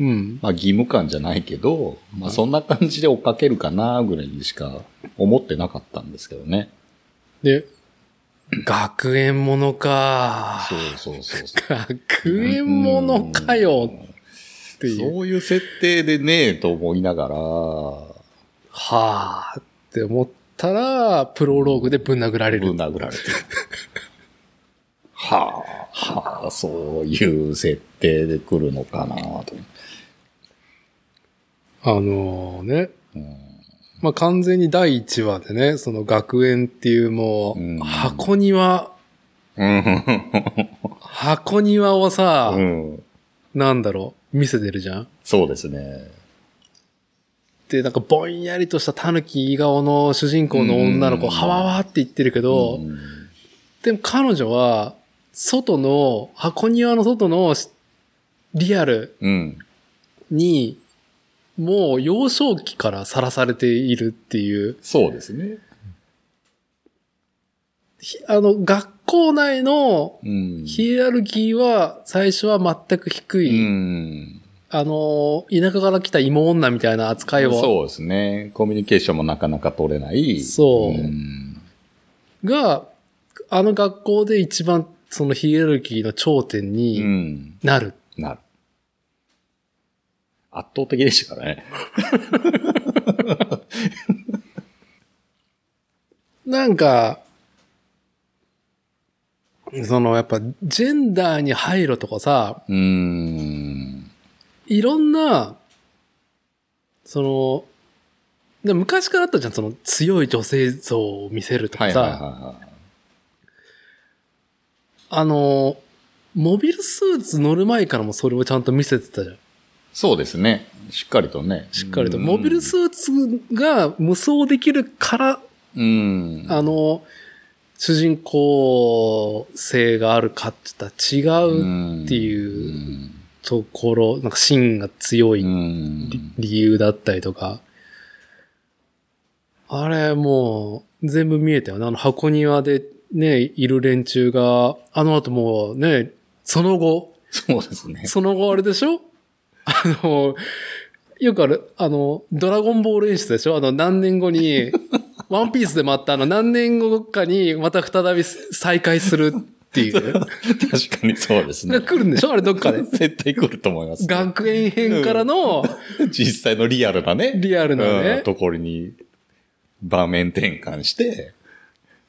[SPEAKER 1] うん。
[SPEAKER 2] まあ義務感じゃないけど、まあそんな感じで追っかけるかなぐらいにしか思ってなかったんですけどね。
[SPEAKER 1] で、学園ものか。
[SPEAKER 2] そうそうそうそう。
[SPEAKER 1] 学園ものかよっていう。
[SPEAKER 2] そういう設定でねえと思いながら、
[SPEAKER 1] はあって思ったら、プロローグでぶん殴られ
[SPEAKER 2] ぶ
[SPEAKER 1] る
[SPEAKER 2] ん。殴られてる。はあ、はあ、そういう設定で来るのかなと。
[SPEAKER 1] あのね。
[SPEAKER 2] うん
[SPEAKER 1] まあ、完全に第1話でね、その学園っていうも
[SPEAKER 2] うん
[SPEAKER 1] う、箱庭、箱庭をさ、
[SPEAKER 2] うん。
[SPEAKER 1] なんだろう、見せてるじゃん
[SPEAKER 2] そうですね。
[SPEAKER 1] で、なんかぼんやりとした狸顔の主人公の女の子、
[SPEAKER 2] うん
[SPEAKER 1] はわわって言ってるけど、
[SPEAKER 2] うん
[SPEAKER 1] でも彼女は、外の、箱庭の外のしリアル
[SPEAKER 2] うん。
[SPEAKER 1] に、もう幼少期からさらされているっていう、
[SPEAKER 2] そうですね。
[SPEAKER 1] ひあの、学校内の
[SPEAKER 2] うん。
[SPEAKER 1] ヒエラルキーは最初は全く低
[SPEAKER 2] う
[SPEAKER 1] い、
[SPEAKER 2] ん。
[SPEAKER 1] あの、田舎から来た芋女みたいな扱いを、
[SPEAKER 2] そうですね。コミュニケーションもなかなか取れない。
[SPEAKER 1] そうんが、あの学校で一番そのヒエラルキーの頂点
[SPEAKER 2] う
[SPEAKER 1] に
[SPEAKER 2] ん。
[SPEAKER 1] なる。
[SPEAKER 2] なる。圧倒的でしたからね。
[SPEAKER 1] なんか、そのやっぱジェンダーに入ろとかさ、
[SPEAKER 2] うん。
[SPEAKER 1] いろんな、その、で昔からあったじゃん、その強い女性像を見せると
[SPEAKER 2] は
[SPEAKER 1] か
[SPEAKER 2] い
[SPEAKER 1] さ、
[SPEAKER 2] はいはいはい。
[SPEAKER 1] あの、モビルスーツ乗る前からもそれをちゃんと見せてたじゃん。
[SPEAKER 2] そうですね。しっかりとね。
[SPEAKER 1] しっかりと。
[SPEAKER 2] うん
[SPEAKER 1] モビルスーツが無双できるから、
[SPEAKER 2] うん。
[SPEAKER 1] あの、主人公性があるかって言ったら違うっていう
[SPEAKER 2] うん。
[SPEAKER 1] ところ、なんか芯が強い
[SPEAKER 2] うん
[SPEAKER 1] り理由だったりとか。あれ、もう、全部見えたよね。あの、箱庭でね、いる連中が、あの後もうね、その後、
[SPEAKER 2] そうですね。
[SPEAKER 1] その後あれでしょあの、よくある、あの、ドラゴンボール演出でしょあの、何年後 に、ワンピースでまたあの、何年後かにまた再び再会するって いう。
[SPEAKER 2] 確かにそうですね
[SPEAKER 1] が。来るんでしょあれどっかで。
[SPEAKER 2] 絶対来ると思います。
[SPEAKER 1] 学園編から の
[SPEAKER 2] 実際のリアルなね。
[SPEAKER 1] リアルなね
[SPEAKER 2] うんところに場面転換して、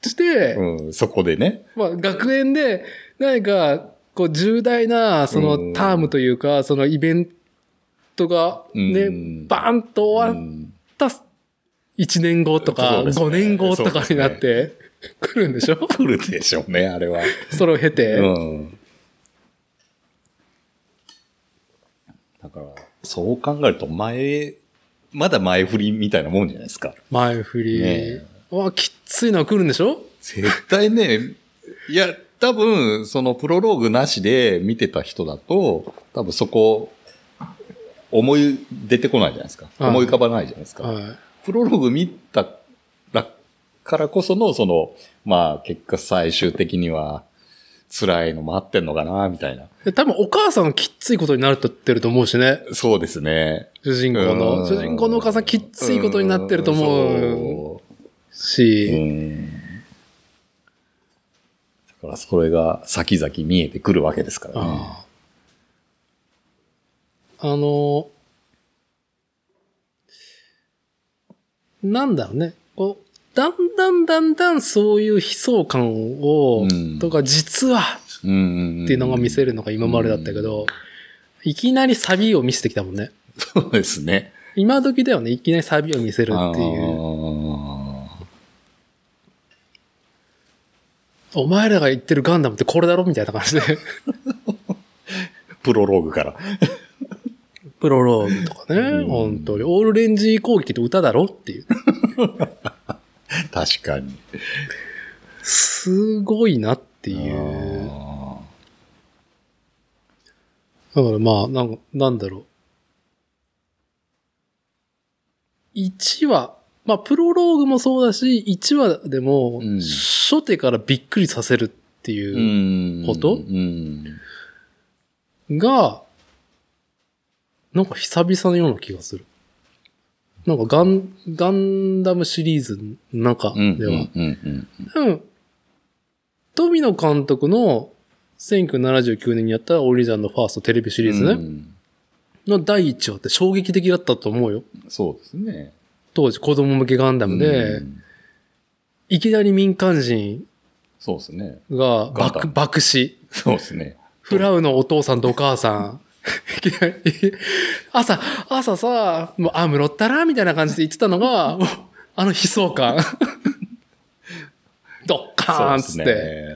[SPEAKER 1] して、
[SPEAKER 2] うん、そこでね。
[SPEAKER 1] まあ、学園で、何か、こう、重大な、そ
[SPEAKER 2] うん
[SPEAKER 1] の、タームというか、そのイベントが、
[SPEAKER 2] う
[SPEAKER 1] ね
[SPEAKER 2] ん、
[SPEAKER 1] バーンと終
[SPEAKER 2] う
[SPEAKER 1] わっ
[SPEAKER 2] ん
[SPEAKER 1] た、1年後と
[SPEAKER 2] そ
[SPEAKER 1] か、
[SPEAKER 2] うですね
[SPEAKER 1] 5年後とかになって、来るんでしょ
[SPEAKER 2] 来るでしょうね、あれは。
[SPEAKER 1] それを経て。
[SPEAKER 2] うん。だから、そう考えると前、まだ前振りみたいなもんじゃないですか。
[SPEAKER 1] 前振り。
[SPEAKER 2] ねえ
[SPEAKER 1] うわ、きっついのが来るんでしょ
[SPEAKER 2] 絶対ね、いや、多分、そのプロローグなしで見てた人だと、多分そこ、思い出てこないじゃないですか。
[SPEAKER 1] はい
[SPEAKER 2] 思い浮かばないじゃないですか。
[SPEAKER 1] は
[SPEAKER 2] プロローグ見たからこその、その、まあ、結果最終的には、辛いの待ってんのかな、みたいな。
[SPEAKER 1] い。で多分お母さんきっついことになってると思うしね。
[SPEAKER 2] そうですね。
[SPEAKER 1] 主人公
[SPEAKER 2] うん
[SPEAKER 1] の。主人公のお母さんきっついことになってると思う。
[SPEAKER 2] そう
[SPEAKER 1] し、
[SPEAKER 2] んだから、それが先々見えてくるわけですからね。
[SPEAKER 1] あああの、なんだろうね。こうだんだんだんだんそういう悲壮感を、
[SPEAKER 2] うん
[SPEAKER 1] とか実は
[SPEAKER 2] ってい
[SPEAKER 1] っていうのが見せ
[SPEAKER 2] る。
[SPEAKER 1] るのが今までだったけど、いきなりサビを見せてきたもんね。
[SPEAKER 2] そうですね。
[SPEAKER 1] 今時だよね、いきなりサビを見せるっていう。
[SPEAKER 2] あ
[SPEAKER 1] お前らが言ってるガンダムってこれだろみたいな感じで。
[SPEAKER 2] ープロローグから。
[SPEAKER 1] プロローグとか
[SPEAKER 2] う
[SPEAKER 1] ね。
[SPEAKER 2] ん
[SPEAKER 1] 本当に。オールレンジ攻撃って歌だろっていう。
[SPEAKER 2] 確かに。
[SPEAKER 1] すごいなっていう。
[SPEAKER 2] あ
[SPEAKER 1] だからまあ、なんかなんだろう。1話、まあ、プロローグもそうだし、1話でも、
[SPEAKER 2] うん
[SPEAKER 1] 初手からびっくりさせるっていう。
[SPEAKER 2] ーうん
[SPEAKER 1] こと
[SPEAKER 2] うん。
[SPEAKER 1] が、なんか久々のような気がする。なんかガン、ガンダムシリーズの中
[SPEAKER 2] うん。
[SPEAKER 1] では。
[SPEAKER 2] うんうん
[SPEAKER 1] うん。富野監督の1979年にやったオリジナルのファーストテレビシリーズね。
[SPEAKER 2] うん
[SPEAKER 1] の第1話って衝撃的だったと思うよ。
[SPEAKER 2] そうですね。
[SPEAKER 1] 当時子供向けガンダムで、
[SPEAKER 2] うん
[SPEAKER 1] いきなり民間人
[SPEAKER 2] そうですね。
[SPEAKER 1] が
[SPEAKER 2] ガンダ
[SPEAKER 1] 爆、
[SPEAKER 2] ム
[SPEAKER 1] 爆死。
[SPEAKER 2] そうで すね。
[SPEAKER 1] フラウのお父さんとお母 さん。いきなり朝、朝さ、もう、あ、室ったらみたいな感じで言ってたの が、もうあの悲壮感。ドッカーンっつって。
[SPEAKER 2] そうですね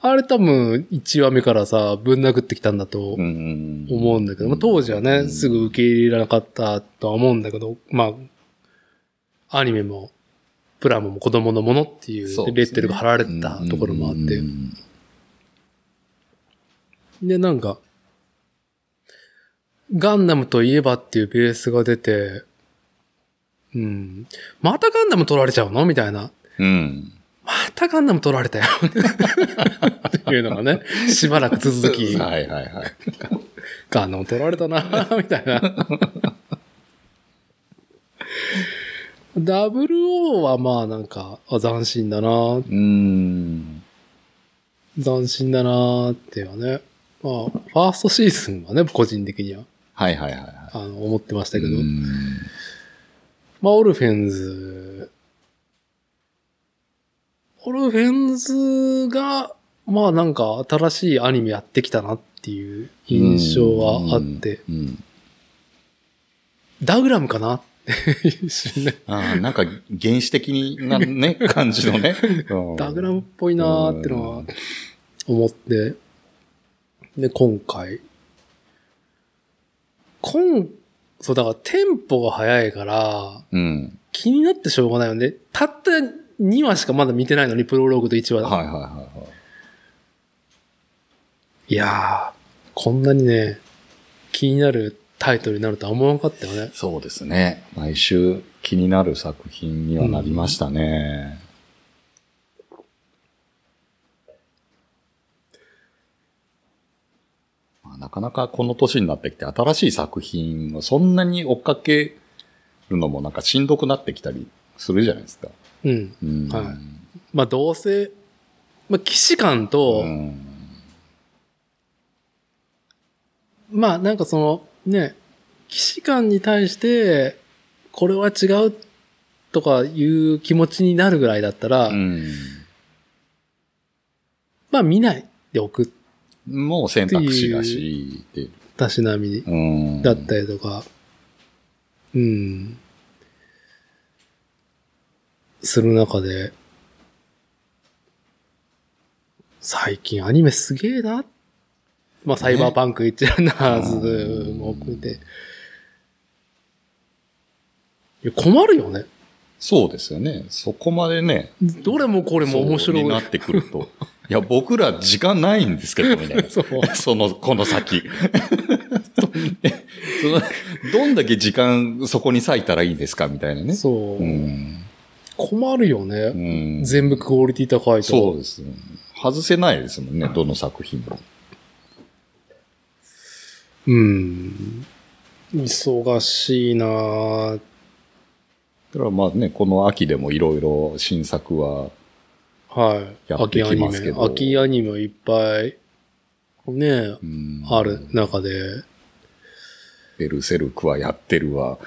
[SPEAKER 1] あれ多分、1話目からさ、ぶん殴ってきたんだと
[SPEAKER 2] うん
[SPEAKER 1] 思うんだけど、まあ当時はね、
[SPEAKER 2] うん
[SPEAKER 1] すぐ受け入れなかったとは思うんだけど、まあ、アニメも、プラモも子供のものっていう
[SPEAKER 2] そう
[SPEAKER 1] レ
[SPEAKER 2] で
[SPEAKER 1] ッ
[SPEAKER 2] すね
[SPEAKER 1] テルが貼られてたところもあって、
[SPEAKER 2] うん
[SPEAKER 1] で、なんか、ガンダムといえばっていうベースが出て、うん。またガンダム取られちゃうのみたいな。
[SPEAKER 2] うん。
[SPEAKER 1] またガンダム取られたよ。 っていうのがね、しばらく続き、
[SPEAKER 2] はいはいはい。
[SPEAKER 1] ガンダム取られたな、 みたいな。WO はまあなんか、あ斬新だな、
[SPEAKER 2] うん。
[SPEAKER 1] 斬新だなってはね。まあ、ファーストシーズンはね、個人的には、
[SPEAKER 2] はいはいはいは
[SPEAKER 1] あの、思ってまし
[SPEAKER 2] い。
[SPEAKER 1] たけど。
[SPEAKER 2] うん
[SPEAKER 1] まあ、オルフェンズ、オルフェンズが、まあなんか新しいアニメやってきたなっていう印象はあって、。
[SPEAKER 2] うん
[SPEAKER 1] ダグラムかなっていう しね
[SPEAKER 2] ああ、なんか原始的なね、感じのね。う ん
[SPEAKER 1] ダグラムっぽいなーってのは思って、で、今回、今、そう、だからテンポが早いから、
[SPEAKER 2] うん。
[SPEAKER 1] 気になってしょうがないよね。たった2話しかまだ見てないのに、プロローグと1話だ
[SPEAKER 2] はいはいはいはい。
[SPEAKER 1] いやー、こんなにね、気になるタイトルになるとは思わなかったよね。
[SPEAKER 2] そうですね。毎週気になる作品にはなりましたね。まあなかなかこの年になってきて新しい作品をそんなに追っかけるのもなんかしんどくなってきたりするじゃないですか。
[SPEAKER 1] うん。
[SPEAKER 2] うん。
[SPEAKER 1] はいまあ、どうせ、まあ、騎士感と、
[SPEAKER 2] うん
[SPEAKER 1] まあ、なんかその、ね、騎士感に対して、これは違うとかいう気持ちになるぐらいだったら、
[SPEAKER 2] うん
[SPEAKER 1] まあ、見ないでおく、
[SPEAKER 2] もう選択肢だし、って
[SPEAKER 1] たしなみに。
[SPEAKER 2] うん
[SPEAKER 1] だったりとか、うん。する中で、最近アニメすげえな。まあ、サイバーパンク一覧なはずも含めて。いや、困るよね。
[SPEAKER 2] そうですよね。そこまでね、
[SPEAKER 1] どれもこれも面白
[SPEAKER 2] そう
[SPEAKER 1] い
[SPEAKER 2] にな。ってくると。いや、僕ら時間ないんですけど、 みたいな。
[SPEAKER 1] そう
[SPEAKER 2] その、この先。そのどんだけ時間そこに割いたらいいですかみたいなね。
[SPEAKER 1] そう。
[SPEAKER 2] うん。
[SPEAKER 1] 困るよ
[SPEAKER 2] う
[SPEAKER 1] ね。
[SPEAKER 2] ん。
[SPEAKER 1] 全部クオリティ高いと。
[SPEAKER 2] そうです。外せないですもんね、どの作品も。
[SPEAKER 1] うん。忙しいなぁ
[SPEAKER 2] だからまあね、この秋でもいろいろ新作は、
[SPEAKER 1] はい。
[SPEAKER 2] やっ
[SPEAKER 1] 秋
[SPEAKER 2] て
[SPEAKER 1] ア
[SPEAKER 2] き
[SPEAKER 1] ニ
[SPEAKER 2] ま
[SPEAKER 1] メ
[SPEAKER 2] すけ。ど
[SPEAKER 1] 秋アニメいっぱい、ねえ
[SPEAKER 2] うん
[SPEAKER 1] ある中で。
[SPEAKER 2] ベルセルクはやってるわ。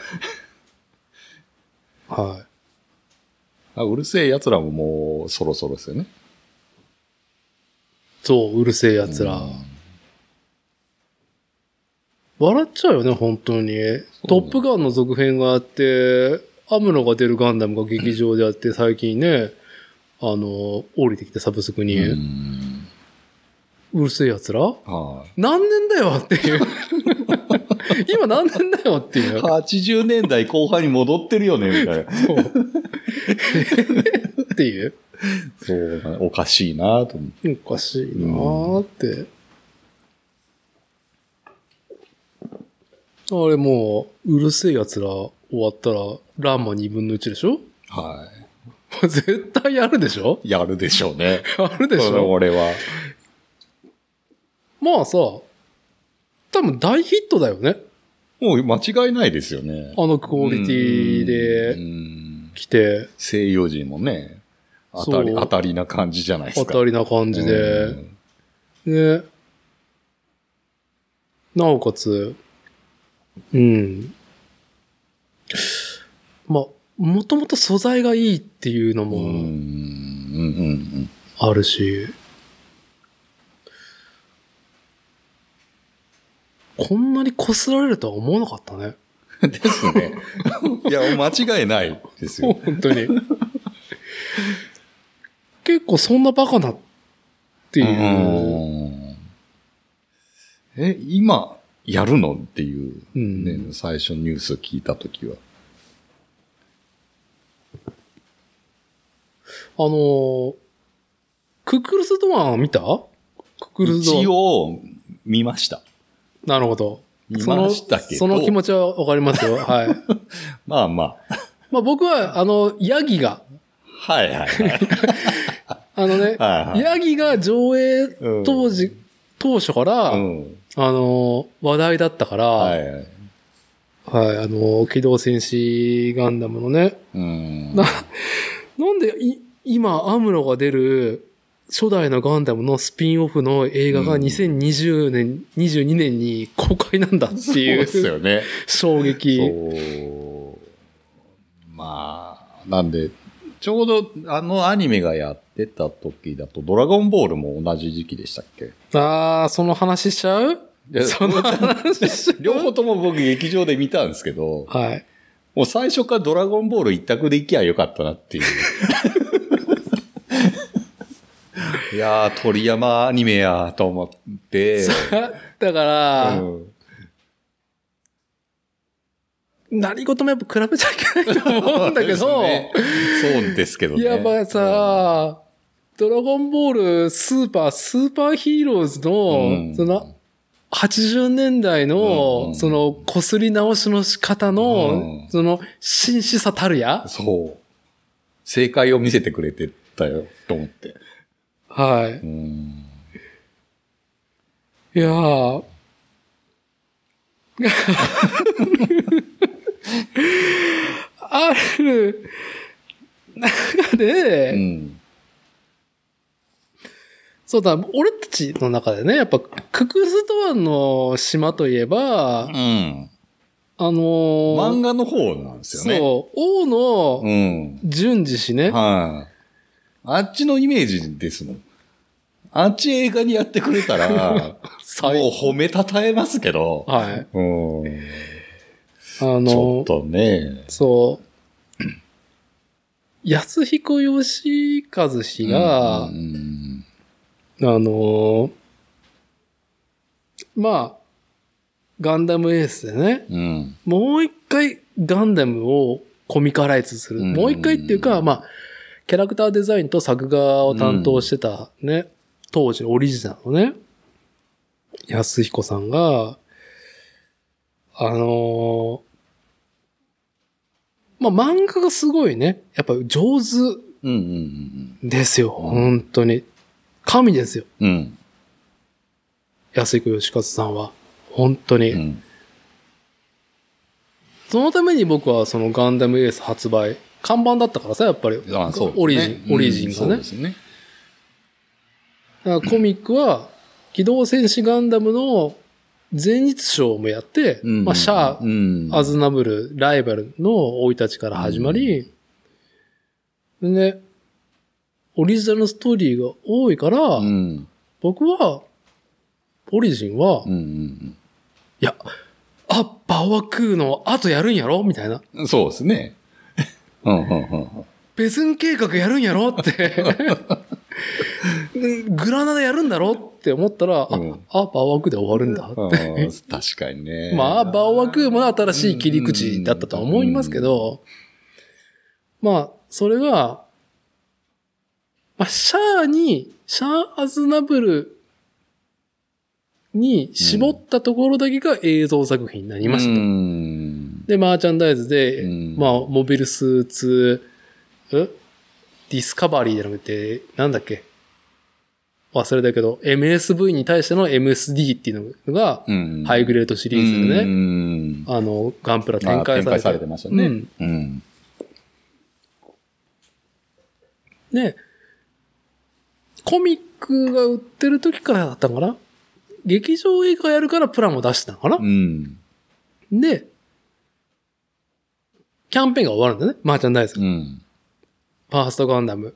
[SPEAKER 1] は
[SPEAKER 2] あうるせえ奴らももうそろそろですよね。
[SPEAKER 1] い。そう、うるせえ奴ら。
[SPEAKER 2] うん
[SPEAKER 1] 笑っちゃうよね、本当に。トップガンの続編があって、アムロが出るガンダムが劇場であって、最近ね、あの、降りてきてサブスクに、
[SPEAKER 2] う
[SPEAKER 1] うんるせえ奴ら
[SPEAKER 2] はい
[SPEAKER 1] 何年だよって いう。今何年だよっていう。
[SPEAKER 2] 80年代後半に戻ってるよね、みたい な。
[SPEAKER 1] そうっていう。
[SPEAKER 2] そうだね、おかしいなと思って。
[SPEAKER 1] おかしいなーって。あれもう、うるせえ奴ら終わったら、ランマ2分の1でしょ
[SPEAKER 2] は
[SPEAKER 1] 絶対やるでしょ
[SPEAKER 2] い。やるでしょうね。
[SPEAKER 1] やるでし
[SPEAKER 2] それは
[SPEAKER 1] ょ
[SPEAKER 2] 俺は。
[SPEAKER 1] まあさ、多分大ヒットだよね。
[SPEAKER 2] もう間違いないですよね。
[SPEAKER 1] あのクオリティ
[SPEAKER 2] う
[SPEAKER 1] で
[SPEAKER 2] ん
[SPEAKER 1] 来て、
[SPEAKER 2] 西洋人もね、当たり、
[SPEAKER 1] そう
[SPEAKER 2] 当たりな感じじゃないです
[SPEAKER 1] 当
[SPEAKER 2] か。
[SPEAKER 1] たりな感じで。ね。なおかつ、うん。まあ、もともと素材がいいっていうの
[SPEAKER 2] うん。うん、うん、うん
[SPEAKER 1] も
[SPEAKER 2] うん。
[SPEAKER 1] あるし、こんなに擦られるとは思わなかったね。
[SPEAKER 2] ですね。いや、間違いないですよ。
[SPEAKER 1] 本当に。 結構そんなバカなっていう。
[SPEAKER 2] うんえ、今、やるのっていう、
[SPEAKER 1] うん
[SPEAKER 2] ね、最初ニュース聞いたときは。
[SPEAKER 1] あのークックルスドアンは見たクックルスドアン
[SPEAKER 2] 一。応、見ました。
[SPEAKER 1] なるほど。
[SPEAKER 2] 見
[SPEAKER 1] その
[SPEAKER 2] ましたけど
[SPEAKER 1] その気持ちはわかります よ。はい。
[SPEAKER 2] まあまあ。
[SPEAKER 1] まあ僕は、あの、ヤギが、
[SPEAKER 2] はいはいはい。
[SPEAKER 1] あのね、
[SPEAKER 2] はいはい
[SPEAKER 1] ヤギが上映当時、当初から、
[SPEAKER 2] うん。
[SPEAKER 1] あの、話題だったから、
[SPEAKER 2] は
[SPEAKER 1] はいい、
[SPEAKER 2] はい。
[SPEAKER 1] あの、機動戦士ガンダムのね、
[SPEAKER 2] うん。
[SPEAKER 1] ななんでい今、アムロが出る初代のガンダムのスピンオフの映画が
[SPEAKER 2] うん
[SPEAKER 1] 2020年、22年に公開なんだってい
[SPEAKER 2] そう
[SPEAKER 1] う
[SPEAKER 2] ですよね。
[SPEAKER 1] 衝撃。
[SPEAKER 2] そう。まあ、なんで、ちょうどあのアニメがやってた時だと、ドラゴンボールも同じ時期でしたっけ
[SPEAKER 1] ああ、その話しちゃう
[SPEAKER 2] いや
[SPEAKER 1] その話しちゃう
[SPEAKER 2] 両方とも僕劇場で見たんですけ ど、
[SPEAKER 1] はい。
[SPEAKER 2] もう最初からドラゴンボール一択で行きゃよかったなって いう。いやー、鳥山アニメやと思って、
[SPEAKER 1] だから、
[SPEAKER 2] うん
[SPEAKER 1] 何事もやっぱ比べちゃいけないと思うんだけ
[SPEAKER 2] そう
[SPEAKER 1] ど、
[SPEAKER 2] ですねそうですけどね。
[SPEAKER 1] やっぱさ、ドラゴンボールスーパー、スーパーヒーローズの、
[SPEAKER 2] うん
[SPEAKER 1] その、80年代
[SPEAKER 2] うんう
[SPEAKER 1] の、
[SPEAKER 2] ん
[SPEAKER 1] その、こすり直しの仕方の
[SPEAKER 2] う、ん
[SPEAKER 1] その、真摯さたるや。
[SPEAKER 2] そう。正解を見せてくれてたよ、と思って。
[SPEAKER 1] は
[SPEAKER 2] う
[SPEAKER 1] い。
[SPEAKER 2] ん。
[SPEAKER 1] いやー ある中で、
[SPEAKER 2] うん。
[SPEAKER 1] そうだ、俺たちの中でね、やっぱ、ククスドアンの島といえば、あ
[SPEAKER 2] うん。
[SPEAKER 1] のー
[SPEAKER 2] 漫画の方なんですよね。
[SPEAKER 1] そう、王
[SPEAKER 2] う
[SPEAKER 1] の
[SPEAKER 2] ん。
[SPEAKER 1] 順次氏ね。
[SPEAKER 2] はい。あっちのイメージですもん。あっち映画にやってくれたら、もう褒めたたえますけど。
[SPEAKER 1] はい。
[SPEAKER 2] うん。
[SPEAKER 1] あ
[SPEAKER 2] ちょ
[SPEAKER 1] の
[SPEAKER 2] っ
[SPEAKER 1] ー
[SPEAKER 2] とね。
[SPEAKER 1] そう。安彦義和氏が、
[SPEAKER 2] うん
[SPEAKER 1] あのーまあ、ガンダムエースでね、
[SPEAKER 2] うん。うん。
[SPEAKER 1] もう一回ガンダムをコミカライズする。
[SPEAKER 2] うん
[SPEAKER 1] もう一回っていうか、まあ、キャラクターデザインと作画を担当してたね、当時のオリジナルのね、安彦さんが、あのーまあ、漫画がすごいね、やっぱ上手
[SPEAKER 2] うんうん
[SPEAKER 1] ですよ、本当に。神ですよ、
[SPEAKER 2] うん。うん。
[SPEAKER 1] 安彦義和さんは。本当に。
[SPEAKER 2] うん。
[SPEAKER 1] そのために僕はそのガンダムエース発売、看板だったからさ、やっぱり。
[SPEAKER 2] あそうですね。
[SPEAKER 1] オリジン、オリジン
[SPEAKER 2] うん
[SPEAKER 1] が
[SPEAKER 2] そう
[SPEAKER 1] ね
[SPEAKER 2] で。すね。
[SPEAKER 1] だからコミックは、機動戦士ガンダムの前日賞もやって、
[SPEAKER 2] うん
[SPEAKER 1] まあ、シャア、
[SPEAKER 2] うん
[SPEAKER 1] アズナブル、ライバルの生い立ちから始まり、で、オリジナルストーリーが多いから、
[SPEAKER 2] うん。
[SPEAKER 1] 僕は、オリジンは、
[SPEAKER 2] う
[SPEAKER 1] い
[SPEAKER 2] ん
[SPEAKER 1] や、アッパーは食うの後やるんやろみたいな。
[SPEAKER 2] うん。そうですね。うんうんうん。
[SPEAKER 1] 別ン計画やるんやろ って。うんグラナダやるんだろって思ったら、
[SPEAKER 2] うん
[SPEAKER 1] あ、アーパー枠で終わるんだ。
[SPEAKER 2] あー確かにね。
[SPEAKER 1] まあ、アーパー枠も新しい切り口だったとは思いますけど、まあ、それが、まあ、シャアに、シャア・アズナブルに絞ったところだけが映像作品になりました
[SPEAKER 2] う
[SPEAKER 1] と。
[SPEAKER 2] ん
[SPEAKER 1] で、マーチャンダイズで、
[SPEAKER 2] うん
[SPEAKER 1] まあ、モビルスーツ、えディスカバリーじゃなくて、なんだっけ忘れたけど、MSV に対しての MSD っていうのが、
[SPEAKER 2] うん
[SPEAKER 1] ハイグレードシリーズでね、
[SPEAKER 2] ね。
[SPEAKER 1] あの、ガンプラ展
[SPEAKER 2] 展
[SPEAKER 1] 開
[SPEAKER 2] 開
[SPEAKER 1] されて。
[SPEAKER 2] されてましたね。
[SPEAKER 1] うん
[SPEAKER 2] うん。
[SPEAKER 1] で、コミックが売ってる時からだったのかな劇場映画やるからプランを出してたのかな
[SPEAKER 2] う、ん。
[SPEAKER 1] で、キャンペーンが終わるんだよね、マーチャンダイズが
[SPEAKER 2] うん。
[SPEAKER 1] ファーストガンダム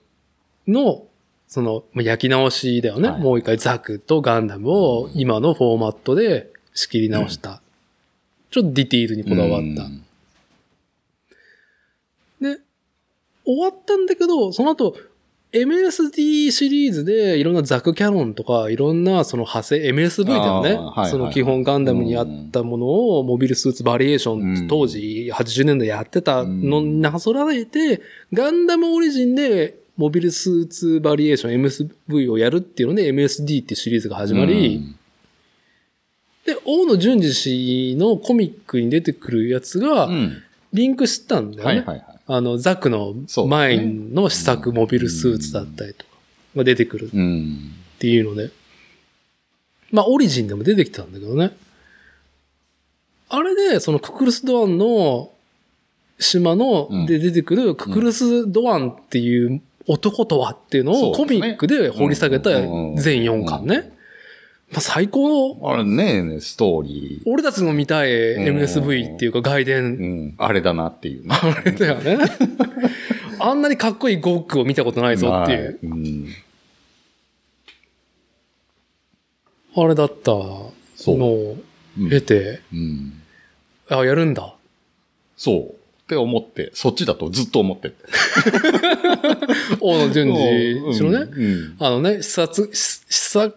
[SPEAKER 1] の、その、まあ焼き直しだよね。
[SPEAKER 2] はい
[SPEAKER 1] もう一回ザクとガンダムを今のフォーマットで仕切り直した。ちょっとディティールにこだわった。
[SPEAKER 2] うん
[SPEAKER 1] で、終わったんだけど、その後、MSD シリーズでいろんなザクキャノンとかいろんなその派生、MSV だよ
[SPEAKER 2] あ
[SPEAKER 1] ね
[SPEAKER 2] ーはいはいはい。
[SPEAKER 1] その基本ガンダムにあったものをモビルスーツバリエーションっ
[SPEAKER 2] う
[SPEAKER 1] て
[SPEAKER 2] ん
[SPEAKER 1] 当時80年代やってたの
[SPEAKER 2] うん
[SPEAKER 1] になぞらえて、ガンダムオリジンでモビルスーツバリエーション MSV をやるっていうので MSD っていうシリーズが始まり、で、大野淳二氏のコミックに出てくるやつ
[SPEAKER 2] うん、う
[SPEAKER 1] が
[SPEAKER 2] ん
[SPEAKER 1] リンクしたんだよね。
[SPEAKER 2] はいはいはい。
[SPEAKER 1] あの、ザクの
[SPEAKER 2] そうだ
[SPEAKER 1] 前
[SPEAKER 2] ね
[SPEAKER 1] の試作モビルスーツだったりとか、が出てくるっ
[SPEAKER 2] うん。
[SPEAKER 1] ていうので。まあ、オリジンでも出てきたんだけどね。あれで、そのククルスドアンの島
[SPEAKER 2] う
[SPEAKER 1] の
[SPEAKER 2] ん
[SPEAKER 1] で出てくるククルスドアンっていう男とはっていうのを
[SPEAKER 2] そ
[SPEAKER 1] コ
[SPEAKER 2] うですね
[SPEAKER 1] ミックで掘り下げた
[SPEAKER 2] うん
[SPEAKER 1] 全4巻ね。まあ、最高の、
[SPEAKER 2] あれね、ストーリー。
[SPEAKER 1] 俺たちの見たい MSV っていうか外伝
[SPEAKER 2] うん。あれだなっていうね。
[SPEAKER 1] あれだよね。あんなにかっこいいゴックを見たことないぞっていう。
[SPEAKER 2] はい。うん
[SPEAKER 1] あれだったの
[SPEAKER 2] そう
[SPEAKER 1] を
[SPEAKER 2] うん
[SPEAKER 1] 経て、
[SPEAKER 2] うん。
[SPEAKER 1] あ、やるんだ。
[SPEAKER 2] そう。って思って、そっちだとずっと思ってて。
[SPEAKER 1] 大野淳二氏のね、
[SPEAKER 2] うん。
[SPEAKER 1] あのね、視察、視視察、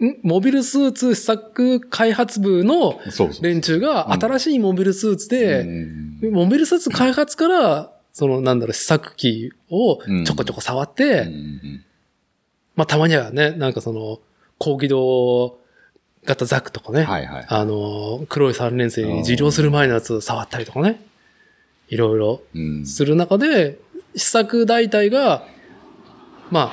[SPEAKER 1] んモビルスーツ試作開発部の
[SPEAKER 2] うんそうそう。
[SPEAKER 1] 連中が
[SPEAKER 2] うん
[SPEAKER 1] 新しいモビルスーツで、
[SPEAKER 2] うん
[SPEAKER 1] モビルスーツ開発から、そのなんだろう、試作機をちょこちょこ触って、
[SPEAKER 2] うん
[SPEAKER 1] まあたまにはね、なんかその、高機動型ザクとかね、
[SPEAKER 2] はいはい。
[SPEAKER 1] あの、黒い三連星に治療する前のやつを触ったりとかね。いろいろ
[SPEAKER 2] うん
[SPEAKER 1] する中で、試作大隊が、まあ、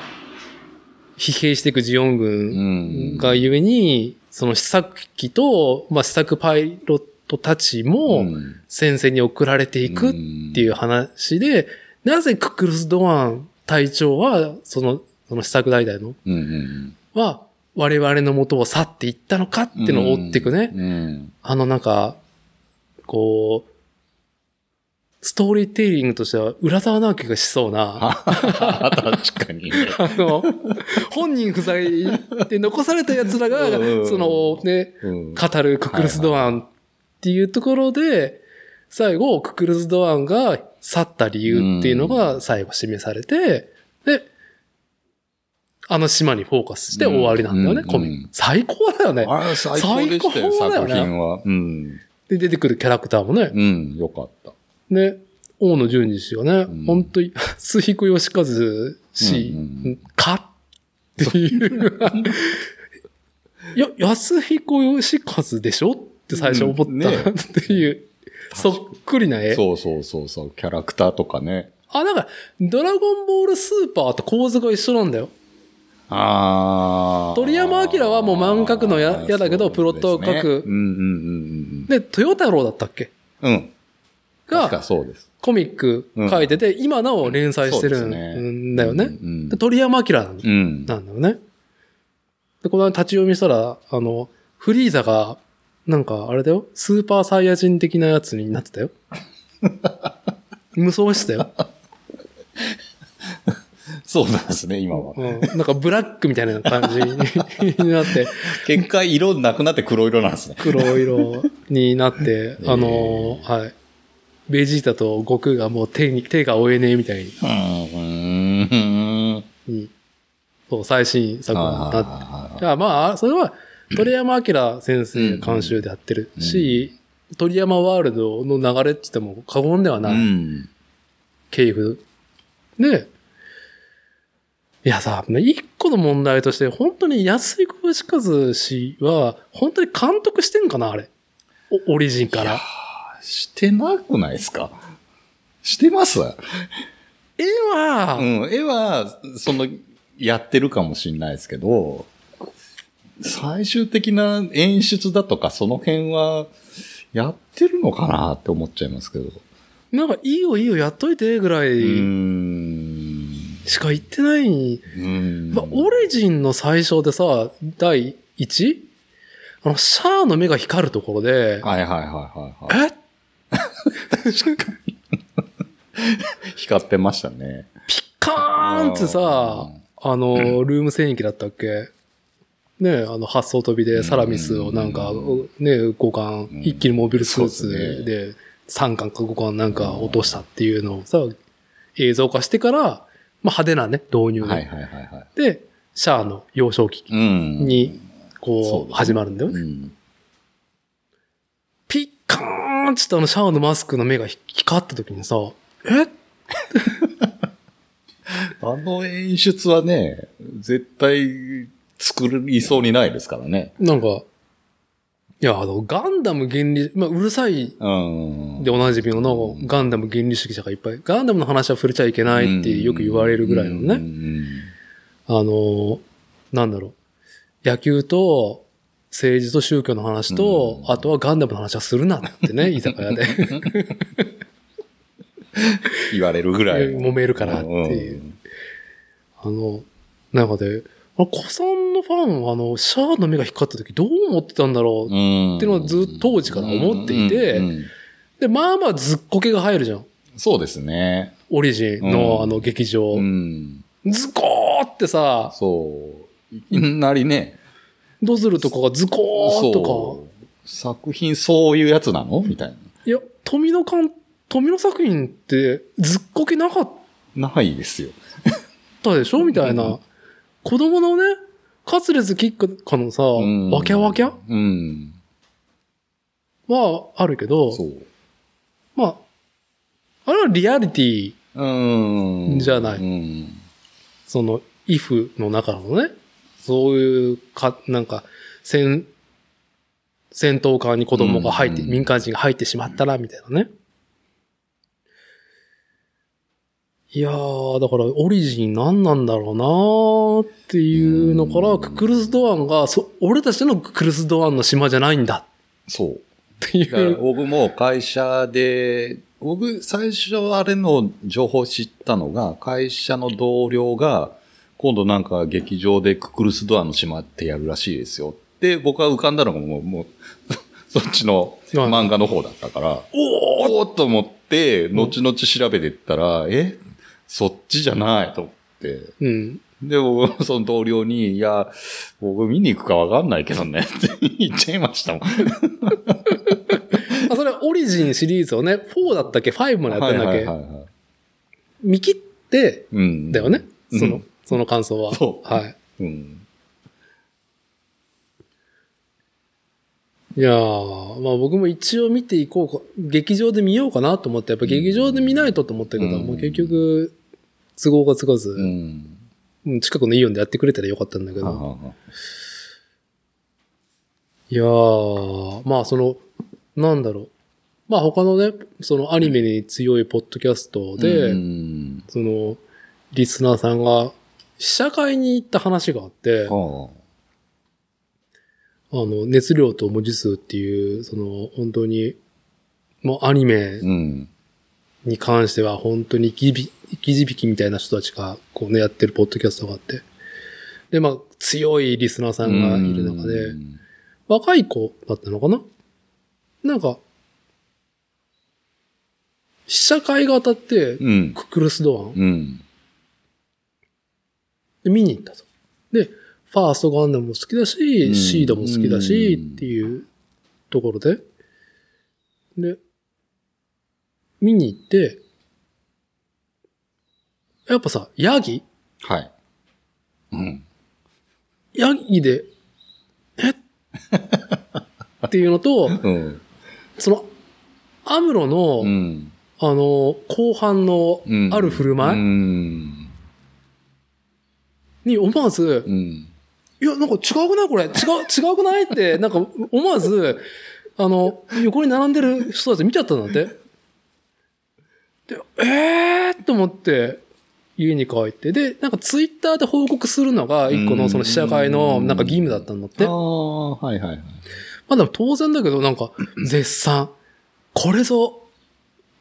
[SPEAKER 1] 疲弊していくジオン
[SPEAKER 2] う
[SPEAKER 1] 軍
[SPEAKER 2] ん
[SPEAKER 1] がゆえに、その試作機と、まあ試作パイロットたちも
[SPEAKER 2] ん
[SPEAKER 1] 戦線に送られていくっていう話で、なぜククルス・ドアン隊長は、その、その試作大隊の、
[SPEAKER 2] うんうん
[SPEAKER 1] は、我々の元を去っていったのかっていうのを追っていくね。
[SPEAKER 2] うん
[SPEAKER 1] あのなんか、こう、ストーリーテイリングとしては、浦沢直樹がしそうな、あ
[SPEAKER 2] あ確かにね。
[SPEAKER 1] の、本人不在で残された奴らが
[SPEAKER 2] う、ん
[SPEAKER 1] そのね、
[SPEAKER 2] うん
[SPEAKER 1] 語るククルス・ドアンっていうところで、最後、ククルス・ドアンが去った理由っていうのが最後示されて、で、あの島にフォーカスして終わりなんだよね、
[SPEAKER 2] うん
[SPEAKER 1] コミック。最高だよね。
[SPEAKER 2] あれ最高でした
[SPEAKER 1] 最
[SPEAKER 2] よ、
[SPEAKER 1] 高だよね
[SPEAKER 2] 作品は。うん。
[SPEAKER 1] で、出てくるキャラクターもね、
[SPEAKER 2] うん、よかった。
[SPEAKER 1] ね、大野淳二氏がね、
[SPEAKER 2] ん
[SPEAKER 1] 本当に、水彦義和氏
[SPEAKER 2] うんうんう、
[SPEAKER 1] か、っていう。いや、安彦義和でしょって最初思った、
[SPEAKER 2] うんねえ
[SPEAKER 1] っていう、そっくりな絵。
[SPEAKER 2] そうそうそうそう、キャラクターとかね。
[SPEAKER 1] あ、だから、ドラゴンボールスーパーと構図が一緒なんだよ。
[SPEAKER 2] あー
[SPEAKER 1] 鳥山明はもう漫画描くのや嫌だけど
[SPEAKER 2] そうですね
[SPEAKER 1] プロットを描く
[SPEAKER 2] うんうんうん
[SPEAKER 1] で、豊太郎だったっけ
[SPEAKER 2] うんうん。うん。確か
[SPEAKER 1] が、
[SPEAKER 2] そうです。
[SPEAKER 1] コミック書いてて、今なお連載してる
[SPEAKER 2] そうですね
[SPEAKER 1] んだよね。
[SPEAKER 2] うん
[SPEAKER 1] で鳥山明なんだ
[SPEAKER 2] うん。うん
[SPEAKER 1] なんだよね。で、この間立ち読みしたら、あの、フリーザが、なんかあれだよ、スーパーサイヤ人的なやつになってたよ。無双してたよ、
[SPEAKER 2] そうなんですね、今は。
[SPEAKER 1] うん。なんかブラックみたいな感じになって、
[SPEAKER 2] 結果、色なくなって黒色なんですね。
[SPEAKER 1] 黒色になって、
[SPEAKER 2] ー
[SPEAKER 1] あの、はい。ベジータと悟空がもう手に、手が負えねえみたい
[SPEAKER 2] うん。
[SPEAKER 1] に、そう、最新作になって
[SPEAKER 2] あ
[SPEAKER 1] いや、まあ、それは、鳥山明先生監修でやってるし、鳥山ワールドの流れって言っても過言では
[SPEAKER 2] ー
[SPEAKER 1] な
[SPEAKER 2] う
[SPEAKER 1] い、
[SPEAKER 2] ん。
[SPEAKER 1] 系譜。で、いやさ、一個の問題として、本当に安井小和氏は、本当に監督してんかな、あれ。おオリジンか
[SPEAKER 2] いや
[SPEAKER 1] ら
[SPEAKER 2] ー。してなくないですかしてます
[SPEAKER 1] 絵は、
[SPEAKER 2] うん、絵は、その、やってるかもしれないですけど、最終的な演出だとか、その辺は、やってるのかなって思っちゃいますけど。
[SPEAKER 1] なんか、いいよいいよ、やっといて、ぐら
[SPEAKER 2] うー
[SPEAKER 1] い
[SPEAKER 2] ん。
[SPEAKER 1] しか言ってない。
[SPEAKER 2] うーん。
[SPEAKER 1] まあ、オリジンの最初でさ、第 1? あの、シャアの目が光るところで、
[SPEAKER 2] はいはいはいはい、はい。
[SPEAKER 1] え
[SPEAKER 2] 光ってましたね。
[SPEAKER 1] ピッカーンってさ、あの、 ルーム戦役だったっけねあの、発想飛びでサラミスをなんか、
[SPEAKER 2] う
[SPEAKER 1] ね5巻、
[SPEAKER 2] うん
[SPEAKER 1] 一気にモビルスー
[SPEAKER 2] そうです
[SPEAKER 1] ツ
[SPEAKER 2] ね
[SPEAKER 1] で3巻か5巻なんか落としたっていうのをさ、映像化してから、まあ、派手なね、導入で。
[SPEAKER 2] はいはいはいはい。
[SPEAKER 1] で、シャアの幼少期
[SPEAKER 2] うん。
[SPEAKER 1] に、
[SPEAKER 2] そう
[SPEAKER 1] こ
[SPEAKER 2] です
[SPEAKER 1] う、
[SPEAKER 2] ね
[SPEAKER 1] 始まるんだよね
[SPEAKER 2] う。ん。
[SPEAKER 1] ピッカーンってあのシャアのマスクの目がひ光った時にさ、え
[SPEAKER 2] あの演出はね、絶対、作りそうにないですからね。
[SPEAKER 1] なんか、いや、あの、ガンダム原理、まあ、うるさい
[SPEAKER 2] うん。
[SPEAKER 1] でおなじみの
[SPEAKER 2] うん
[SPEAKER 1] ガンダム原理主義者がいっぱい、ガンダムの話は触れちゃいけないってよく言われるぐらいの
[SPEAKER 2] うん
[SPEAKER 1] ね、。あの、なんだろう、野球と政治と宗教の話と、
[SPEAKER 2] うん
[SPEAKER 1] あとはガンダムの話はするなって ね、居酒屋で
[SPEAKER 2] 言われるぐらいの。
[SPEAKER 1] 揉めるからっていう。あの、なんかで、あの子さんのファンは、あの、シャアの目が光った時どう思ってたんだろ
[SPEAKER 2] う
[SPEAKER 1] う。
[SPEAKER 2] ん。
[SPEAKER 1] っていうのはずっと当時から思っていて
[SPEAKER 2] うんうんうん
[SPEAKER 1] で、まあまあずっこけが入るじゃん。
[SPEAKER 2] そうですね。
[SPEAKER 1] オリジンの
[SPEAKER 2] うん
[SPEAKER 1] あの劇場。
[SPEAKER 2] うん。
[SPEAKER 1] ズコーってさ、
[SPEAKER 2] そう。いきなりね。
[SPEAKER 1] ドズルとかがズコーと
[SPEAKER 2] そう。作品そういうやつなのみたい
[SPEAKER 1] か。いや、富野監、富野作品ってずっこけなかっ
[SPEAKER 2] な。ないですよ。。
[SPEAKER 1] たでしょみたいうなん子供のね、カツレツキックかのさ、
[SPEAKER 2] うん
[SPEAKER 1] わきゃわきゃ
[SPEAKER 2] うん。
[SPEAKER 1] はあるけど、
[SPEAKER 2] そう。
[SPEAKER 1] まあ、あれはリアリティ、
[SPEAKER 2] うん。
[SPEAKER 1] じゃない
[SPEAKER 2] うん。
[SPEAKER 1] その、イフの中のね、そういう、か、なんか、戦、戦闘家に子供が入って、
[SPEAKER 2] うん
[SPEAKER 1] 民間人が入ってしまったら、みたいなね。いやー、だから、オリジン何なんだろうなーっていうのから、
[SPEAKER 2] うん
[SPEAKER 1] ククルス・ドアンが、そ、俺たちのククルス・ドアンの島じゃないんだ
[SPEAKER 2] そう。
[SPEAKER 1] ってい
[SPEAKER 2] だから
[SPEAKER 1] う。
[SPEAKER 2] 僕も会社で、僕最初あれの情報知ったのが、会社の同僚が、今度なんか劇場でククルスドアの島ってやるらしいですよって、僕は浮かんだのがもう、もう そっちの漫画の方だったから、おーっと思って、後々調べてったら、えそっちじゃないと思って。
[SPEAKER 1] うん。
[SPEAKER 2] で、僕、その同僚に、いや、僕見に行くかわかんないけどね、って言っちゃいましたもん。
[SPEAKER 1] まあ、それはオリジンシリーズをね、4だったっけ ?5 もやったんだっ
[SPEAKER 2] はい
[SPEAKER 1] け
[SPEAKER 2] はいはいはい
[SPEAKER 1] 見切って、
[SPEAKER 2] うん。
[SPEAKER 1] だよね。
[SPEAKER 2] うん
[SPEAKER 1] その、その感想は。
[SPEAKER 2] そう
[SPEAKER 1] はい。
[SPEAKER 2] うん。
[SPEAKER 1] いやー、まあ僕も一応見ていこうか、劇場で見ようかなと思って、やっぱ劇場で見ないとと思ったけど、
[SPEAKER 2] うん
[SPEAKER 1] もう結局、都合がつかず、
[SPEAKER 2] うん。
[SPEAKER 1] うん近くのイオンでやってくれたらよかったんだけ
[SPEAKER 2] あ
[SPEAKER 1] ど。
[SPEAKER 2] あ
[SPEAKER 1] いやー、まあその、なんだろう。まあ他のね、そのアニメに強いポッドキャストで、
[SPEAKER 2] うん
[SPEAKER 1] その、リスナーさんが、試写会に行った話があって、あ
[SPEAKER 2] あ
[SPEAKER 1] の、熱量と文字数っていう、その、本当に、もうアニメ
[SPEAKER 2] あうん。
[SPEAKER 1] に関しては本当に生きび生き字引みたいな人たちが、こうね、やってるポッドキャストがあって。で、まあ、強いリスナーさんがいる中で、
[SPEAKER 2] うん
[SPEAKER 1] 若い子だったのかななんか、試写会が当たって、
[SPEAKER 2] うん。
[SPEAKER 1] ククルスドアン
[SPEAKER 2] うん。
[SPEAKER 1] で、見に行ったと。で、ファーストガンダムも好きだし、
[SPEAKER 2] うん
[SPEAKER 1] シードも好きだし、
[SPEAKER 2] う
[SPEAKER 1] っ
[SPEAKER 2] ん
[SPEAKER 1] ていうところで。で、見に行って、やっぱさ、ヤギ
[SPEAKER 2] はい。うん。
[SPEAKER 1] ヤギで、えっていうのと、
[SPEAKER 2] うん。
[SPEAKER 1] その、アムロの、
[SPEAKER 2] うん。
[SPEAKER 1] あの、後半の
[SPEAKER 2] うん
[SPEAKER 1] ある振る
[SPEAKER 2] う
[SPEAKER 1] 舞い
[SPEAKER 2] ん。
[SPEAKER 1] に思わず、
[SPEAKER 2] うん。
[SPEAKER 1] いや、なんか違うくないこれ。違う、違うくない って、なんか思わず、あの、横に並んでる人たち見ちゃったんだって。で、えーと思って、家に帰って。で、なんかツイッターで報告するのが、一個
[SPEAKER 2] う
[SPEAKER 1] の
[SPEAKER 2] ん
[SPEAKER 1] その試写会のなんか義務だったんだって。
[SPEAKER 2] あ
[SPEAKER 1] ま
[SPEAKER 2] あ、はいはいはい。
[SPEAKER 1] あでも当然だけど、なんか、絶賛。これぞ、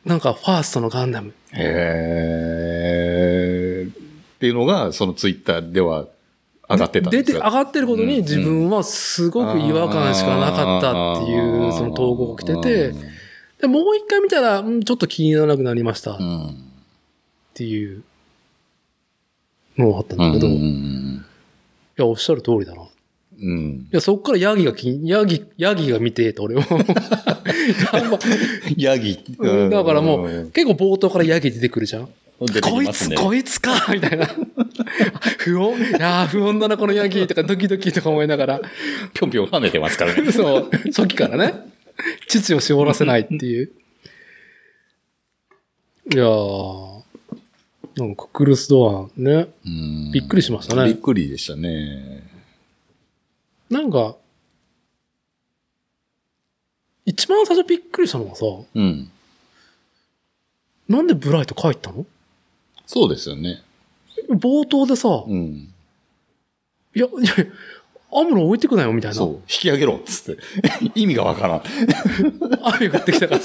[SPEAKER 1] なんかファーストのガンダム。
[SPEAKER 2] へえ。っていうのが、そのツイッターでは上がってたん
[SPEAKER 1] 出
[SPEAKER 2] です
[SPEAKER 1] て、
[SPEAKER 2] よ
[SPEAKER 1] 上がってることに自分はすごく違和感しかなかったってい
[SPEAKER 2] あ
[SPEAKER 1] う、
[SPEAKER 2] ー
[SPEAKER 1] その投稿が来てて、で、もう一回見たら、うんちょっと気にならなくなりましたっ
[SPEAKER 2] うん。
[SPEAKER 1] ていうのがあったん
[SPEAKER 2] う
[SPEAKER 1] だけど、い
[SPEAKER 2] ん。
[SPEAKER 1] や、おっしゃる通りだな。い
[SPEAKER 2] うん。
[SPEAKER 1] や、そっからヤギが気に、ヤギ、ヤギが見て、と 俺は。あんま
[SPEAKER 2] ヤギ。
[SPEAKER 1] うんだからも
[SPEAKER 2] う
[SPEAKER 1] う、結構冒頭からヤギ出てくるじゃん。
[SPEAKER 2] ん、出て
[SPEAKER 1] こ
[SPEAKER 2] き
[SPEAKER 1] い
[SPEAKER 2] ます
[SPEAKER 1] つ、
[SPEAKER 2] ね
[SPEAKER 1] こいつかみたいな。不穏いやー不穏だな、このヤギとか、ドキドキとか思いながら。
[SPEAKER 2] ぴょんぴょん跳ねてますからね。
[SPEAKER 1] そう、初期からね。父を絞らせないっていう。いやー、なんかククルスドアンね。びっくりしましたね
[SPEAKER 2] びっくりでしたね。
[SPEAKER 1] なんか、一番最初びっくりしたのはさ、
[SPEAKER 2] うん。
[SPEAKER 1] なんでブライト帰ったの
[SPEAKER 2] そうですよね。
[SPEAKER 1] 冒頭でさ、
[SPEAKER 2] うん。
[SPEAKER 1] いや、いや、アムロ置いてくなよみたいな。
[SPEAKER 2] そう。引き上げろっつって。 意味がわからん。
[SPEAKER 1] 雨降ってきたから。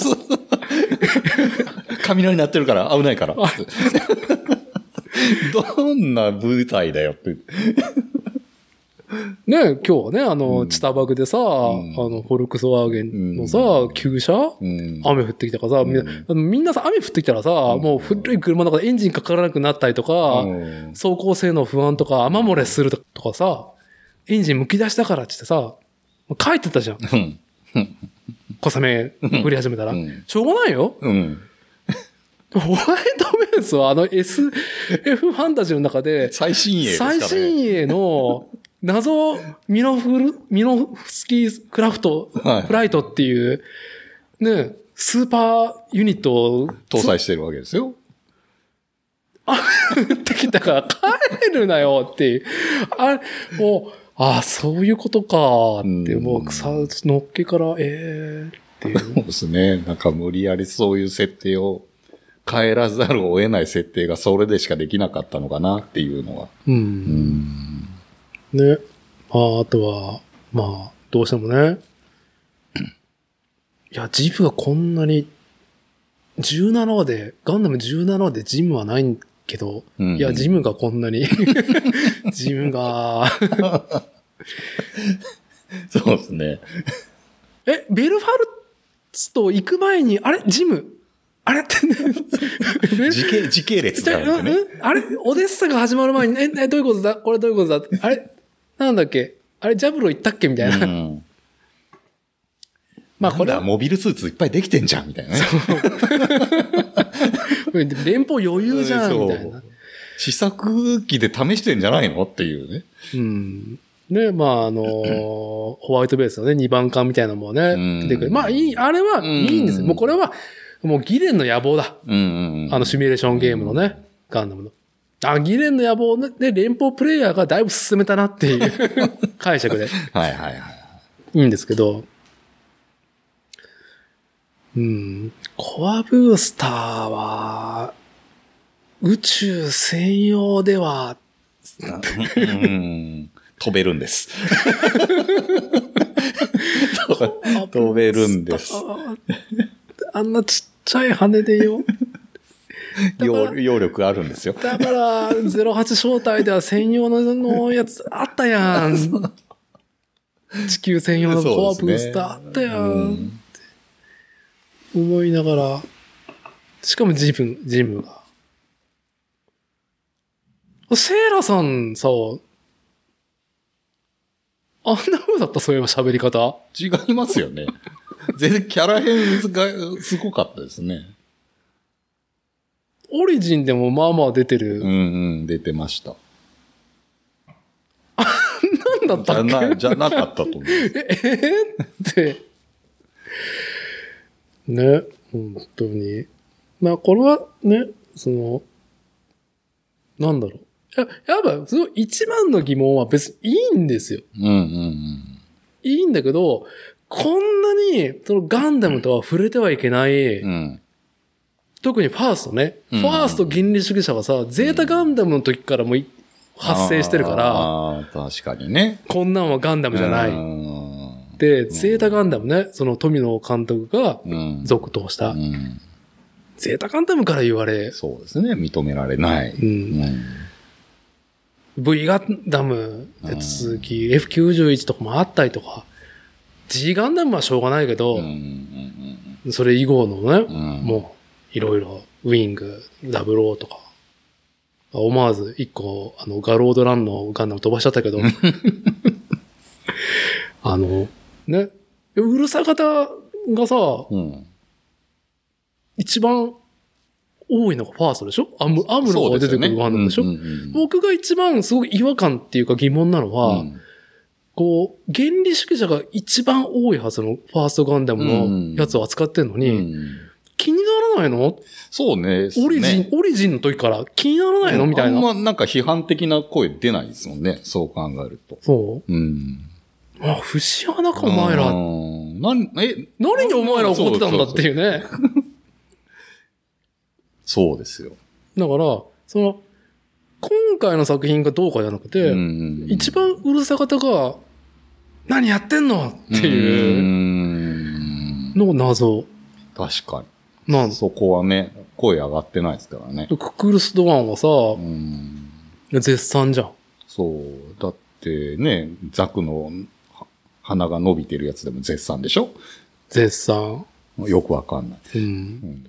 [SPEAKER 2] 雷鳴ってるから危ないから。どんな舞台だよって。
[SPEAKER 1] ね今日はね、あの、
[SPEAKER 2] うん
[SPEAKER 1] チタバグでさ、
[SPEAKER 2] ん
[SPEAKER 1] あの、フォルクスワーゲンのさ、
[SPEAKER 2] うん
[SPEAKER 1] 旧車
[SPEAKER 2] うん。
[SPEAKER 1] 雨降ってきたからさ、みんな
[SPEAKER 2] うん
[SPEAKER 1] あのみんなさ、雨降ってきたらさ、
[SPEAKER 2] ん
[SPEAKER 1] もう古い車の中でエンジンかからなくなったりとか、
[SPEAKER 2] うん
[SPEAKER 1] 走行性能不安とか、雨漏れするとかさ、エンジンむき出したからってってさ、帰ってたじゃん。
[SPEAKER 2] うん。
[SPEAKER 1] 小雨降り始めたら。
[SPEAKER 2] うん
[SPEAKER 1] しょうがないよ。
[SPEAKER 2] うん。
[SPEAKER 1] ホワイトベースはあの SF ファンタジーの中で、
[SPEAKER 2] 最新鋭ですからね。
[SPEAKER 1] 最新鋭の謎ミノフル、ミノフスキークラフト、
[SPEAKER 2] はい
[SPEAKER 1] フライトっていう、ね、スーパーユニットを
[SPEAKER 2] 搭載してるわけですよ。
[SPEAKER 1] 作ってきたから帰るなよっていう。あれ、もう、ああ、そういうことかって、
[SPEAKER 2] うん
[SPEAKER 1] もう草のっけから、ええっていう。
[SPEAKER 2] そうですね。なんか無理やりそういう設定を変えらざるを得ない設定がそれでしかできなかったのかなっていうのは。
[SPEAKER 1] う。
[SPEAKER 2] うんん。
[SPEAKER 1] ね。まあ、あとは、まあ、どうしてもね。いや、ジムがこんなに、17話で、ガンダム17話でジムはないけど、
[SPEAKER 2] うん
[SPEAKER 1] いや、ジムがこんなに。 ジムが、
[SPEAKER 2] そうですね。
[SPEAKER 1] え、ベルファルツと行く前に、あれジムあ れってね。ベル
[SPEAKER 2] 時系、時系列
[SPEAKER 1] じ
[SPEAKER 2] が
[SPEAKER 1] ゃ
[SPEAKER 2] あるんでね。
[SPEAKER 1] うんうんあれオデッサが始まる前に、え、えどういうことだこれどういうことだあれなんだっけあれジャブロ行ったっけみたいな。
[SPEAKER 2] うん。
[SPEAKER 1] まあ
[SPEAKER 2] こ
[SPEAKER 1] こ
[SPEAKER 2] れ
[SPEAKER 1] れ
[SPEAKER 2] は
[SPEAKER 1] は、
[SPEAKER 2] モビルスーツいっぱいできてんじゃん、みたいなね。
[SPEAKER 1] 連邦余裕じゃん、
[SPEAKER 2] そう
[SPEAKER 1] みたいな。
[SPEAKER 2] 試作機で試してんじゃないのっていうね。
[SPEAKER 1] うん。で、まあ、あ のーホワイトベースのね、2番艦みたいなのもね、
[SPEAKER 2] うん
[SPEAKER 1] 出てくる。まあ、いい、あれは
[SPEAKER 2] ん
[SPEAKER 1] いいんですよ。もうこれは、もうギレンの野望だ。
[SPEAKER 2] うんうんうん。
[SPEAKER 1] あのシミュレーションゲームのね、ガンダムの。あ、ギレンの野望で連邦プレイヤーがだいぶ進めたなって いう解釈で
[SPEAKER 2] はいはいはい。
[SPEAKER 1] いいんですけど、うん、コアブースターは、宇宙専用では、
[SPEAKER 2] うん飛べるんです。飛べるんです。
[SPEAKER 1] ああんなちっちゃい羽でよ。
[SPEAKER 2] 揚揚力あるんですよ。
[SPEAKER 1] だから、08招待では専用ののやつあったやん。地球専用のコアブースターあったや。
[SPEAKER 2] うんん
[SPEAKER 1] 思いながら、しかもジム、ジムが。セイラさんさ、あんな風だったそういえば喋り方。
[SPEAKER 2] 違いますよね。全然キャラ変がすごかったですね。
[SPEAKER 1] オリジンでもまあまあ出てる。
[SPEAKER 2] うんうん、出てました。
[SPEAKER 1] なんだっ
[SPEAKER 2] じ
[SPEAKER 1] た
[SPEAKER 2] ゃ
[SPEAKER 1] っけ
[SPEAKER 2] な、じゃなかったと思う。
[SPEAKER 1] えーって。ね、本当に。まあ、これはね、その、なんだろう。ややっぱ、その一番の疑問は別にいいんですよ。
[SPEAKER 2] うんうん
[SPEAKER 1] いいんだけど、こんなに、そのガンダムとは触れてはいけない、
[SPEAKER 2] うん。うん。
[SPEAKER 1] 特にファーストね。
[SPEAKER 2] うん
[SPEAKER 1] ファースト原理主義者はさ、ゼータガンダムの時からもい発生してるから、
[SPEAKER 2] あー確かにね。
[SPEAKER 1] こんなんはガンダムじゃな
[SPEAKER 2] う
[SPEAKER 1] い。
[SPEAKER 2] ん
[SPEAKER 1] で、ゼータガンダムね、その富野監督が
[SPEAKER 2] うん。
[SPEAKER 1] 続投した
[SPEAKER 2] う。ん。
[SPEAKER 1] ゼータガンダムから言われ、
[SPEAKER 2] そうですね。認められない。
[SPEAKER 1] う、
[SPEAKER 2] うんん。
[SPEAKER 1] V ガンダムで続き、F91 とかもあったりとか、G ガンダムはしょうがないけど、
[SPEAKER 2] うんうん
[SPEAKER 1] それ以後の
[SPEAKER 2] う
[SPEAKER 1] ね、
[SPEAKER 2] んうん。
[SPEAKER 1] もう、いろいろ、ウィング、00とか、思わず一個、あの、ガロードランのガンダム飛ばしちゃったけど、 あの、ね、うるさ方がさ、
[SPEAKER 2] うん。
[SPEAKER 1] 一番多いのがファーストでしょアム、アムロが出てくるガンダムでしょ
[SPEAKER 2] そうすよねうんうんうん
[SPEAKER 1] 僕が一番すごい違和感っていうか疑問なのは、
[SPEAKER 2] うん
[SPEAKER 1] こう、原理主義者が一番多いはずのファーストガンダムのやつを扱ってんのに、
[SPEAKER 2] うん
[SPEAKER 1] 気にならないの
[SPEAKER 2] そうね。
[SPEAKER 1] オリジン、
[SPEAKER 2] ね
[SPEAKER 1] オリジンの時から気にならないのみたい
[SPEAKER 2] あん
[SPEAKER 1] な。
[SPEAKER 2] まなんか批判的な声出ないですもんね。そう考えると。
[SPEAKER 1] そ
[SPEAKER 2] うん。
[SPEAKER 1] う。あ、不思議なか、お前
[SPEAKER 2] う
[SPEAKER 1] ら。
[SPEAKER 2] んなん、え、
[SPEAKER 1] 何にお前ら怒ってたんだっていうね。
[SPEAKER 2] そうですよ。
[SPEAKER 1] だから、その、今回の作品がどうかじゃなくて、
[SPEAKER 2] うん
[SPEAKER 1] 一番うるさ方が、何やってんのって
[SPEAKER 2] う
[SPEAKER 1] いうんのが謎
[SPEAKER 2] 確か
[SPEAKER 1] なん
[SPEAKER 2] に。そこはね、声上がってないですからね。
[SPEAKER 1] ククルス・ドワンはさ、
[SPEAKER 2] うん。
[SPEAKER 1] 絶賛じゃん。
[SPEAKER 2] そう。だってね、ザクのは鼻が伸びてるやつでも絶賛でしょ
[SPEAKER 1] 絶賛。
[SPEAKER 2] よくわかんない。
[SPEAKER 1] うん
[SPEAKER 2] うん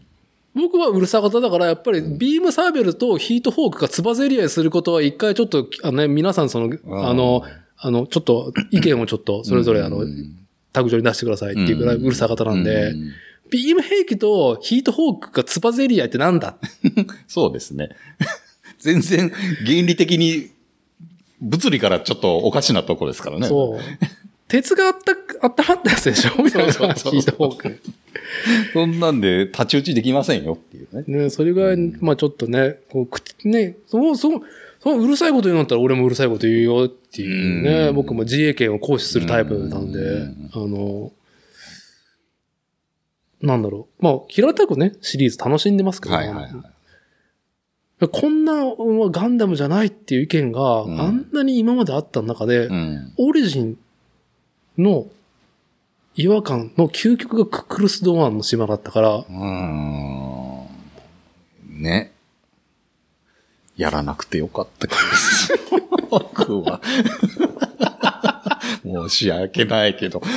[SPEAKER 1] 僕はうるさ方だから、やっぱりビームサーベルとヒートフォークがつばぜり合いすることは一回ちょっと、あのね、皆さんその、
[SPEAKER 2] ん
[SPEAKER 1] あの、あの、ちょっと意見をちょっと、それぞれあの
[SPEAKER 2] う、ん
[SPEAKER 1] 卓上に出してくださいっていうぐらいうるさ方なんで
[SPEAKER 2] う、ん
[SPEAKER 1] ビーム兵器とヒートフォークがつばぜり合いってなんだ
[SPEAKER 2] そうですね。 全然原理的に物理からちょっとおかしなとこですからね。
[SPEAKER 1] そう。鉄があった、あったまったやつでしょみたいなヒ
[SPEAKER 2] そうそうそう
[SPEAKER 1] ートフォーク。
[SPEAKER 2] そんなんで太刀打ちできませんよっていうね。
[SPEAKER 1] ね、それぐらい、
[SPEAKER 2] うん
[SPEAKER 1] まあちょっとね、こう、口、ね、そう、そう、そう、うるさいこと言うんだったら俺もうるさいこと言うよっていうね、
[SPEAKER 2] うん
[SPEAKER 1] 僕も自衛権を行使するタイプなんで、
[SPEAKER 2] うん
[SPEAKER 1] あの、なんだろう。まあ、平たくね、シリーズ楽しんでますけど、
[SPEAKER 2] はいはいはい。
[SPEAKER 1] こんなのはガンダムじゃないっていう意見が、
[SPEAKER 2] うん
[SPEAKER 1] あんなに今まであった中で、
[SPEAKER 2] うん。
[SPEAKER 1] オリジンの違和感の究極がクックルス・ドワンの島だったから、
[SPEAKER 2] うーん。ね。やらなくてよかった気がする。 僕は。 申し訳ないけど。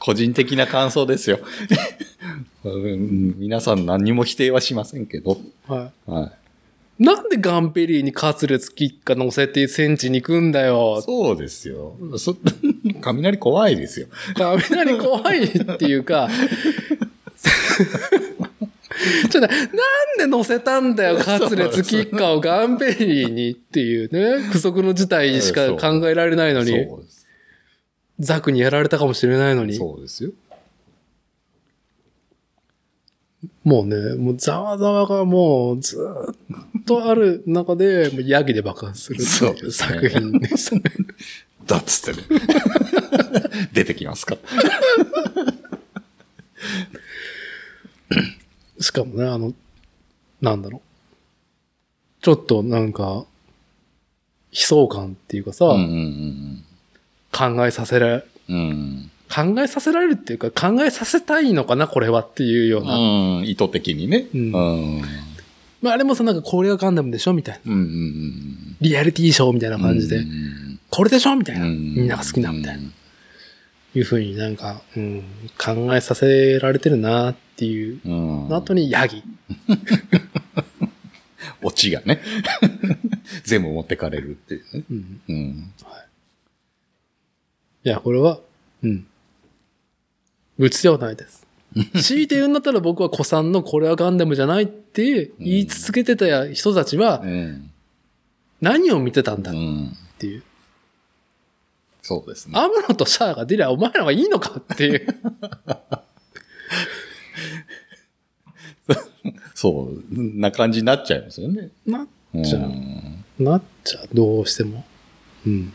[SPEAKER 2] 個人的な感想ですよ。 うん皆さん何にも否定はしませんけど。
[SPEAKER 1] はい。
[SPEAKER 2] は
[SPEAKER 1] なんでガンペリーにカツレツキッカ乗せて戦地に行くんだ
[SPEAKER 2] い、
[SPEAKER 1] よ。
[SPEAKER 2] そうですよ。そ 雷怖いですよ。
[SPEAKER 1] 雷怖いっていうか。ちょっとねなんで乗せたんだよ、カツレツキッカをガンペリーにっていうね、不測の事態しか考えられないのに、
[SPEAKER 2] そうです
[SPEAKER 1] ザクにやられたかもしれないのに。
[SPEAKER 2] そうですよ。
[SPEAKER 1] もうね、もうざわざわがもうずーっとある中で、もうヤギで爆発する
[SPEAKER 2] そう
[SPEAKER 1] ってい
[SPEAKER 2] で
[SPEAKER 1] う
[SPEAKER 2] すね
[SPEAKER 1] 作品でしたね。
[SPEAKER 2] だっつってね。 出てきますか。
[SPEAKER 1] しかもね、あの、なんだろう。ちょっとなんか、悲壮感っていうかさ、
[SPEAKER 2] うんうん
[SPEAKER 1] 考えさせられ、
[SPEAKER 2] うんうん。
[SPEAKER 1] 考えさせられるっていうか、考えさせたいのかな、これはっていうような。
[SPEAKER 2] うん。うん。意図的にね。
[SPEAKER 1] うん
[SPEAKER 2] うん。
[SPEAKER 1] まあ、あれもさ、なんかこれがガンダムでしょみたいな。
[SPEAKER 2] うんうん
[SPEAKER 1] リアリティショーみたいな
[SPEAKER 2] うん。
[SPEAKER 1] 感じで、
[SPEAKER 2] うん
[SPEAKER 1] これでしょみたいな。
[SPEAKER 2] うん
[SPEAKER 1] みんなが好きなみたいな。。いうふうになんか、うん、考えさせられてるなっていう。
[SPEAKER 2] うん。
[SPEAKER 1] の後にヤギ。
[SPEAKER 2] オチがね。 全部持ってかれるっていうね。
[SPEAKER 1] うん。
[SPEAKER 2] うん。
[SPEAKER 1] いや、これは、うん。愚痴ではない です。強いて言うんだったら僕は子さんのこれはガンダムじゃないって言い続けてた人たちは
[SPEAKER 2] うん。
[SPEAKER 1] 何を見てたんだ
[SPEAKER 2] う
[SPEAKER 1] っ
[SPEAKER 2] ん。
[SPEAKER 1] ていう。
[SPEAKER 2] そうですね。
[SPEAKER 1] アムロとシャアが出りゃお前らはいいのかっていう。
[SPEAKER 2] そう。な感じになっちゃいますよね。
[SPEAKER 1] なっ
[SPEAKER 2] うん
[SPEAKER 1] ちゃう。なっちゃう、どうしても。うん。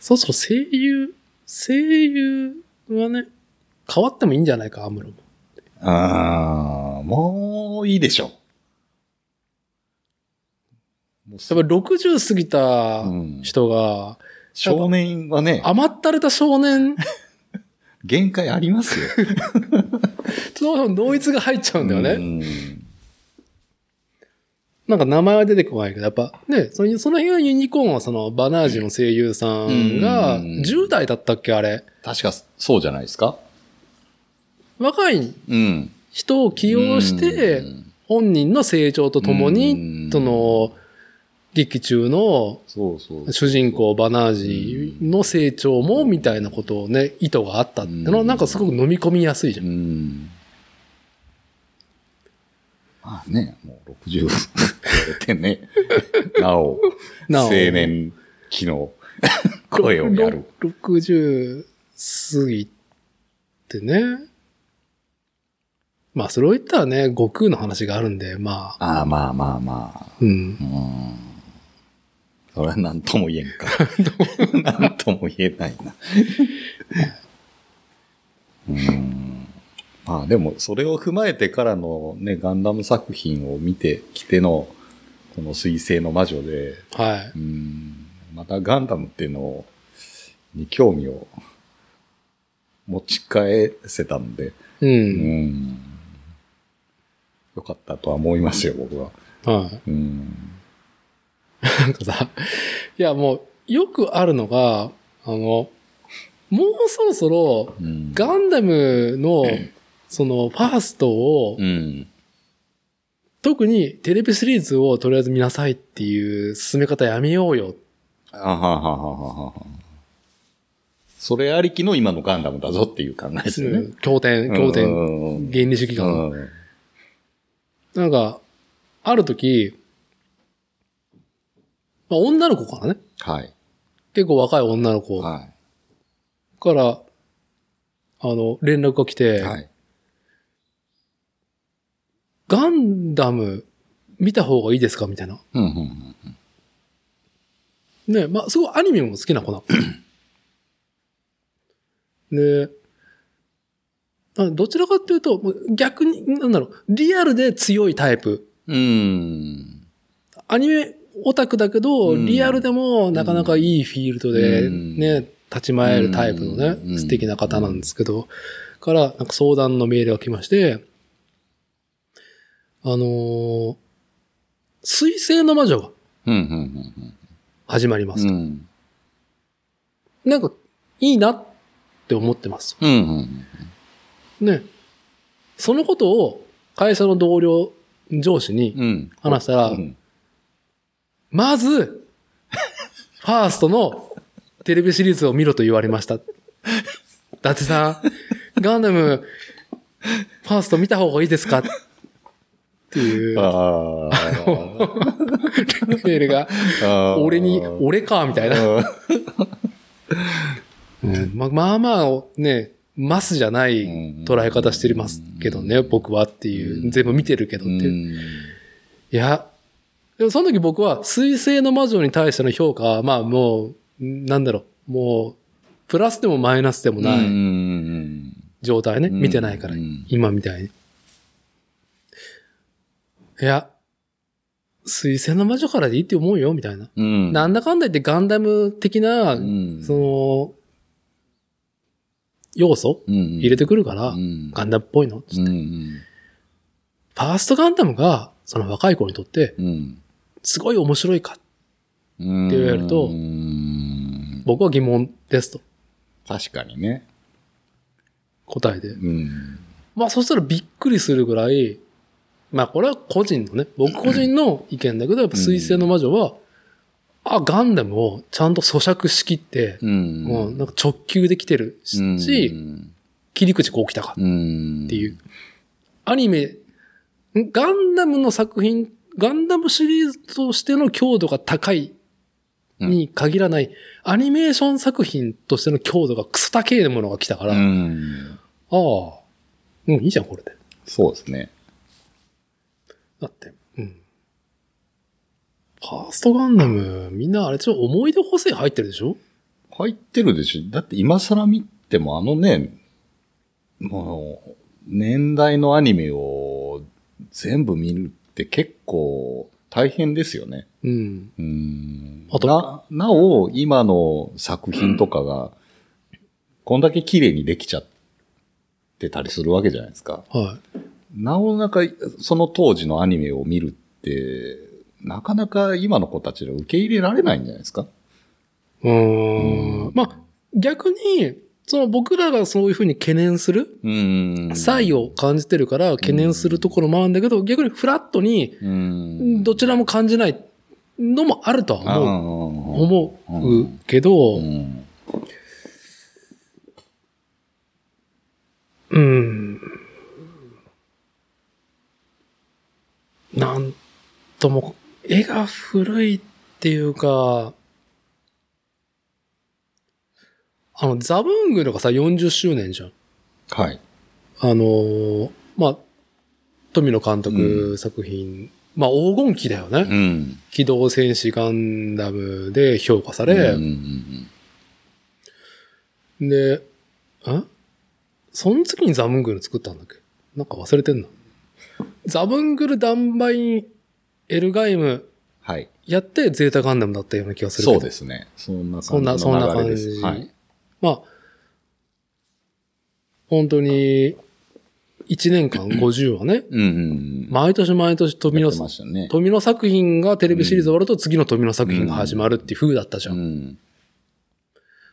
[SPEAKER 1] そうそう、声優、声優はね、変わってもいいんじゃないか、アムロも。
[SPEAKER 2] ああ、もういいでしょ。もうす
[SPEAKER 1] やっぱ60過ぎた
[SPEAKER 2] うん
[SPEAKER 1] 人が、
[SPEAKER 2] 少年はね、
[SPEAKER 1] 甘ったれた少年
[SPEAKER 2] 限界ありますよ。
[SPEAKER 1] との同一が入っちゃうんだよね。
[SPEAKER 2] うん
[SPEAKER 1] なんか名前は出てこないけど、やっぱね、そのその辺はユニコーンはそのバナージの声優さんが、
[SPEAKER 2] うん
[SPEAKER 1] 10代だったっけ、あれ。
[SPEAKER 2] 確かそうじゃないですか。
[SPEAKER 1] 若い
[SPEAKER 2] うん。
[SPEAKER 1] 人を起用して、
[SPEAKER 2] うん
[SPEAKER 1] 本人の成長ととも
[SPEAKER 2] う
[SPEAKER 1] に、
[SPEAKER 2] ん
[SPEAKER 1] その、劇中の
[SPEAKER 2] そうそう。
[SPEAKER 1] 主人公バナージの成長も、みたいなことをね、意図があったっていうのは、
[SPEAKER 2] うん
[SPEAKER 1] なんかすごく飲み込みやすいじゃ。
[SPEAKER 2] うんん。まあね、もう60っ てね、なお、
[SPEAKER 1] なお
[SPEAKER 2] 青年 期の声をやる。
[SPEAKER 1] ろ60過ぎてね。まあ、それを言ったらね、悟空の話があるんで、まあ、
[SPEAKER 2] ああ、まあまあまあ。
[SPEAKER 1] うん。
[SPEAKER 2] うんそれは何とも言えんか。何とも言えないな。 うん。まあでも、それを踏まえてからのね、ガンダム作品を見てきての、この水星の魔女で、
[SPEAKER 1] はい。
[SPEAKER 2] うん、またガンダムっていうのに興味を持ち返せたんで、
[SPEAKER 1] う。
[SPEAKER 2] うんん。よかったとは思いますよ、僕は。
[SPEAKER 1] はい。
[SPEAKER 2] うん。
[SPEAKER 1] なんかさ、いや、もう、よくあるのが、あの、もうそろそろ、
[SPEAKER 2] うん
[SPEAKER 1] ガンダムの、その、ファーストを、
[SPEAKER 2] うん。
[SPEAKER 1] 特にテレビシリーズをとりあえず見なさいっていう進め方やめようよ。
[SPEAKER 2] あははははは。それありきの今のガンダムだぞっていう考えですよね。
[SPEAKER 1] 経典、経典、
[SPEAKER 2] うん
[SPEAKER 1] 原理主義感。
[SPEAKER 2] うん
[SPEAKER 1] なんか、ある時、まあ、女の子からね、
[SPEAKER 2] はい。
[SPEAKER 1] 結構若い女の子か
[SPEAKER 2] は
[SPEAKER 1] ら、あの、連絡が来
[SPEAKER 2] い。
[SPEAKER 1] て、
[SPEAKER 2] はい。
[SPEAKER 1] ガンダム見た方がいいですかみたいな。
[SPEAKER 2] うんうんうん
[SPEAKER 1] ね、まあ、すごいアニメも好きな子な の。で、あどちらかっていうと、もう逆に、なんだろう、リアルで強いタイプ。
[SPEAKER 2] うん。
[SPEAKER 1] アニメオタクだけど、
[SPEAKER 2] うん
[SPEAKER 1] リアルでもなかなかいいフィールドで
[SPEAKER 2] うん
[SPEAKER 1] ね、立ち回るタイプのね、
[SPEAKER 2] うん
[SPEAKER 1] 素敵な方なんですけど、から、なんか相談のメールが来まして、あのー、水星の魔女が
[SPEAKER 2] うんうんうん
[SPEAKER 1] 始まりま
[SPEAKER 2] うん。
[SPEAKER 1] す
[SPEAKER 2] う。ん。
[SPEAKER 1] なんか、いいなって思ってます。
[SPEAKER 2] うんうん
[SPEAKER 1] ね。そのことを会社の同僚、上司に
[SPEAKER 2] うん。
[SPEAKER 1] 話したら、
[SPEAKER 2] うん
[SPEAKER 1] まず、ファーストのテレビシリーズを見ろと言われました。だってさん、ガンダム、ファースト見た方がいいですかっていうメ
[SPEAKER 2] あー
[SPEAKER 1] ールが、
[SPEAKER 2] あー。
[SPEAKER 1] 俺に、
[SPEAKER 2] うん
[SPEAKER 1] 俺か、みたいな。うんままあまあ、ね、ますじゃない捉え方してますけどね、僕はっていう、全部見てるけどっていう。いや、でもその時僕は、水星の魔女に対しての評価は、まあもう、なんだろう、もう、プラスでもマイナスでも
[SPEAKER 2] な
[SPEAKER 1] ない
[SPEAKER 2] い。
[SPEAKER 1] 状態ね。
[SPEAKER 2] うん
[SPEAKER 1] 見てないから
[SPEAKER 2] うん、
[SPEAKER 1] 今みたいに。いや、水星の魔女からでいいって思うよ、みたいな。
[SPEAKER 2] うん。
[SPEAKER 1] なんだかんだ言ってガンダム的な
[SPEAKER 2] う、ん、
[SPEAKER 1] その、要素入
[SPEAKER 2] 入
[SPEAKER 1] れてくるから、
[SPEAKER 2] うん
[SPEAKER 1] ガンダムっぽいの、
[SPEAKER 2] うんうん
[SPEAKER 1] ファーストガンダムが、その若い子にとって、
[SPEAKER 2] うん
[SPEAKER 1] すごい面白いか。
[SPEAKER 2] うん
[SPEAKER 1] って言われると
[SPEAKER 2] うん
[SPEAKER 1] 僕は疑問ですと
[SPEAKER 2] 確かにね。
[SPEAKER 1] 答えで
[SPEAKER 2] う。ん。
[SPEAKER 1] まあそしたらびっくりするぐらい、まあこれは個人のね、僕個人の意見だけど、やっぱ水星の魔女は、あ、ガンダムをちゃんと咀嚼しきって、
[SPEAKER 2] うん
[SPEAKER 1] もうなんか直球で来てるし、
[SPEAKER 2] うん
[SPEAKER 1] 切り口こう来たか
[SPEAKER 2] うん。
[SPEAKER 1] っていう。アニメ、んガンダムの作品、ガンダムシリーズとしての強度が高いに限らない、アニメーション作品としての強度がクソ高いものが来たから、
[SPEAKER 2] う
[SPEAKER 1] あ
[SPEAKER 2] ん。
[SPEAKER 1] あ、うん、いいじゃん、これで。
[SPEAKER 2] そうですね。
[SPEAKER 1] だって、うん。ファーストガンダム、みんなあれちょ、思い出補正入ってるでしょ
[SPEAKER 2] 入ってるでしょ。だって今更見てもあのね、もう、年代のアニメを全部見るって結構大変ですよね。
[SPEAKER 1] うん。
[SPEAKER 2] うん。
[SPEAKER 1] あと
[SPEAKER 2] な、なお、今の作品とかが、こんだけ綺麗にできちゃってたりするわけじゃないですか。
[SPEAKER 1] は
[SPEAKER 2] なおなんか、その当時のアニメを見るって、なかなか今の子たちで受け入れられないんじゃないですか
[SPEAKER 1] い。うー
[SPEAKER 2] うん
[SPEAKER 1] ん。まあ、逆に、その僕らがそういうふうに懸念する、
[SPEAKER 2] うん
[SPEAKER 1] 差異を感じてるから懸念するところもあるんだけど、逆にフラットに、
[SPEAKER 2] うん。
[SPEAKER 1] どちらも感じないのもあるとは
[SPEAKER 2] ああ
[SPEAKER 1] 思う。思うけど、
[SPEAKER 2] う
[SPEAKER 1] うん、
[SPEAKER 2] ん
[SPEAKER 1] なんとも、絵が古いっていうか、あの、ザブングルがさ、40周年じゃん。
[SPEAKER 2] はい。
[SPEAKER 1] あのーまあ、富野監督作品、まあ、黄金期だよね。
[SPEAKER 2] うん。
[SPEAKER 1] 機動戦士ガンダムで評価さ
[SPEAKER 2] うんう
[SPEAKER 1] れ、
[SPEAKER 2] ん
[SPEAKER 1] で、んその次にザブングル作ったんだっけなんか忘れてんな。ザブングル、ダンバイン、エルガイム
[SPEAKER 2] はい。
[SPEAKER 1] やってゼータガンダムだったような気がするけど。
[SPEAKER 2] そうですね。そんな
[SPEAKER 1] そん
[SPEAKER 2] 感じ
[SPEAKER 1] な、そんな
[SPEAKER 2] の流れ
[SPEAKER 1] 感
[SPEAKER 2] で
[SPEAKER 1] じ
[SPEAKER 2] す。。はい。
[SPEAKER 1] まあ、本当に、1年間50はね、
[SPEAKER 2] うんうん。
[SPEAKER 1] 毎年毎年富
[SPEAKER 2] や
[SPEAKER 1] 野
[SPEAKER 2] って、ましたね。
[SPEAKER 1] 富野作品がテレビシリーズ終わると次の富野作品が始まるっていう風だったじゃん
[SPEAKER 2] う。ん。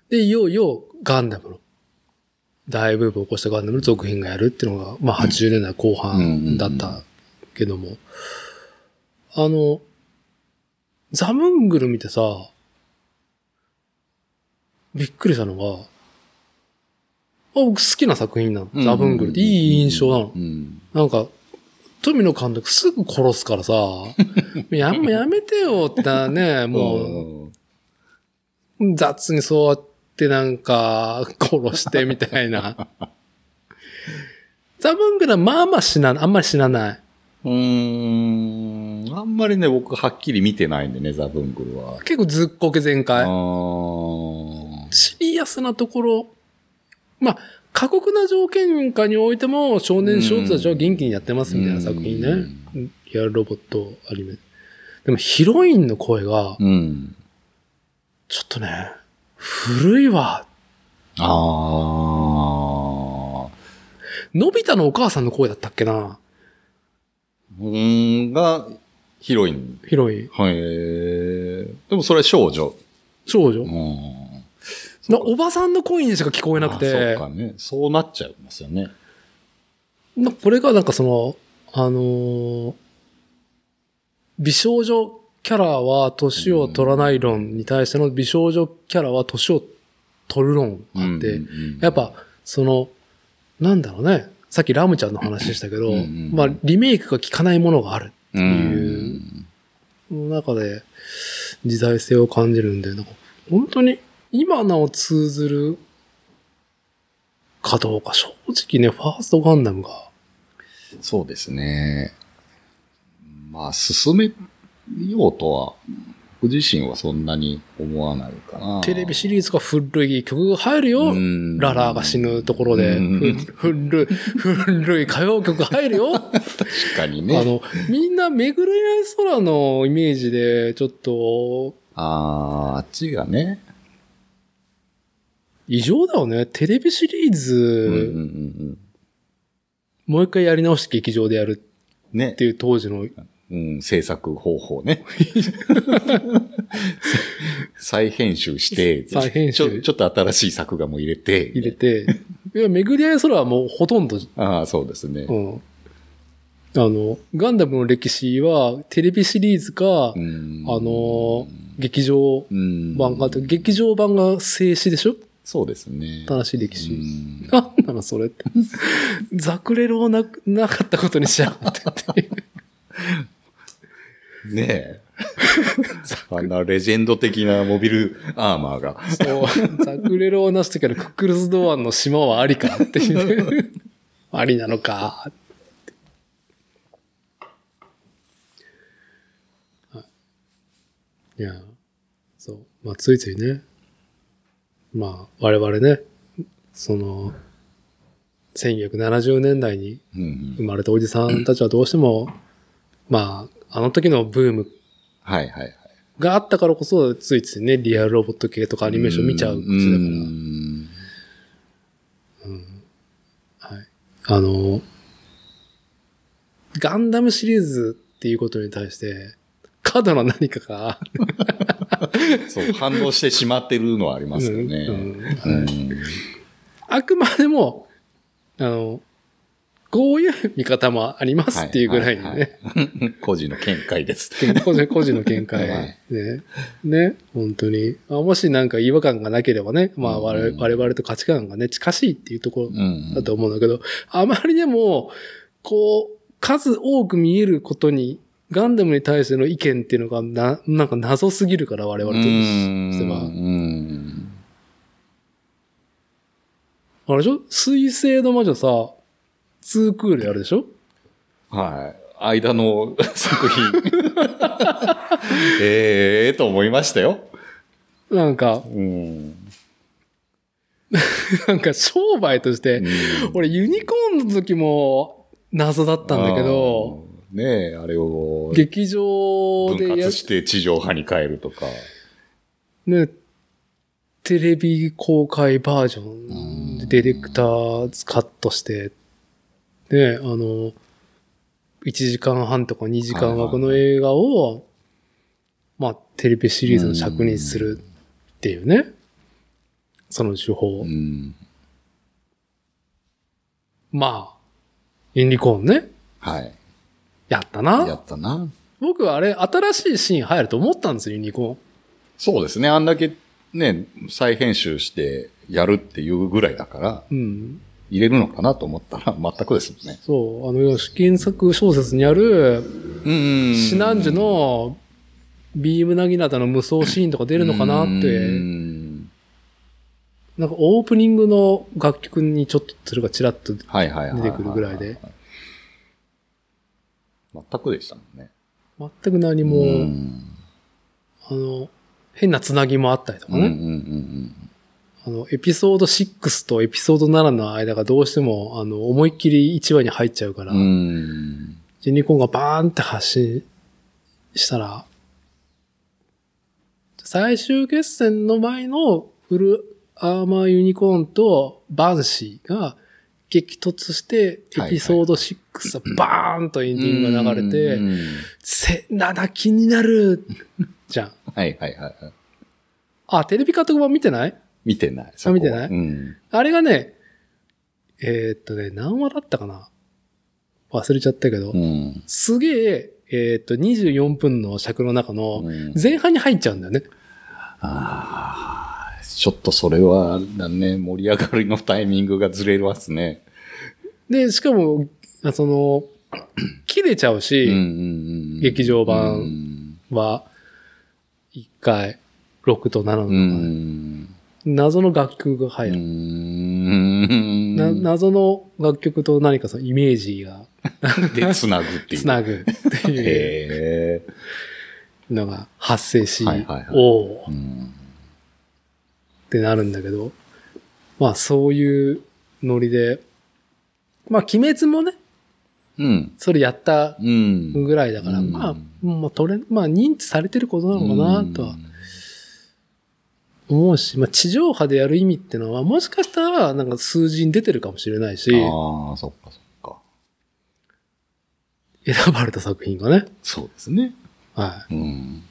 [SPEAKER 1] で、いよいよガンダムの、大ブームを起こしたガンダムの続編がやるっていうのが、まあ80年代後半だったけども、あの、ザムングル見てさ、びっくりしたのが、あ僕好きな作品なの。ザブングルっていい印象なの
[SPEAKER 2] う。ん。
[SPEAKER 1] なんか、富野監督すぐ殺す からさ、やめやめてよってね、もう、
[SPEAKER 2] も
[SPEAKER 1] 雑にそうやってなんか、殺してみたいな。ザブングルはまあまあ死なない。あんまり死なない。
[SPEAKER 2] う、うーん。あんまりね、僕はっきり見てないんでね、ザ・ブングルは。
[SPEAKER 1] 結構ずっこけ全
[SPEAKER 2] あ
[SPEAKER 1] 開。
[SPEAKER 2] ー
[SPEAKER 1] シリアスなところ。まあ、過酷な条件下においても少年少女たちは元気にやってますみたいな作品
[SPEAKER 2] う
[SPEAKER 1] ね
[SPEAKER 2] ん。
[SPEAKER 1] リアルロボットアニメ。でもヒロインの声が、
[SPEAKER 2] うん。
[SPEAKER 1] ちょっとね、古いわ。
[SPEAKER 2] ああ。
[SPEAKER 1] のび太のお母さんの声だったっけな
[SPEAKER 2] うーん、が、ヒロイン。
[SPEAKER 1] ヒロイン。
[SPEAKER 2] はい。でもそれは少女。
[SPEAKER 1] 少女
[SPEAKER 2] う。ん。
[SPEAKER 1] なおばさんの声にしか聞こえなくて
[SPEAKER 2] あ、そうかね。そうなっちゃいますよね。
[SPEAKER 1] なこれがなんかその、あのー美少女キャラは年を取らない論に対しての美少女キャラは年を取る論があって、
[SPEAKER 2] うんうんうん
[SPEAKER 1] やっ、ぱその、なんだろうね、さっきラムちゃんの話でしたけど、
[SPEAKER 2] うんうん
[SPEAKER 1] まあリメイクが効かないものがある。
[SPEAKER 2] うん
[SPEAKER 1] いうその中で時代性を感じるんで、なんか本当に今なお通ずるかどうか、正直ね、ファーストガンダムが、
[SPEAKER 2] そうですね。まあ、進めようとは、僕自身はそんなに思わないかな。
[SPEAKER 1] テレビシリーズが古い曲が入るよ。
[SPEAKER 2] うん
[SPEAKER 1] ララーが死ぬところで、
[SPEAKER 2] うん
[SPEAKER 1] ふ 古い、古い歌謡曲が入るよ。
[SPEAKER 2] 確かにね。
[SPEAKER 1] あの、みんな巡れない空のイメージで、ちょっと、
[SPEAKER 2] あーあっちがね。
[SPEAKER 1] 異常だよね。テレビシリー
[SPEAKER 2] う
[SPEAKER 1] ズ、
[SPEAKER 2] んうんうんうん。
[SPEAKER 1] もう一回やり直して劇場でやるっ
[SPEAKER 2] ね
[SPEAKER 1] て。いう当時の、
[SPEAKER 2] うん、制作方法ね。 再編集して、
[SPEAKER 1] 再編集
[SPEAKER 2] ちょ。ちょっと新しい作画も入れて。
[SPEAKER 1] 入れ て、いや、巡り合い空はもうほとんど、
[SPEAKER 2] ああ、そうですね
[SPEAKER 1] う。ん。あの、ガンダムの歴史は、テレビシリーズか、
[SPEAKER 2] うん
[SPEAKER 1] あのー劇場
[SPEAKER 2] うん
[SPEAKER 1] 版かって、劇場版が静止でしょ
[SPEAKER 2] そうですね。
[SPEAKER 1] 正しい歴史。
[SPEAKER 2] うん
[SPEAKER 1] なんなのそれって。 ザクレロをなく、なかったことにしやがってっていう。
[SPEAKER 2] ねえ。あんなレジェンド的なモビルアーマーが。
[SPEAKER 1] そう。ザクレロをなしときゃクックルスドアンの島はありかっていうね。ありなのか。はいいや、そう。まあ、ついついね。まあ、我々ね、その、1970年代に
[SPEAKER 2] うん
[SPEAKER 1] 生まれたおじさんたちはどうしても、まあ、あの時のブーム
[SPEAKER 2] はいはいはい。
[SPEAKER 1] があったからこそ、ついついね、リアルロボット系とかア
[SPEAKER 2] ア
[SPEAKER 1] ニメーション見ちゃう口だから、はい。あの、ガンダムシリーズっていうことに対して、過度な何かが、
[SPEAKER 2] そう、反応してしまってるのはありますよね。
[SPEAKER 1] うんうん
[SPEAKER 2] うん
[SPEAKER 1] あくまでも、あの、こういう見方もありますっていうぐらいにね、
[SPEAKER 2] はははい。 個人の見解です。
[SPEAKER 1] 個人個人の見 解。
[SPEAKER 2] はい
[SPEAKER 1] ね。ね。本当に。あもしなんか違和感がなければね、まあ
[SPEAKER 2] うん
[SPEAKER 1] 我々我々と価値観がね、近しいっていうところ
[SPEAKER 2] うん
[SPEAKER 1] だと思うんだけど、あまりでも、こう、数多く見えることに、ガンダムに対しての意見っていうのが、な、なんか謎すぎるから、我々として
[SPEAKER 2] う
[SPEAKER 1] は。
[SPEAKER 2] ん
[SPEAKER 1] あれでしょ水星の魔女さ、ツークールやるでしょ
[SPEAKER 2] はい。間の作品。ええと思いましたよ。
[SPEAKER 1] なんか、
[SPEAKER 2] うん。
[SPEAKER 1] なんか商売として、俺ユニコーンの時も謎だったんだけど、
[SPEAKER 2] あー。ねえ、あれを
[SPEAKER 1] 劇場で
[SPEAKER 2] 分
[SPEAKER 1] や
[SPEAKER 2] 割して地上波に変えるとか。
[SPEAKER 1] ね、テレビ公開バージョンで
[SPEAKER 2] うん
[SPEAKER 1] ディレクターカットして、ね、あの、1時間半とか2時間枠の映画を、まあ、テレビシリーズの尺にするっていうね、その手法。
[SPEAKER 2] うん。
[SPEAKER 1] まあ、ユニコーンね、
[SPEAKER 2] はい。
[SPEAKER 1] やったな
[SPEAKER 2] や。ったな。
[SPEAKER 1] 僕はあれ、新しいシーン入ると思ったんですよ、ユニコーン。
[SPEAKER 2] そうですね。あんだけね、再編集してやるっていうぐらいだから、
[SPEAKER 1] うん。
[SPEAKER 2] 入れるのかなと思ったら全くですもんね。
[SPEAKER 1] そう、あの、原作小説にある、
[SPEAKER 2] うん
[SPEAKER 1] シナンジュのビームなぎなたの無双シーンとか出
[SPEAKER 2] 出
[SPEAKER 1] るのかなって、
[SPEAKER 2] て。
[SPEAKER 1] なんかオープニングの楽曲にちょっとそれがちらっと、
[SPEAKER 2] はいはいはいはい。
[SPEAKER 1] 出てくるぐらいで。
[SPEAKER 2] 全くでしたもんね。
[SPEAKER 1] 全く何も、
[SPEAKER 2] うん
[SPEAKER 1] あの、変なつなぎもあったりとか
[SPEAKER 2] うんうん
[SPEAKER 1] ね、
[SPEAKER 2] うん
[SPEAKER 1] あの、エピソード6とエピソード7の間がどうしても、あの、思いっきり1話に入っちゃうから、
[SPEAKER 2] うん。うん。
[SPEAKER 1] ユニコーンがバーンって発信したら、最終決戦の前のフルアーマーユニコーンとバンシーが激突して、エピソード6はバーンとエンディングが流れて、
[SPEAKER 2] うん
[SPEAKER 1] せ、7気になるじゃん。
[SPEAKER 2] はいはいはいはい。
[SPEAKER 1] あ、テレビ監督版見てない
[SPEAKER 2] 見てない。そこは
[SPEAKER 1] 見てない
[SPEAKER 2] うん。
[SPEAKER 1] あれがね、えーっとね、何話だったかな忘れちゃったけど、
[SPEAKER 2] うん。
[SPEAKER 1] すげえ、えーっと、24分の尺の中の、
[SPEAKER 2] うん
[SPEAKER 1] 前半に入っちゃうんだよね。
[SPEAKER 2] あーちょっとそれは、だね、盛り上がりのタイミングがずれますね。
[SPEAKER 1] で、しかも、あその、 切れちゃう
[SPEAKER 2] うん
[SPEAKER 1] し、
[SPEAKER 2] うんうん
[SPEAKER 1] 劇場版
[SPEAKER 2] うん
[SPEAKER 1] は、1回、6と7の
[SPEAKER 2] うん。
[SPEAKER 1] 謎の楽曲が
[SPEAKER 2] う
[SPEAKER 1] 流
[SPEAKER 2] ー
[SPEAKER 1] 行る。
[SPEAKER 2] ん。
[SPEAKER 1] な謎の楽曲と何かそのイメージが
[SPEAKER 2] で、つなぐっていう。
[SPEAKER 1] つなぐっていう
[SPEAKER 2] へー
[SPEAKER 1] のが発生し、
[SPEAKER 2] はいはいはい
[SPEAKER 1] おー
[SPEAKER 2] うん
[SPEAKER 1] ってなるんだけど、まあそういうノリで、まあ鬼滅もね、
[SPEAKER 2] うん。
[SPEAKER 1] それやった
[SPEAKER 2] うん。
[SPEAKER 1] ぐらいだから、
[SPEAKER 2] うん
[SPEAKER 1] まあ、もう取れ、まあ認知されてることなのかなとは思うし、まあ地上波でやる意味ってのは、もしかしたらなんか数字に出てるかもしれないし、
[SPEAKER 2] ああ、そっかそっか。
[SPEAKER 1] 選ばれた作品がね、
[SPEAKER 2] そうですね。
[SPEAKER 1] は
[SPEAKER 2] うん。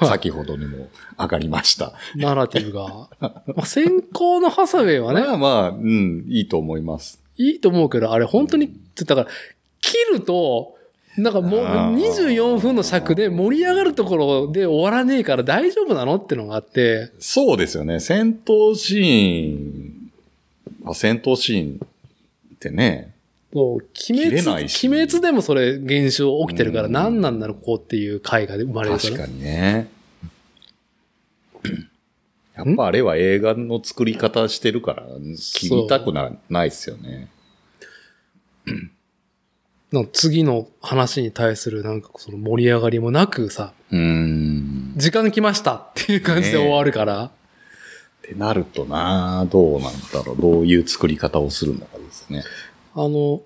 [SPEAKER 2] 先ほどにも上がりました。
[SPEAKER 1] い。ナラティブ が。まあ先行のハサウェイはね、
[SPEAKER 2] まあまあ、うん、いいと思います。
[SPEAKER 1] いいと思うけど、あれ本当に、つだから、切ると、なんかもう
[SPEAKER 2] あー
[SPEAKER 1] 24分の尺で盛り上がるところで終わらねえから大丈夫なのってのがあって、
[SPEAKER 2] そうですよね。戦闘シーン、まあ、戦闘シーンってね、
[SPEAKER 1] もう鬼滅、
[SPEAKER 2] 切れない
[SPEAKER 1] 鬼
[SPEAKER 2] し
[SPEAKER 1] 滅でもそれ現象起きてるから
[SPEAKER 2] うん
[SPEAKER 1] 何なんだろう、こうっていう回が生まれるか。
[SPEAKER 2] 確からにね。やっぱあれは映画の作り方してるから、切りたくなないですよね。
[SPEAKER 1] なんか次の話に対するなんかその盛り上がりもなくさ、
[SPEAKER 2] うーん。
[SPEAKER 1] 時間来ましたっていう感じで終わるから、
[SPEAKER 2] ってなるとなどうなんだろう。どういう作り方をするのかですね。
[SPEAKER 1] あの、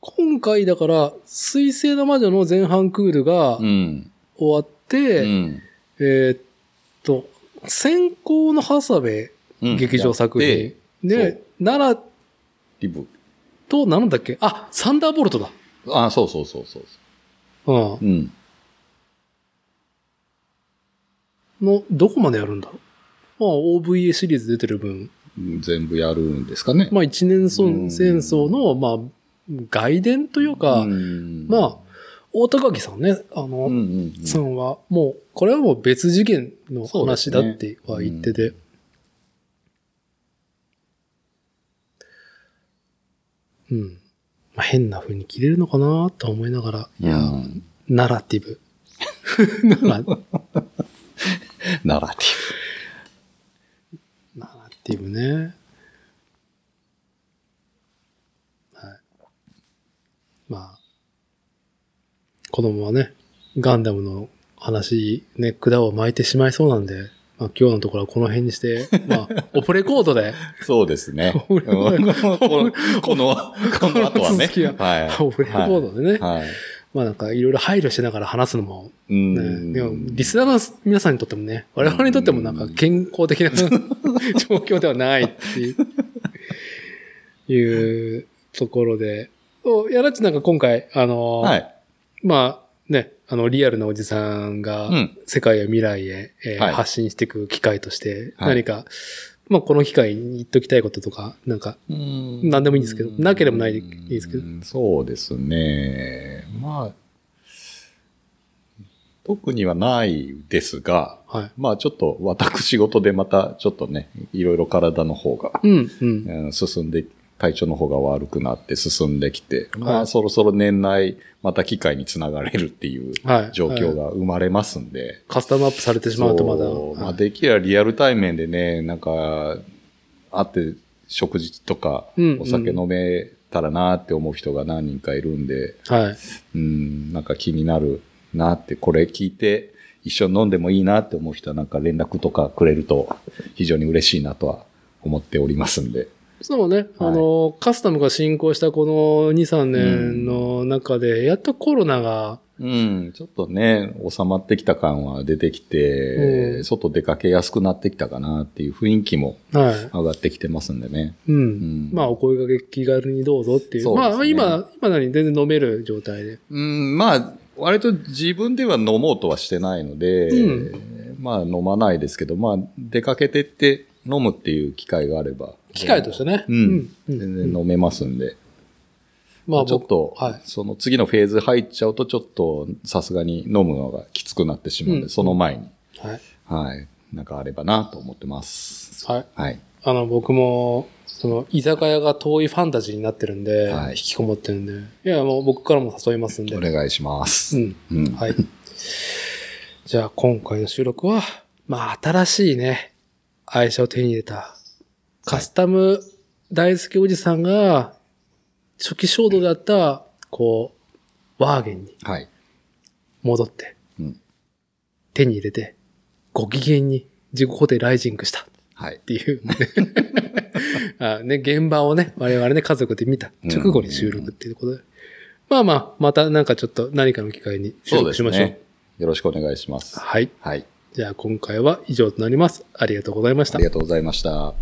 [SPEAKER 1] 今回だから、水星の魔女の前半クールが
[SPEAKER 2] うん。
[SPEAKER 1] 終わっ
[SPEAKER 2] う
[SPEAKER 1] て、
[SPEAKER 2] ん。
[SPEAKER 1] えーっと、先行のハサベ
[SPEAKER 2] うん
[SPEAKER 1] 劇場作
[SPEAKER 2] やって
[SPEAKER 1] 品。で、奈良
[SPEAKER 2] リブ。
[SPEAKER 1] と、なんだっけあ、サンダーボルトだ。
[SPEAKER 2] あ、そうそうそうそう
[SPEAKER 1] うん
[SPEAKER 2] そう。。うん。
[SPEAKER 1] の、どこまでやるんだろう。まあ、OVA シリーズ出てる分、
[SPEAKER 2] 全部やるんですかね。
[SPEAKER 1] まあ、一年そ
[SPEAKER 2] うん
[SPEAKER 1] 戦争の、まあ、外伝というか、まあ
[SPEAKER 2] ま、
[SPEAKER 1] 大高木さんね、あ
[SPEAKER 2] あう
[SPEAKER 1] の、
[SPEAKER 2] んうんうん
[SPEAKER 1] さんは、もう、これはもう別次元の話だっては言ってて。うん。まあ、変な風に切れるのかなとは思いながら、いや、
[SPEAKER 2] うん
[SPEAKER 1] ナラティ ブ。ナラナ
[SPEAKER 2] ナラテ
[SPEAKER 1] ラティブね。はい。まあ、子供はね、ガンダムの話、ね、管を巻いてしまいそうなんで、まあ今日のところはこの辺にして、まあ、オプレコードで、
[SPEAKER 2] ィブ。そうですね。こ
[SPEAKER 1] 俺は
[SPEAKER 2] の、この、この後はね。
[SPEAKER 1] 続きは
[SPEAKER 2] はい。
[SPEAKER 1] オプレコードでね、
[SPEAKER 2] はい。
[SPEAKER 1] まあなんかいろいろ配慮しながら話すのも、
[SPEAKER 2] う
[SPEAKER 1] ね
[SPEAKER 2] ん。
[SPEAKER 1] でもリスナーの皆さんにとってもね、我々にとってもなんか健康的な 状況ではないっていう、いうところで、そうやらっちなんか今回、あの、
[SPEAKER 2] はい。
[SPEAKER 1] まあね、あの、リアルなおじさんが
[SPEAKER 2] うん、
[SPEAKER 1] 世界や未来へ、えー
[SPEAKER 2] はい
[SPEAKER 1] 発信していく機会として、
[SPEAKER 2] はい
[SPEAKER 1] 何か、まあこの機会に言っときたいこととか、なんか、
[SPEAKER 2] うん
[SPEAKER 1] 何でもいいんですけどなければないでいいですけど
[SPEAKER 2] うんそうですね。まあ、特にはないですが、
[SPEAKER 1] はい。
[SPEAKER 2] まあちょっと私事でまたちょっとね、いろいろ体の方が、
[SPEAKER 1] うん、うん。
[SPEAKER 2] うん進んで、体調の方が悪くなって進んできて、ま
[SPEAKER 1] は
[SPEAKER 2] あ
[SPEAKER 1] い
[SPEAKER 2] そろそろ年内また機会につながれるっていう
[SPEAKER 1] はい。
[SPEAKER 2] 状況
[SPEAKER 1] はい
[SPEAKER 2] が生まれますんで、
[SPEAKER 1] カスタムアップされてしまうとまだ。
[SPEAKER 2] そうま
[SPEAKER 1] は
[SPEAKER 2] あ、
[SPEAKER 1] い
[SPEAKER 2] できればリアル対面でね、なんか、会って食事とか
[SPEAKER 1] うんうん、
[SPEAKER 2] お酒飲めたらなって思う人が何人かいるんで、
[SPEAKER 1] はい。
[SPEAKER 2] うん、なんか気になるなって、これ聞いて、一緒に飲んでもいいなって思う人はなんか連絡とかくれると非常に嬉しいなとは思っておりますんで。
[SPEAKER 1] そうね、あの、カスタムが進行したこの2、3年の中で、やっとコロナが、
[SPEAKER 2] うん、ちょっとね、収まってきた感は出てきて、
[SPEAKER 1] うん
[SPEAKER 2] 外出かけやすくなってきたかなっていう雰囲気も
[SPEAKER 1] は
[SPEAKER 2] 上がってきてますんでね。
[SPEAKER 1] い。うん。
[SPEAKER 2] ん
[SPEAKER 1] まあ、お声掛け気軽にどうぞっていう。
[SPEAKER 2] そうですね
[SPEAKER 1] まあ、今、今なりに全然飲める状態で。
[SPEAKER 2] うん、まあ、割と自分では飲もうとはしてないので、
[SPEAKER 1] う
[SPEAKER 2] まあ飲まないですけど、まあ出かけてって飲むっていう機会があれば。
[SPEAKER 1] 機会としてね。
[SPEAKER 2] うん。
[SPEAKER 1] うん
[SPEAKER 2] 全然飲めますんで。
[SPEAKER 1] まあ、
[SPEAKER 2] ちょっと、
[SPEAKER 1] 僕はい。
[SPEAKER 2] その次のフェーズ入っちゃうと、ちょっとさすがに飲むのがきつくなってしまうので、
[SPEAKER 1] うん
[SPEAKER 2] その前に、
[SPEAKER 1] はい。
[SPEAKER 2] はい、なんかあればなと思ってます。
[SPEAKER 1] はい。
[SPEAKER 2] はい。
[SPEAKER 1] あの、僕も、その、居酒屋が遠いファンタジーになってるんで、
[SPEAKER 2] はい
[SPEAKER 1] 引きこもってるんで。いや、もう僕からも誘いますんで。
[SPEAKER 2] お願いします。
[SPEAKER 1] うん。
[SPEAKER 2] うん。
[SPEAKER 1] はい。じゃあ今回の収録は、まあ新しいね、愛車を手に入れた。カスタム大好きおじさんが、初期衝動であった、こう、ワーゲンに
[SPEAKER 2] はい。
[SPEAKER 1] 戻って、
[SPEAKER 2] うん
[SPEAKER 1] 手に入れて、ご機嫌に自己肯定ライジングしたっ
[SPEAKER 2] はい。
[SPEAKER 1] て いう、あね、現場をね、我々ね、家族で見た直後に収録っていうことで。まあまあ、またなんかちょっと何かの機会に収録しましょう。。
[SPEAKER 2] よろしくお願いします。
[SPEAKER 1] はい。
[SPEAKER 2] はい。
[SPEAKER 1] じゃあ今回は以上となります。ありがとうございまし
[SPEAKER 2] あ
[SPEAKER 1] た
[SPEAKER 2] り。がとうございました。